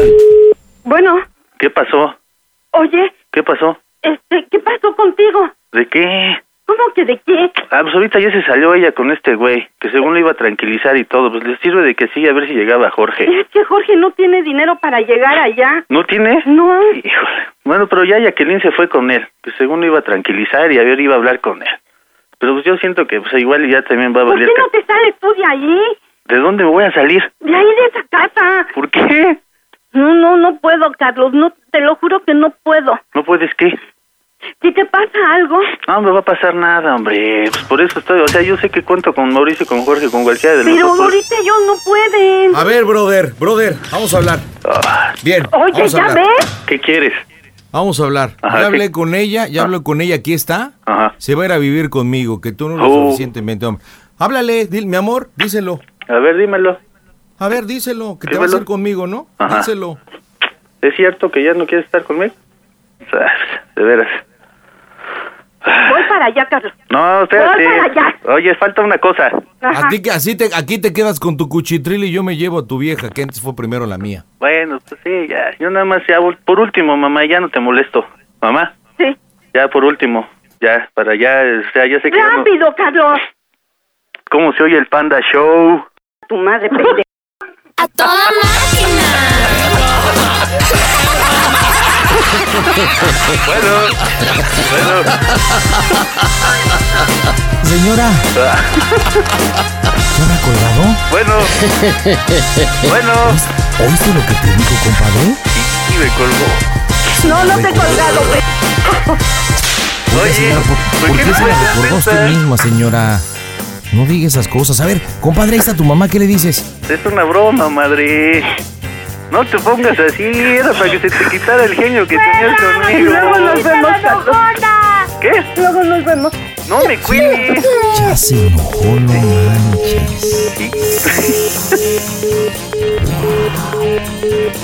Speaker 1: Bueno,
Speaker 27: ¿Qué pasó?
Speaker 1: oye,
Speaker 27: ¿Qué pasó?
Speaker 1: este, ¿qué pasó contigo?
Speaker 27: ¿De qué?
Speaker 1: ¿Cómo que de qué?
Speaker 27: Ah, pues ahorita ya se salió ella con este güey, que según lo iba a tranquilizar y todo. Pues le sirve de que sí, a ver si llegaba Jorge.
Speaker 1: Es que Jorge no tiene dinero para llegar allá.
Speaker 27: ¿No tiene?
Speaker 1: No.
Speaker 27: Híjole. Bueno, pero ya Jacqueline se fue con él, que según lo iba a tranquilizar y a ver, iba a hablar con él. Pero pues yo siento que pues igual ya también va a
Speaker 1: ¿Por
Speaker 27: valer.
Speaker 1: qué no te sales tú de ahí?
Speaker 27: ca- ¿De dónde me voy a salir?
Speaker 1: De ahí de esa casa.
Speaker 27: ¿Por qué?
Speaker 1: No, no, no puedo, Carlos. No, te lo juro que no puedo.
Speaker 27: ¿No puedes qué?
Speaker 29: Si te pasa algo.
Speaker 27: No me va a pasar nada, hombre. Pues por eso estoy. O sea, yo sé que cuento con Mauricio, con Jorge, con cualquiera de los
Speaker 29: Pero
Speaker 27: dos.
Speaker 29: ahorita ellos no pueden.
Speaker 3: A ver, brother, brother, vamos a hablar. Bien.
Speaker 29: Oye,
Speaker 3: vamos a
Speaker 29: ¿ya
Speaker 3: hablar.
Speaker 29: ves?
Speaker 27: ¿Qué quieres?
Speaker 2: Vamos a hablar.
Speaker 27: Ajá,
Speaker 2: ya hablé
Speaker 27: ¿qué?
Speaker 2: con ella, ya hablé con ella, aquí está.
Speaker 27: Ajá.
Speaker 2: Se va a ir a vivir conmigo, que tú no eres
Speaker 27: Oh.
Speaker 2: suficientemente hombre. Háblale, dile, mi amor, díselo.
Speaker 27: A ver, dímelo.
Speaker 2: A ver, díselo, que te vas
Speaker 27: Dímelo.
Speaker 2: a ir conmigo, ¿no?
Speaker 27: Ajá.
Speaker 2: Díselo.
Speaker 27: ¿Es cierto que ya no quieres estar conmigo? Ah, De veras.
Speaker 29: Voy para allá, Carlos.
Speaker 27: No, espérate.
Speaker 29: Voy para allá.
Speaker 27: Oye, falta una cosa.
Speaker 29: Ajá.
Speaker 2: A ti que- así te, aquí te quedas con tu cuchitril y yo me llevo a tu vieja, que antes fue primero la mía.
Speaker 27: Bueno, pues sí, ya. Yo nada más ya. vol- Por último, mamá, ya no te molesto. Mamá,
Speaker 29: Sí.
Speaker 27: ya por último. Ya, para allá. O sea, ya sé que. ya no-
Speaker 29: Rápido, Carlos.
Speaker 27: ¿Cómo se oye el Panda Show?
Speaker 29: Tu
Speaker 3: *laughs*
Speaker 29: madre, pendejo.
Speaker 13: ¡A toda máquina!
Speaker 27: Bueno, bueno.
Speaker 2: Señora. ¿Ya me ha colgado? *laughs*
Speaker 27: Bueno. Bueno.
Speaker 2: ¿Oíste lo que te dijo, compadre?
Speaker 27: Y me colgó.
Speaker 29: No, no te he colgado, pe-
Speaker 2: Oye,
Speaker 27: Oye,
Speaker 2: señora, ¿por,
Speaker 27: ¿por
Speaker 2: por
Speaker 27: qué
Speaker 2: qué
Speaker 27: no
Speaker 2: se
Speaker 27: me
Speaker 2: la recordó a usted
Speaker 27: contestas?
Speaker 2: misma, señora? No diga esas cosas. A ver, compadre, ahí está tu mamá, ¿qué le dices?
Speaker 27: Es una broma, madre. No te pongas así, era para que se te quitara el genio que tenías conmigo.
Speaker 29: Luego nos vemos, Carlos.
Speaker 27: ¿Qué?
Speaker 29: Luego nos vemos.
Speaker 27: No me cuides.
Speaker 2: Ya se enojó, no manches.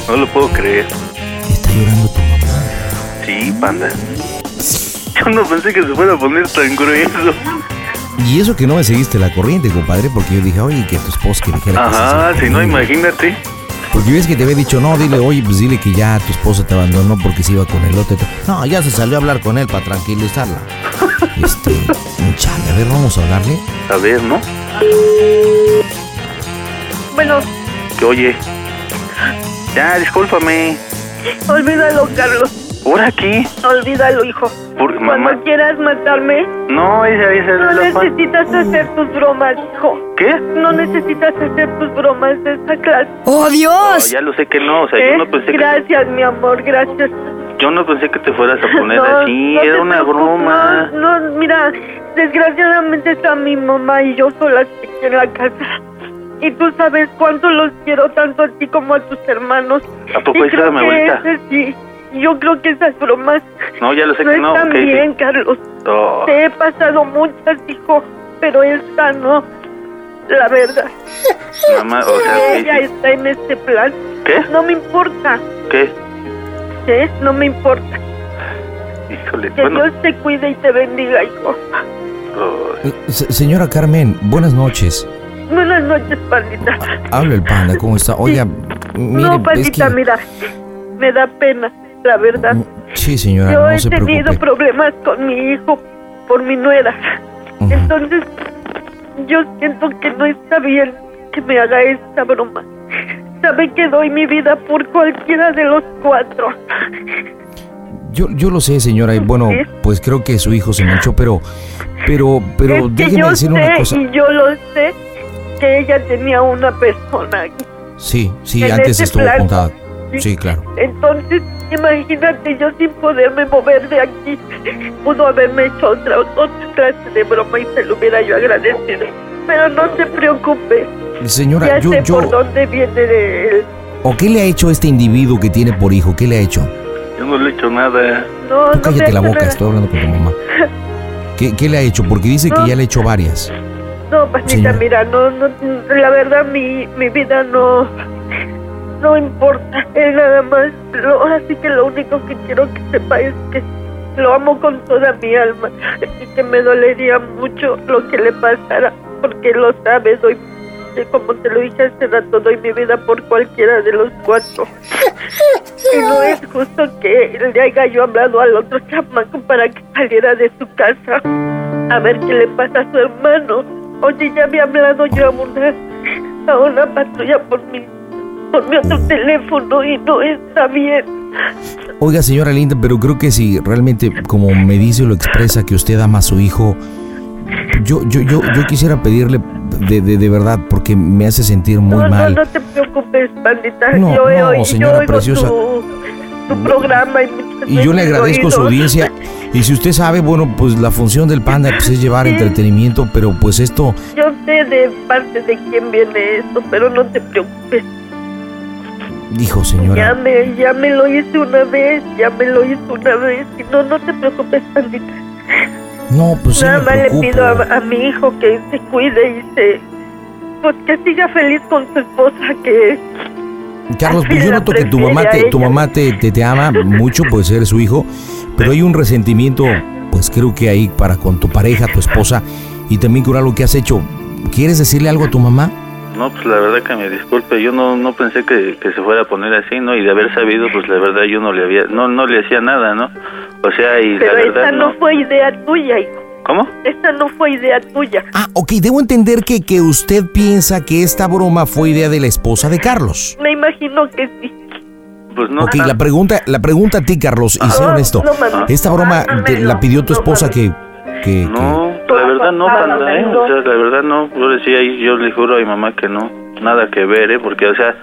Speaker 27: No lo puedo creer.
Speaker 2: Está llorando tu mamá.
Speaker 27: Sí, panda. Yo no pensé que se fuera a poner tan grueso.
Speaker 2: Y eso que no me seguiste la corriente, compadre, porque yo dije, oye, que tu esposa que dijera que se
Speaker 27: Ajá,
Speaker 2: saliera
Speaker 27: si no,
Speaker 2: conmigo.
Speaker 27: imagínate.
Speaker 2: Porque ves que te había dicho, no, dile, oye, pues dile que ya tu esposa te abandonó porque se iba con el otro. No, ya se salió a hablar con él para tranquilizarla.
Speaker 27: *laughs*
Speaker 2: Este, chale, a ver, vamos a hablarle.
Speaker 27: A ver, ¿no?
Speaker 29: Bueno,
Speaker 27: Que oye. Ya, discúlpame.
Speaker 29: olvídalo, Carlos.
Speaker 27: ¿Ahora qué?
Speaker 29: Olvídalo, hijo.
Speaker 27: Por mamá.
Speaker 29: Cuando quieras matarme,
Speaker 27: No, esa, esa
Speaker 29: no
Speaker 27: es la pa-
Speaker 29: necesitas hacer tus bromas, hijo.
Speaker 27: ¿Qué?
Speaker 29: No necesitas hacer tus bromas de esa clase.
Speaker 30: ¡Oh,
Speaker 27: No,
Speaker 30: Dios!
Speaker 27: ya lo sé que no, o sea,
Speaker 29: ¿eh?
Speaker 27: yo no pensé que
Speaker 29: Gracias, mi amor, gracias.
Speaker 27: yo no pensé que te fueras a
Speaker 29: *laughs*
Speaker 27: poner
Speaker 29: No,
Speaker 27: así,
Speaker 29: no te
Speaker 27: era una
Speaker 29: preocupes,
Speaker 27: broma.
Speaker 29: No, no, mira, desgraciadamente está mi mamá y yo solas aquí en la casa. Y tú sabes cuánto los quiero tanto a ti como a tus hermanos.
Speaker 27: ¿A poco
Speaker 29: Y
Speaker 27: ahí estaba
Speaker 29: creo
Speaker 27: mi
Speaker 29: que
Speaker 27: abuelita?
Speaker 29: ese sí. Yo creo que esas bromas
Speaker 27: No, ya lo sé
Speaker 29: no
Speaker 27: que no.
Speaker 29: están
Speaker 27: ok, sí.
Speaker 29: bien, Carlos.
Speaker 27: Oh,
Speaker 29: Te he pasado muchas, hijo, pero esta no. La verdad,
Speaker 27: mamá, o sea, ok,
Speaker 29: ella
Speaker 27: sí.
Speaker 29: está en este plan.
Speaker 27: ¿Qué?
Speaker 29: No me importa,
Speaker 27: ¿Qué?
Speaker 29: ¿eh? No me importa.
Speaker 27: Híjole,
Speaker 29: Que
Speaker 27: bueno.
Speaker 29: Dios te cuide y te bendiga, hijo.
Speaker 27: oh,
Speaker 2: Eh, señora Carmen, buenas noches.
Speaker 29: Buenas noches, pandita.
Speaker 2: Habla el panda, ¿cómo está? Oiga, mire,
Speaker 29: no,
Speaker 2: Ah, es
Speaker 29: pandita,
Speaker 2: que...
Speaker 29: mira, me da pena, la verdad.
Speaker 2: Sí, señora,
Speaker 29: Yo
Speaker 2: no
Speaker 29: he
Speaker 2: se
Speaker 29: tenido
Speaker 2: preocupe.
Speaker 29: problemas con mi hijo por mi nuera.
Speaker 2: Ujú.
Speaker 29: Entonces, yo siento que no está bien que me haga esta broma. Sabe que doy mi vida por cualquiera de los cuatro.
Speaker 2: Yo, yo lo sé, señora, y bueno,
Speaker 29: Sí.
Speaker 2: pues creo que su hijo se manchó, pero... Pero, pero
Speaker 29: es que
Speaker 2: déjeme
Speaker 29: yo
Speaker 2: decir
Speaker 29: sé
Speaker 2: una cosa.
Speaker 29: y yo lo sé que ella tenía una persona.
Speaker 2: Sí, sí,
Speaker 29: en
Speaker 2: antes
Speaker 29: ese
Speaker 2: estuvo
Speaker 29: plan,
Speaker 2: apuntada.
Speaker 29: sí.
Speaker 2: Sí, claro.
Speaker 29: Entonces, imagínate, yo sin poderme mover de aquí, pudo haberme hecho otra, otra clase de broma y se lo hubiera yo agradecido. Pero no se preocupe,
Speaker 2: Señora,
Speaker 29: ya
Speaker 2: yo,
Speaker 29: sé
Speaker 2: yo...
Speaker 29: por dónde viene de él.
Speaker 2: ¿O qué le ha hecho este individuo que tiene por hijo? ¿Qué le ha hecho?
Speaker 27: yo no le he hecho nada.
Speaker 2: Tú
Speaker 29: No, no me
Speaker 2: cállate la
Speaker 29: hace
Speaker 2: boca,
Speaker 29: nada.
Speaker 2: estoy hablando con tu mamá.
Speaker 29: *laughs*
Speaker 2: ¿Qué, qué le ha hecho? Porque dice
Speaker 29: No.
Speaker 2: que ya le ha hecho varias.
Speaker 29: No, Pasita,
Speaker 2: Señora.
Speaker 29: mira, no, no, la verdad mi, mi vida no, no importa, es nada más, lo, así que lo único que quiero que sepa es que lo amo con toda mi alma y que me dolería mucho lo que le pasara, porque lo sabes, doy, eh, como te lo dije hace rato, doy mi vida por cualquiera de los cuatro. Y no es justo que le haya yo hablado al otro chamaco para que saliera de su casa a ver qué le pasa a su hermano. Oye, ya había hablado yo a una, a una patrulla por mi, por mi otro teléfono y no está bien.
Speaker 2: Oiga, señora linda, pero creo que si realmente, como me dice o lo expresa, que usted ama a su hijo, yo, yo, yo, yo quisiera pedirle de, de, de verdad, porque me hace sentir muy
Speaker 29: no,
Speaker 2: mal.
Speaker 29: no, no te preocupes, pandita.
Speaker 2: No,
Speaker 29: yo
Speaker 2: no,
Speaker 29: oí-
Speaker 2: señora
Speaker 29: yo oigo
Speaker 2: preciosa.
Speaker 29: tu, tu programa. Y,
Speaker 2: y yo le agradezco oídos. su audiencia. Y si usted sabe, bueno, pues la función del panda pues, es llevar sí. entretenimiento, pero pues esto...
Speaker 29: Yo sé de parte de quién viene esto, pero no te preocupes.
Speaker 2: Dijo señora.
Speaker 29: Ya me, ya me lo hice una vez, ya me lo hice una vez. Y no, no te preocupes, pandita.
Speaker 2: No, pues
Speaker 29: Nada
Speaker 2: sí
Speaker 29: más le pido a, a, mi hijo que se cuide y se... Pues que siga feliz con su esposa, que...
Speaker 2: Carlos, pues yo noto que tu mamá, te, tu mamá te, te, te ama mucho, pues eres su hijo, pero hay un resentimiento, pues creo que ahí para con tu pareja, tu esposa y también con algo que has hecho. ¿Quieres decirle algo a tu mamá?
Speaker 27: No, pues la verdad que me disculpe, yo no, no pensé que, que, se fuera a poner así, ¿no? Y de haber sabido, pues la verdad yo no le había, no, no le hacía nada, ¿no? O sea, y
Speaker 29: Pero
Speaker 27: la verdad
Speaker 29: esta no, no fue idea tuya, hijo.
Speaker 27: ¿Cómo?
Speaker 29: Esta no fue idea tuya.
Speaker 2: Ah, ok, debo entender que, que usted piensa que esta broma fue idea de la esposa de Carlos.
Speaker 29: Me imagino que sí.
Speaker 27: Pues no.
Speaker 2: Ok, la pregunta, la pregunta a ti, Carlos, y sé honesto. ¿Esta broma te la pidió tu esposa que, que,
Speaker 27: No, la verdad no, panda, ¿eh? O sea, la verdad no. Yo decía, yo le juro a mi mamá que no. Nada que ver, ¿eh? Porque, o sea,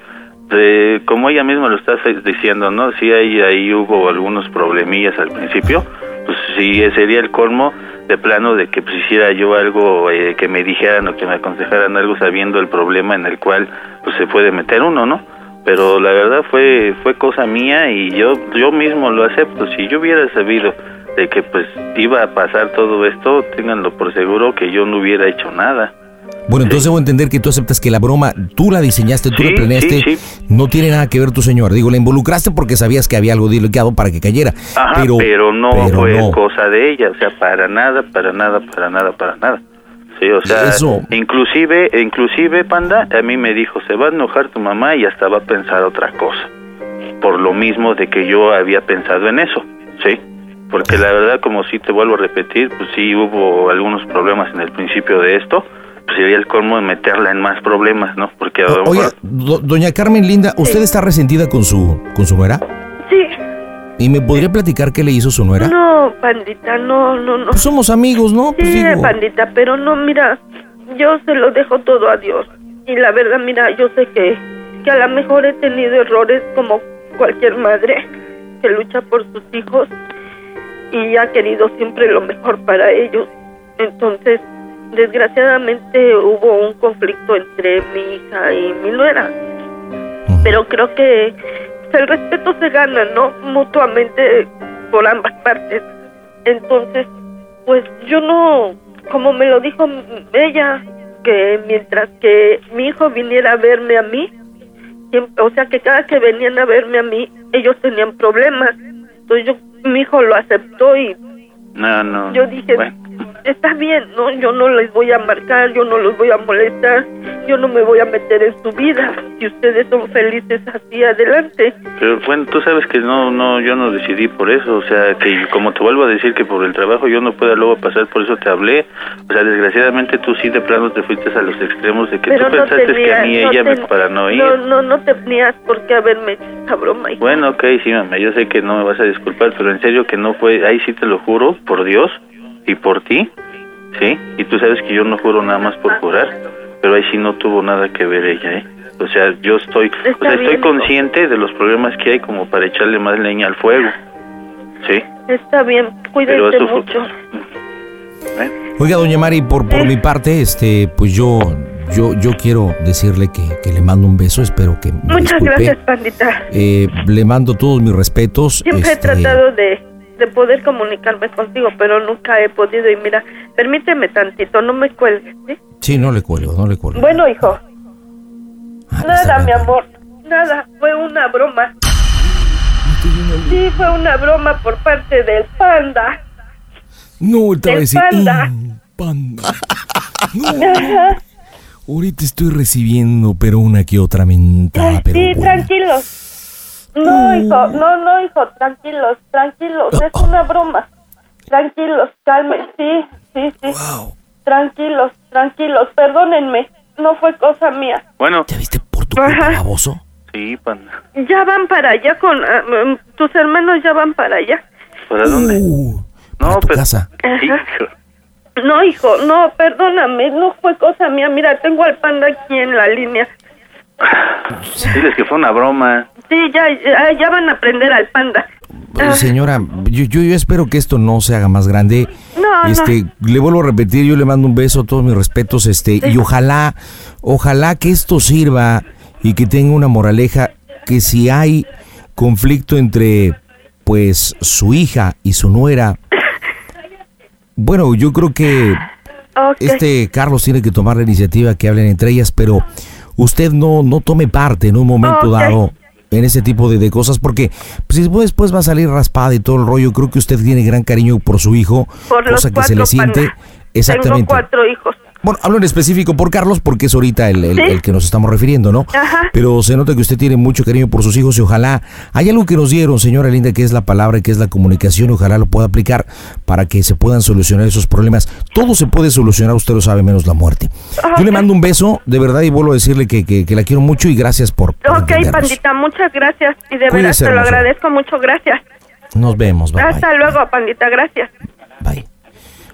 Speaker 27: de, como ella misma lo está diciendo, ¿no? Sí, ahí, ahí hubo algunos problemillas al principio. Pues sí, sería el colmo de plano de que pues, hiciera yo algo eh, que me dijeran o que me aconsejaran algo sabiendo el problema en el cual pues se puede meter uno, ¿no? Pero la verdad fue fue cosa mía y yo yo mismo lo acepto. Si yo hubiera sabido de que pues iba a pasar todo esto, ténganlo por seguro que yo no hubiera hecho nada.
Speaker 2: Bueno, entonces sí. debo entender que tú aceptas que la broma tú la diseñaste, tú sí, la planeaste, sí, no tiene nada que ver tu señor. Digo, la involucraste porque sabías que había algo delicado para que cayera.
Speaker 27: Ajá, pero, pero, no pero fue no. cosa de ella, o sea, para nada, para nada, para nada, para nada. Sí, o sea, Eso. inclusive, inclusive, Panda, a mí me dijo, se va a enojar tu mamá y hasta va a pensar otra cosa. Por lo mismo de que yo había pensado en eso, ¿sí? Porque la verdad, como sí te vuelvo a repetir, pues sí hubo algunos problemas en el principio de esto, pues sería el colmo de meterla en más problemas, ¿no? Porque a
Speaker 2: Oye, mejor... do doña Carmen Linda, ¿usted sí. está resentida con su con su nuera?
Speaker 29: Sí.
Speaker 2: ¿Y me podría platicar qué le hizo su nuera?
Speaker 29: No, pandita, no, no, no.
Speaker 2: Pues somos amigos, ¿no?
Speaker 29: Pues sí, digo... pandita, pero no, mira, yo se lo dejo todo a Dios. Y la verdad, mira, yo sé que, que a lo mejor he tenido errores como cualquier madre que lucha por sus hijos y ha querido siempre lo mejor para ellos. Entonces, desgraciadamente hubo un conflicto entre mi hija y mi nuera. Pero creo que el respeto se gana, ¿no? Mutuamente por ambas partes. Entonces, pues yo no, como me lo dijo ella, que mientras que mi hijo viniera a verme a mí, siempre, o sea que cada que venían a verme a mí, ellos tenían problemas. Entonces yo, mi hijo lo aceptó y
Speaker 27: no, no.
Speaker 29: Yo dije, bueno. está bien, no, yo no les voy a marcar, yo no los voy a molestar, yo no me voy a meter en su vida. Si ustedes son felices así, adelante.
Speaker 27: Pero bueno, tú sabes que no, no, yo no decidí por eso, o sea, que como te vuelvo a decir que por el trabajo yo no puedo luego pasar, por eso te hablé. O sea, desgraciadamente tú sí de plano te fuiste a los extremos de que
Speaker 29: Pero
Speaker 27: tú
Speaker 29: no
Speaker 27: pensaste
Speaker 29: tenías,
Speaker 27: que a mí
Speaker 29: no
Speaker 27: ella
Speaker 29: ten...
Speaker 27: me paranoía.
Speaker 29: No, no, no tenías por qué haberme hecho esa broma. Hija.
Speaker 27: Bueno, ok, sí, mamá, yo sé que no me vas a disculpar, pero en serio que no fue, ahí sí te lo juro, por Dios y por ti, ¿sí? Y tú sabes que yo no juro nada más por jurar, pero ahí sí no tuvo nada que ver ella, ¿eh? O sea, yo estoy, o sea, estoy consciente de los problemas que hay como para echarle más leña al fuego, ¿sí?
Speaker 29: Está bien, cuídate mucho.
Speaker 2: ¿Eh? Oiga, doña Mari, por, por ¿Eh? mi parte, este, pues yo... Yo, yo quiero decirle que, que le mando un beso, espero que... Me
Speaker 29: Muchas disculpe. gracias, pandita.
Speaker 2: Eh, le mando todos mis respetos.
Speaker 29: Siempre este, he tratado de, de poder comunicarme contigo, pero nunca he podido. Y mira, permíteme tantito, no me cuelgues, ¿sí?
Speaker 2: Sí, no le cuelgo, no le cuelgo.
Speaker 29: Bueno, hijo. Ah, nada, mi amor, nada, fue una broma. Sí, fue una broma por parte del panda.
Speaker 2: No, otra
Speaker 29: del
Speaker 2: vez.
Speaker 29: Panda.
Speaker 2: "Mm, panda.
Speaker 29: *laughs*
Speaker 2: No. Ahorita estoy recibiendo, pero una que otra mentada. Ah, Pero Mm.
Speaker 29: sí,
Speaker 2: buena.
Speaker 29: tranquilos. No, hijo, no, no, hijo, tranquilos, tranquilos,
Speaker 2: Ah.
Speaker 29: es una broma. Tranquilos, calmen, sí, sí, sí. Wow. Tranquilos, tranquilos, perdónenme, no fue cosa mía.
Speaker 27: Bueno.
Speaker 2: ¿Ya viste por tu culpa, baboso?
Speaker 27: Sí, panda.
Speaker 29: Ya van para allá con... Uh, um, tus hermanos ya van para allá.
Speaker 27: ¿Para dónde?
Speaker 2: Uh, para
Speaker 27: no, pues,
Speaker 2: tu pero, casa.
Speaker 29: No, hijo, no, perdóname, no fue cosa mía. Mira, tengo al panda aquí en la línea.
Speaker 27: Diles que fue una broma.
Speaker 29: Sí, ya, ya, ya van a aprender al panda. Ah.
Speaker 2: Eh, Señora, yo, yo, yo, espero que esto no se haga más grande.
Speaker 29: No,
Speaker 2: este,
Speaker 29: no.
Speaker 2: le vuelvo a repetir, yo le mando un beso, todos mis respetos, este, sí. y ojalá, ojalá que esto sirva y que tenga una moraleja que si hay conflicto entre pues su hija y su
Speaker 29: *laughs*
Speaker 2: nuera, bueno, yo creo que
Speaker 29: okay.
Speaker 2: este Carlos tiene que tomar la iniciativa que hablen entre ellas, pero usted no, no tome parte en un momento
Speaker 29: Okay.
Speaker 2: dado en ese tipo de, de cosas, porque pues, después, después va a salir raspada y todo el rollo. Creo que usted tiene gran cariño por su hijo,
Speaker 29: Por los
Speaker 2: cosa que se le
Speaker 29: cuatro,
Speaker 2: siente.
Speaker 29: pana.
Speaker 2: Exactamente.
Speaker 29: Tengo cuatro hijos.
Speaker 2: Bueno, hablo en específico por Carlos porque es ahorita el, el-
Speaker 29: Sí.
Speaker 2: el que nos estamos refiriendo, ¿no?
Speaker 29: Ajá.
Speaker 2: Pero se nota que usted tiene mucho cariño por sus hijos y ojalá hay algo que nos dieron, señora Linda, que es la palabra, y que es la comunicación, y ojalá lo pueda aplicar para que se puedan solucionar esos problemas. Todo se puede solucionar, usted lo sabe, menos la muerte. Yo le mando un beso, de verdad, y vuelvo a decirle que, que- que la quiero mucho y gracias por... por
Speaker 29: Ok,
Speaker 2: entendernos.
Speaker 29: pandita, muchas gracias. Y de verdad
Speaker 2: Cuídese,
Speaker 29: te lo
Speaker 2: hermosa.
Speaker 29: agradezco mucho, gracias.
Speaker 2: Nos vemos, bye, bye.
Speaker 29: Hasta luego, pandita, gracias.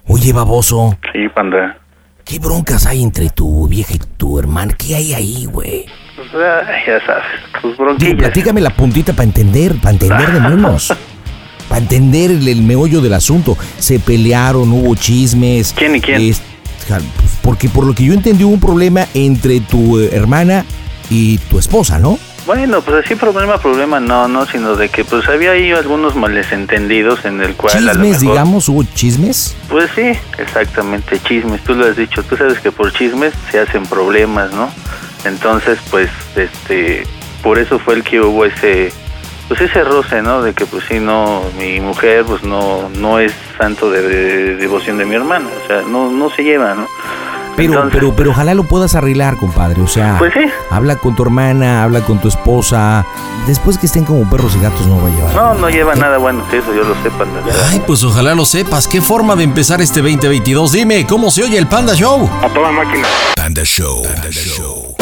Speaker 2: Oye, baboso,
Speaker 27: Sí, panda.
Speaker 2: ¿qué broncas hay entre tu vieja y tu hermana? ¿Qué hay ahí, güey?
Speaker 27: Pues, ah, ya sabes, tus
Speaker 2: Digo,
Speaker 27: bronquillas.
Speaker 2: platícame la puntita para entender, para entender de
Speaker 27: *laughs*
Speaker 2: menos. Para entender el, el meollo del asunto. Se pelearon, hubo chismes.
Speaker 27: ¿Quién y quién?
Speaker 2: Es- ja, pues, porque por lo que yo entendí hubo un problema entre tu eh, hermana y tu esposa, ¿no?
Speaker 27: Bueno, pues así problema, problema no, no, sino de que pues había ahí algunos malentendidos en el cual Pues, a lo
Speaker 2: Chismes,
Speaker 27: mejor...
Speaker 2: digamos, hubo chismes.
Speaker 27: Pues sí, exactamente, chismes, tú lo has dicho, tú sabes que por chismes se hacen problemas, ¿no? Entonces, pues, este, por eso fue el que hubo ese, pues ese roce, ¿no? De que, pues sí, no, mi mujer, pues no, no es santo de, de- devoción de mi hermana, o sea, no, no se lleva, ¿no?
Speaker 2: Pero,
Speaker 27: Entonces-
Speaker 2: pero, pero ojalá lo puedas arreglar, compadre. O sea,
Speaker 27: Pues sí.
Speaker 2: habla con tu hermana, habla con tu esposa. Después que estén como perros y gatos no va a llevar.
Speaker 27: No, no lleva nada bueno, que eso yo lo sepa, la verdad.
Speaker 31: Ay, pues ojalá lo sepas. Qué forma de empezar este 2022. Dime, ¿cómo se oye el Panda Show?
Speaker 5: A toda máquina.
Speaker 12: Panda Show. Panda Show.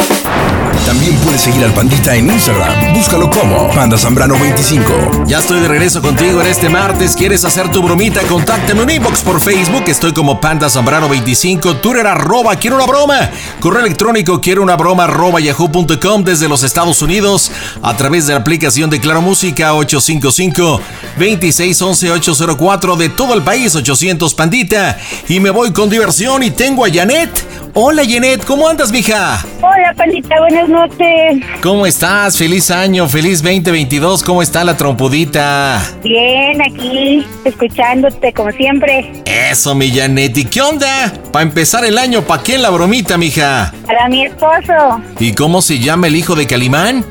Speaker 6: También puedes seguir al Pandita en Instagram. Búscalo como Panda Zambrano 25.
Speaker 31: Ya estoy de regreso contigo en este martes. ¿Quieres hacer tu bromita? Contáctame en un inbox por Facebook. Estoy como Panda Zambrano 25. Twitter arroba quiero una broma. Correo electrónico quiero una broma arroba yahoo.com desde los Estados Unidos a través de la aplicación de Claro Música 855 2611 804 de todo el país 800 Pandita. Y me voy con diversión y tengo a Janet. Hola Janet, ¿cómo andas mija?
Speaker 16: Hola, pandita, buenas noches.
Speaker 31: ¿Cómo estás? Feliz año, feliz 2022. ¿Cómo está la trompudita?
Speaker 16: Bien, aquí, escuchándote como siempre.
Speaker 31: Eso, mi Janet. ¿Y qué onda? Para empezar el año, ¿pa' quién la bromita, mija?
Speaker 16: Para mi esposo, *laughs*
Speaker 31: ¿Y cómo se llama el hijo de Calimán?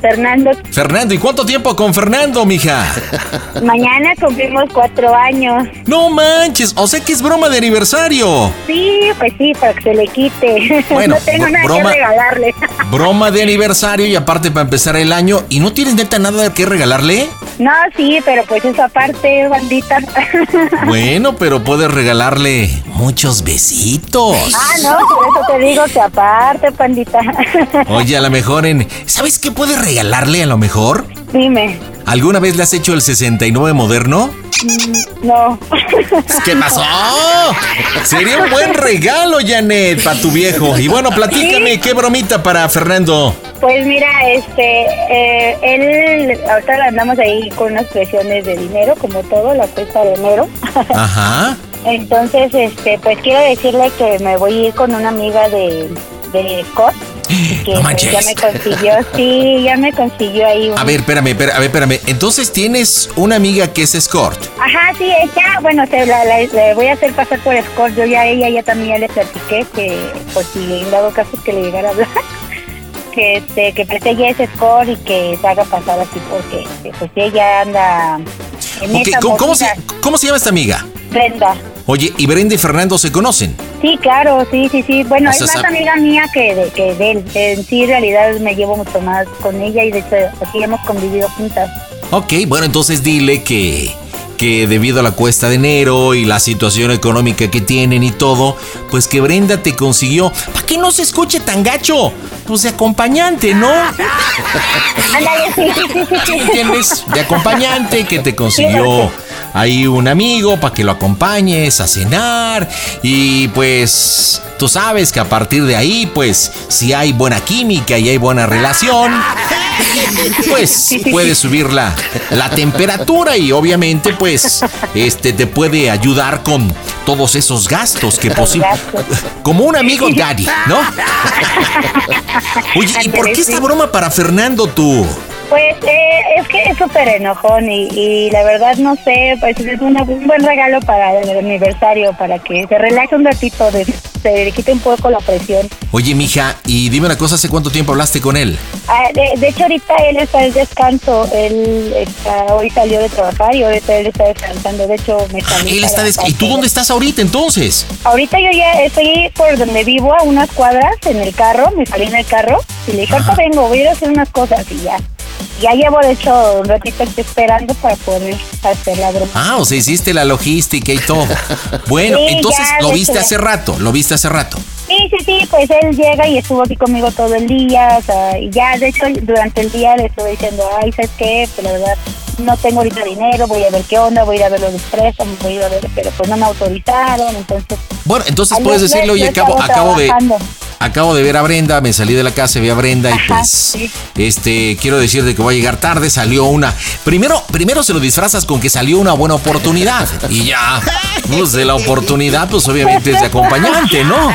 Speaker 16: Fernando,
Speaker 31: Fernando. ¿Y cuánto tiempo con Fernando, mija?
Speaker 16: mañana cumplimos cuatro años.
Speaker 31: No manches, o sea que es broma de aniversario.
Speaker 16: Sí, pues sí, para que se le quite. *laughs*
Speaker 31: Bueno,
Speaker 16: no tengo
Speaker 31: br-
Speaker 16: nada
Speaker 31: broma.
Speaker 16: que regalarle.
Speaker 31: Broma de aniversario y aparte para empezar el año. ¿Y no tienes neta nada que regalarle?
Speaker 16: No, sí, pero pues eso aparte, bandita. *laughs*
Speaker 31: Bueno, pero puedes regalarle muchos besitos.
Speaker 16: ah, no, por eso te digo que aparte, pandita. *laughs*
Speaker 31: Oye, a lo mejor en... ¿Sabes qué puedes regalarle a lo mejor?
Speaker 16: Dime.
Speaker 31: ¿Alguna vez le has hecho el 69 moderno?
Speaker 16: Mm, No.
Speaker 31: ¿Qué pasó? Sería un buen regalo, Janet, para tu viejo. Y bueno, platícame, ¿qué bromita para Fernando?
Speaker 16: Pues mira, este, eh, él, ahorita andamos ahí con unas presiones de dinero, como todo, la cuesta de enero. *laughs*
Speaker 31: Ajá.
Speaker 16: Entonces, este, pues quiero decirle que me voy a ir con una amiga de, de Scott,
Speaker 31: *gasps*
Speaker 16: que
Speaker 31: No
Speaker 16: pues, ya
Speaker 31: manches.
Speaker 16: me consiguió, sí, ya me consiguió ahí.
Speaker 31: *laughs*
Speaker 16: un-
Speaker 31: A ver, espérame, espérame, a ver, espérame. Entonces tienes una amiga que es escort.
Speaker 16: Ajá, sí, ella, bueno, se la, la- le voy a hacer pasar por Scott, yo ya a ella ya también ya le platiqué que, pues si en dado caso que le llegara a hablar, *laughs* que este, que pues ella es Scott y que se haga pasar así porque, este, pues ella anda en
Speaker 31: Ok,
Speaker 16: esa
Speaker 31: ¿cómo, cómo se,
Speaker 16: movida.
Speaker 31: cómo se llama esta amiga?
Speaker 16: Brenda.
Speaker 31: Oye, ¿y Brenda y Fernando se conocen?
Speaker 16: Sí, claro, sí, sí, sí. Bueno,
Speaker 31: O
Speaker 16: es
Speaker 31: sea,
Speaker 16: más
Speaker 31: sabe-
Speaker 16: amiga mía que de, que de él. En sí, en realidad me llevo mucho más con ella y de hecho así hemos convivido juntas.
Speaker 31: Ok, bueno, entonces dile que que debido a la cuesta de enero y la situación económica que tienen y todo, pues que Brenda te consiguió. ¿Para qué no se escuche tan gacho? Pues de acompañante, ¿no?
Speaker 16: Ándale, sí, sí, sí, sí.
Speaker 31: ¿Entiendes? De acompañante que te consiguió
Speaker 2: ahí un amigo para que lo acompañes a cenar. Y pues tú sabes que a partir de ahí, pues si hay buena química y hay buena relación, pues puedes subir la, la temperatura y obviamente pues este te puede ayudar con todos esos gastos que posible como un amigo daddy, ¿no? Oye, ¿y por qué esta broma para Fernando tú?
Speaker 16: Pues eh, es que es súper enojón y, y, la verdad no sé, pues es una, un buen regalo para el aniversario, para que se relaje un ratito, de, se quite un poco la presión.
Speaker 2: Oye, mija, y dime una cosa, ¿hace cuánto tiempo hablaste con él?
Speaker 16: Ah, de, de, hecho, ahorita él está en descanso, él está, hoy salió de trabajar y ahorita él está descansando, de hecho me está...
Speaker 2: Él está ¿Y tú dónde estás ahorita entonces?
Speaker 16: Ahorita yo ya estoy por donde vivo, a unas cuadras, en el carro, me salí en el carro y le dije, ahorita vengo, voy a ir a hacer unas cosas y ya. Ya llevo, de hecho, un ratito aquí esperando para poder hacer la broma.
Speaker 2: Ah, o sea, hiciste la logística y todo. Bueno, sí, entonces ya, lo viste hace rato, lo viste hace rato.
Speaker 16: Sí, sí, sí, pues él llega y estuvo aquí conmigo todo el día, o sea, y ya, de hecho, durante el día le estuve diciendo, ay, ¿sabes qué? Pues la verdad, no tengo ahorita dinero, voy a ver qué onda, voy a ir a ver los préstamos, voy a ir a ver, pero pues no me autorizaron, entonces...
Speaker 2: Bueno, entonces puedes decirle, oye, acabo, acabo de... Acabo de ver a Brenda, me salí de la casa, vi a Brenda y pues sí. este quiero decirte que voy a llegar tarde, salió una. Primero, primero se lo disfrazas con que salió una buena oportunidad y ya. Pues de la oportunidad, pues obviamente es de acompañante, ¿no?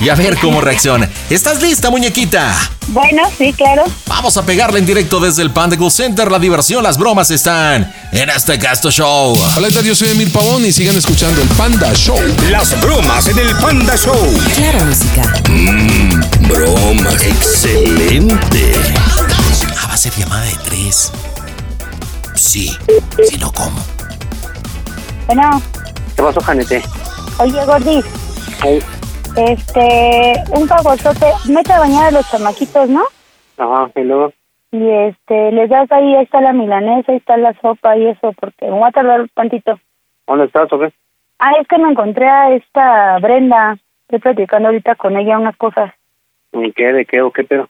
Speaker 2: Y a ver cómo reacciona. ¿Estás lista, muñequita?
Speaker 16: Bueno, sí, claro.
Speaker 2: Vamos a pegarle en directo desde el Pandacle Center. La diversión, las bromas están en este Gasto Show.
Speaker 6: Hola, yo soy Emil Pavón y sigan escuchando el Panda Show.
Speaker 32: Las bromas en el Panda Show.
Speaker 33: Claro, música.
Speaker 2: Mm,
Speaker 32: Mmm, broma. Excelente.
Speaker 2: Ah, va a ser llamada de tres. Sí, si no, ¿cómo?
Speaker 16: Bueno.
Speaker 5: ¿Qué pasó, Janete?
Speaker 16: Oye, Gordi. Hey. Este, un favorzote, mete a bañar a los chamaquitos, ¿no?
Speaker 5: Ajá, y luego.
Speaker 16: Y este, les das ahí, ahí está la milanesa, ahí está la sopa y eso, porque me voy a tardar un tantito.
Speaker 5: ¿Dónde estás o qué?
Speaker 16: Ah, es que me encontré a esta Brenda, estoy platicando ahorita con ella unas cosas.
Speaker 5: ¿Y qué, de qué o qué pero?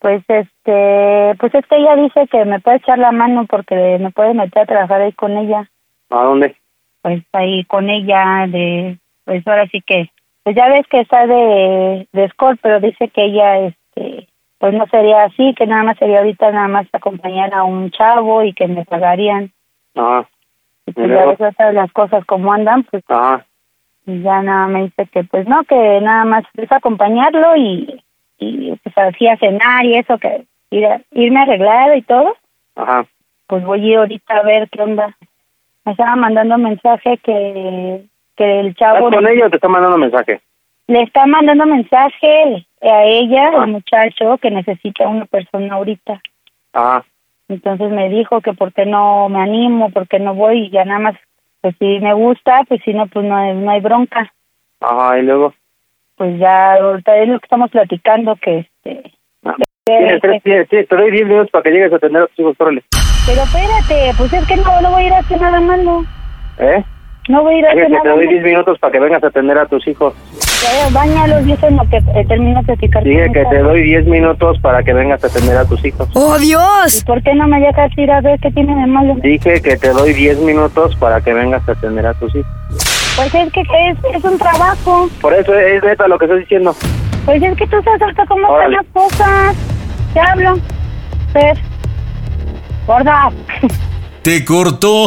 Speaker 16: Pues este, pues es que ella dice que me puede echar la mano porque me puede meter a trabajar ahí con ella.
Speaker 5: ¿A dónde?
Speaker 16: Pues ahí con ella, de, pues ahora sí que pues ya ves que está de, de Score, pero dice que ella, este, pues no sería así, que nada más sería ahorita nada más acompañar a un chavo y que me pagarían.
Speaker 5: Ah.
Speaker 16: Y pues ya ves ya las cosas como andan, pues.
Speaker 5: Ah.
Speaker 16: Y ya nada me dice que pues no, que nada más es acompañarlo y, y pues así a cenar y eso, que ir a, irme arreglado y todo.
Speaker 5: Ajá.
Speaker 16: Pues voy a ir ahorita a ver qué onda. Me estaba mandando un mensaje que que el chavo...
Speaker 5: ¿Estás con ella o te está mandando mensaje?
Speaker 16: Le está mandando mensaje a ella, ah. el muchacho, que necesita una persona ahorita.
Speaker 5: Ah.
Speaker 16: Entonces me dijo que por qué no me animo, por qué no voy, y ya nada más, pues si me gusta, pues si no, pues no hay, no hay bronca.
Speaker 5: Ajá, y luego...
Speaker 16: Pues ya, ahorita es lo que estamos platicando, que este...
Speaker 5: Ah. Tienes
Speaker 29: este.
Speaker 5: tres, tienes, tienes, te doy 10 minutos para que llegues a tener a tus hijos, órale.
Speaker 16: Pero espérate, pues es que no, no voy a ir a hacer nada más, ¿no?
Speaker 5: ¿Eh?
Speaker 16: No voy a ir a hacer
Speaker 5: nada. Te doy 10 minutos para que vengas a atender a tus hijos.
Speaker 16: Báñalos, dice lo que eh, termino de platicar.
Speaker 5: Dije que te doy 10 minutos para que vengas a atender a tus hijos.
Speaker 33: ¡Oh, Dios!
Speaker 16: ¿Y por qué no me dejas ir a ver qué tiene de malo?
Speaker 5: Dije que te doy 10 minutos para que vengas a atender a tus hijos.
Speaker 16: Pues es que es, es un trabajo.
Speaker 5: Por eso es neta lo que estoy diciendo.
Speaker 16: Pues es que tú sabes hasta cómo están las cosas. Te hablo. Fer. Gorda.
Speaker 2: Te cortó.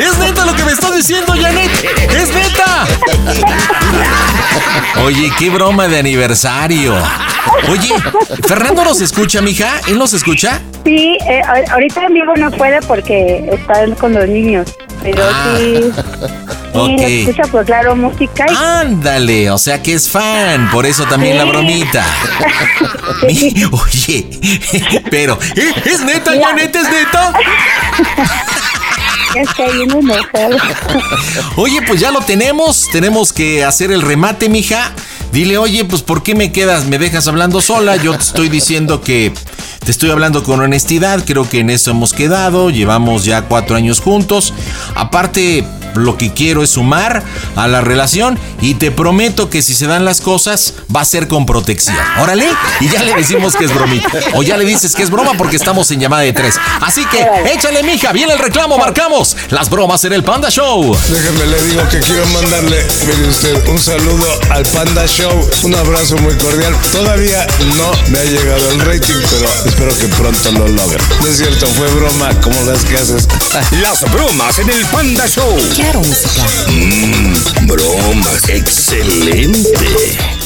Speaker 2: es neta lo que me estás diciendo, Janet. Es neta. Oye, qué broma de aniversario. Oye, ¿Fernando nos escucha, mija? ¿Él nos escucha?
Speaker 16: Sí, eh, ahorita en vivo no puede porque está con los niños. Pero ah,
Speaker 2: *laughs*
Speaker 16: sí. Okay. Sí, escucha, pues claro, música.
Speaker 2: Ah.
Speaker 16: Y...
Speaker 2: Ándale, o sea que es fan, por eso también sí. la bromita. Sí. Oye, pero, ¿eh? ¿es neta, Janet? ¿Es neta?
Speaker 29: *laughs*
Speaker 2: Oye, pues ya lo tenemos. Tenemos que hacer el remate, mija. Dile, oye, pues ¿por qué me quedas? ¿Me dejas hablando sola? Yo te estoy diciendo que te estoy hablando con honestidad. Creo que en eso hemos quedado. Llevamos ya cuatro años juntos. Aparte, lo que quiero es sumar a la relación y te prometo que si se dan las cosas va a ser con protección. Órale, y ya le decimos que es bromita. O ya le dices que es broma porque estamos en llamada de tres. Así que échale, mija, viene el reclamo, marcamos las bromas en el Panda Show.
Speaker 12: Déjeme, le digo que quiero mandarle, mire usted, un saludo al Panda Show, un abrazo muy cordial. Todavía no me ha llegado el rating, pero espero que pronto lo logre. No es cierto, fue broma, como las que haces.
Speaker 5: Las bromas en el Panda Show.
Speaker 34: Claro, música.
Speaker 12: Mm,
Speaker 5: Mmm, bromas, excelente.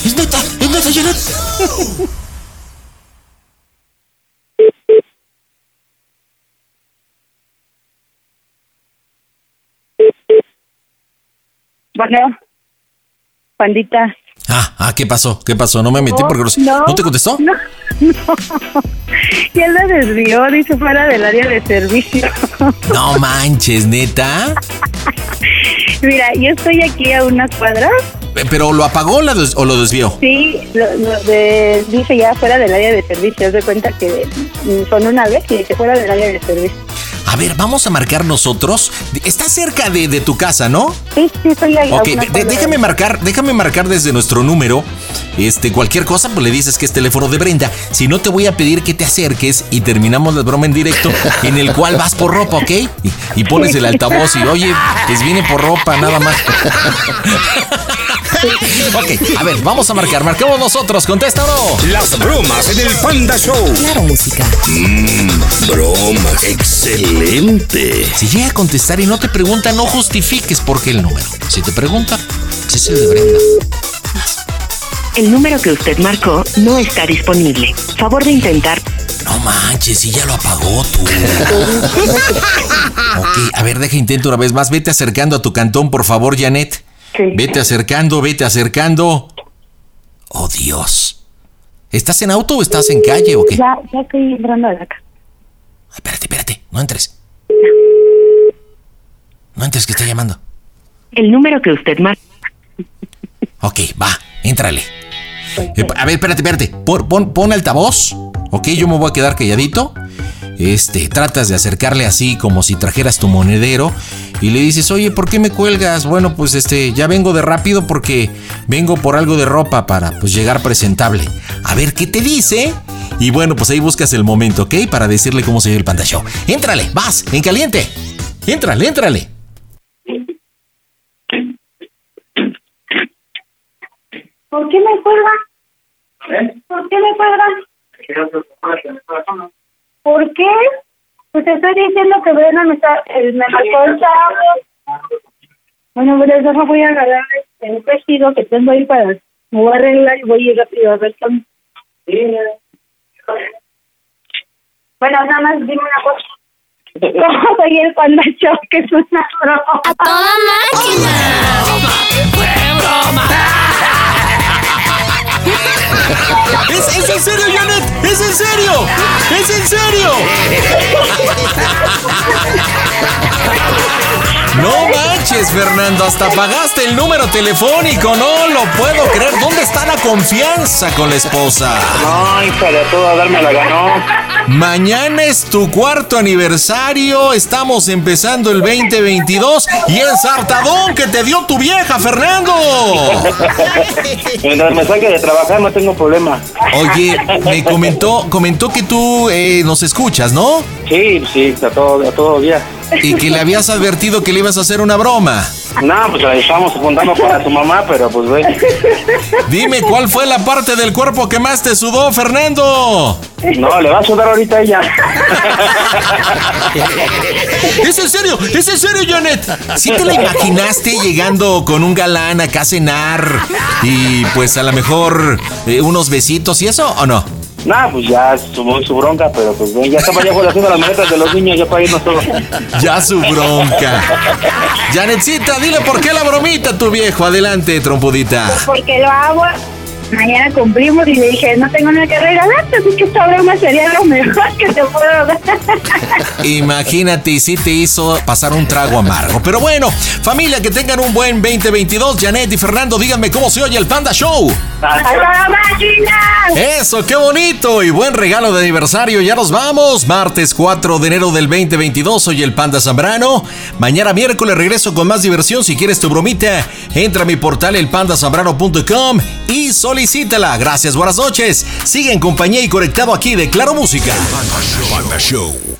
Speaker 2: Es neta, es neta, Janet.
Speaker 29: *laughs* Bueno, pandita.
Speaker 2: Ah, ah, ¿qué pasó? ¿Qué pasó? No me metí
Speaker 29: No,
Speaker 2: porque los-
Speaker 29: no,
Speaker 2: no te contestó.
Speaker 29: No, no. Ya la desvió, dice fuera del área de servicio.
Speaker 2: No manches, neta.
Speaker 29: Mira, yo estoy aquí a una cuadra.
Speaker 2: Eh, Pero lo apagó la des- o lo desvió.
Speaker 29: Sí, lo, lo de- dice ya fuera del área de servicio. Haz de cuenta que mm, son una vez y dice fuera del área de servicio.
Speaker 2: A ver, vamos a marcar nosotros. De- Está cerca de, de tu casa, ¿no?
Speaker 29: Sí, sí, estoy ahí. a
Speaker 2: Ok,
Speaker 29: una
Speaker 2: de- de-
Speaker 29: cuadra.
Speaker 2: déjame marcar, déjame marcar desde nuestro número. Este, cualquier cosa, pues le dices que es teléfono de Brenda. Si no, te voy a pedir que te acerques y terminamos la broma en directo, en el cual vas por ropa, ¿ok? Y, y pones el altavoz y, oye, les viene por ropa, nada más. ok, a ver, vamos a marcar, marcamos nosotros, contesta o no.
Speaker 5: Las bromas en el Panda Show.
Speaker 34: Claro, música.
Speaker 12: Mm,
Speaker 5: Mmm, bromas, excelente.
Speaker 2: Si llega a contestar y no te pregunta, no justifiques por qué el número. Si te pregunta, es el de Brenda.
Speaker 1: El número que usted marcó no está disponible. Favor de intentar.
Speaker 2: No manches, si ya lo apagó tú. *laughs* Ok, a ver, deja intento una vez más. Vete acercando a tu cantón, por favor, Janet. Vete acercando, vete acercando. Oh, Dios. ¿Estás en auto o estás en calle o qué?
Speaker 29: Ya, ya estoy entrando a la casa.
Speaker 2: No entres. No entres, que está llamando.
Speaker 1: El número que usted marcó.
Speaker 2: Ok, va, éntrale. Eh, a ver, espérate, espérate. Pon, pon, pon altavoz. Ok, yo me voy a quedar calladito. Este, tratas de acercarle así como si trajeras tu monedero y le dices, oye, ¿por qué me cuelgas? Bueno, pues este, ya vengo de rápido porque vengo por algo de ropa para pues llegar presentable. A ver qué te dice. Y bueno, pues ahí buscas el momento, ¿ok? Para decirle cómo se dio el panda show. Éntrale, vas, en caliente. Éntrale, éntrale.
Speaker 16: ¿Por qué me cuelgas?
Speaker 5: ¿Eh?
Speaker 16: ¿Por qué me cuelgas? ¿Por qué? Pues te estoy diciendo que Brenda me, está, eh, me marcó el sábado. Bueno, pero yo me voy a agarrar este, un vestido que tengo ahí para... Me voy a arreglar y voy a ir rápido a ver cómo. Bueno, nada más dime una cosa. ¿Cómo soy el panda show que es una broma? ¡A toda máquina!
Speaker 2: ¿Es, es en serio, Janet? ¿Es en serio? ¿Es en serio? No manches, Fernando, hasta pagaste el número telefónico, no lo puedo creer. ¿Dónde está la confianza con la esposa?
Speaker 4: Ay, para todo darme la ganó.
Speaker 2: Mañana es tu cuarto aniversario, estamos empezando el 2022 y el sartadón que te dio tu vieja, Fernando.
Speaker 4: Mientras me saque de trabajar no tengo problema.
Speaker 2: Oye,
Speaker 4: *laughs*
Speaker 2: me comentó, comentó que tú eh, nos escuchas, ¿no?
Speaker 4: Sí, sí, a todo, a todo día.
Speaker 2: Y que le habías advertido que le ibas a hacer una broma.
Speaker 4: No, pues la estamos apuntando para tu mamá, pero pues güey.
Speaker 2: Dime cuál fue la parte del cuerpo que más te sudó, Fernando.
Speaker 4: No, le va a sudar ahorita a ella.
Speaker 2: ¿Es en serio? ¿Es en serio, Janet? ¿Sí te la imaginaste llegando con un galán acá a cenar y pues a lo mejor eh, unos besitos y eso o no?
Speaker 4: No, pues ya su, su bronca, pero pues güey, ya estaba ya fuera haciendo las maletas de los niños, ya para irnos todos.
Speaker 2: Ya su bronca. Janetcita, dile por qué la bromita, tu viejo. Adelante, trompudita.
Speaker 16: Porque lo amo mañana cumplimos y le dije, no tengo nada que regalarte, así que esta broma sería lo mejor que te puedo dar.
Speaker 2: Imagínate, y sí te hizo pasar un trago amargo. Pero bueno, familia, que tengan un buen 2022. Janet y Fernando, díganme cómo se oye el Panda Show. Eso, qué bonito y buen regalo de aniversario. Ya nos vamos. Martes 4 de enero del 2022. Soy el Panda Zambrano. Mañana miércoles regreso con más diversión. Si quieres tu bromita, entra a mi portal elpandasambrano.com y solicítala. Gracias, buenas noches. Sigue en compañía y conectado aquí de Claro Música.
Speaker 6: Panda Show. Panda Show.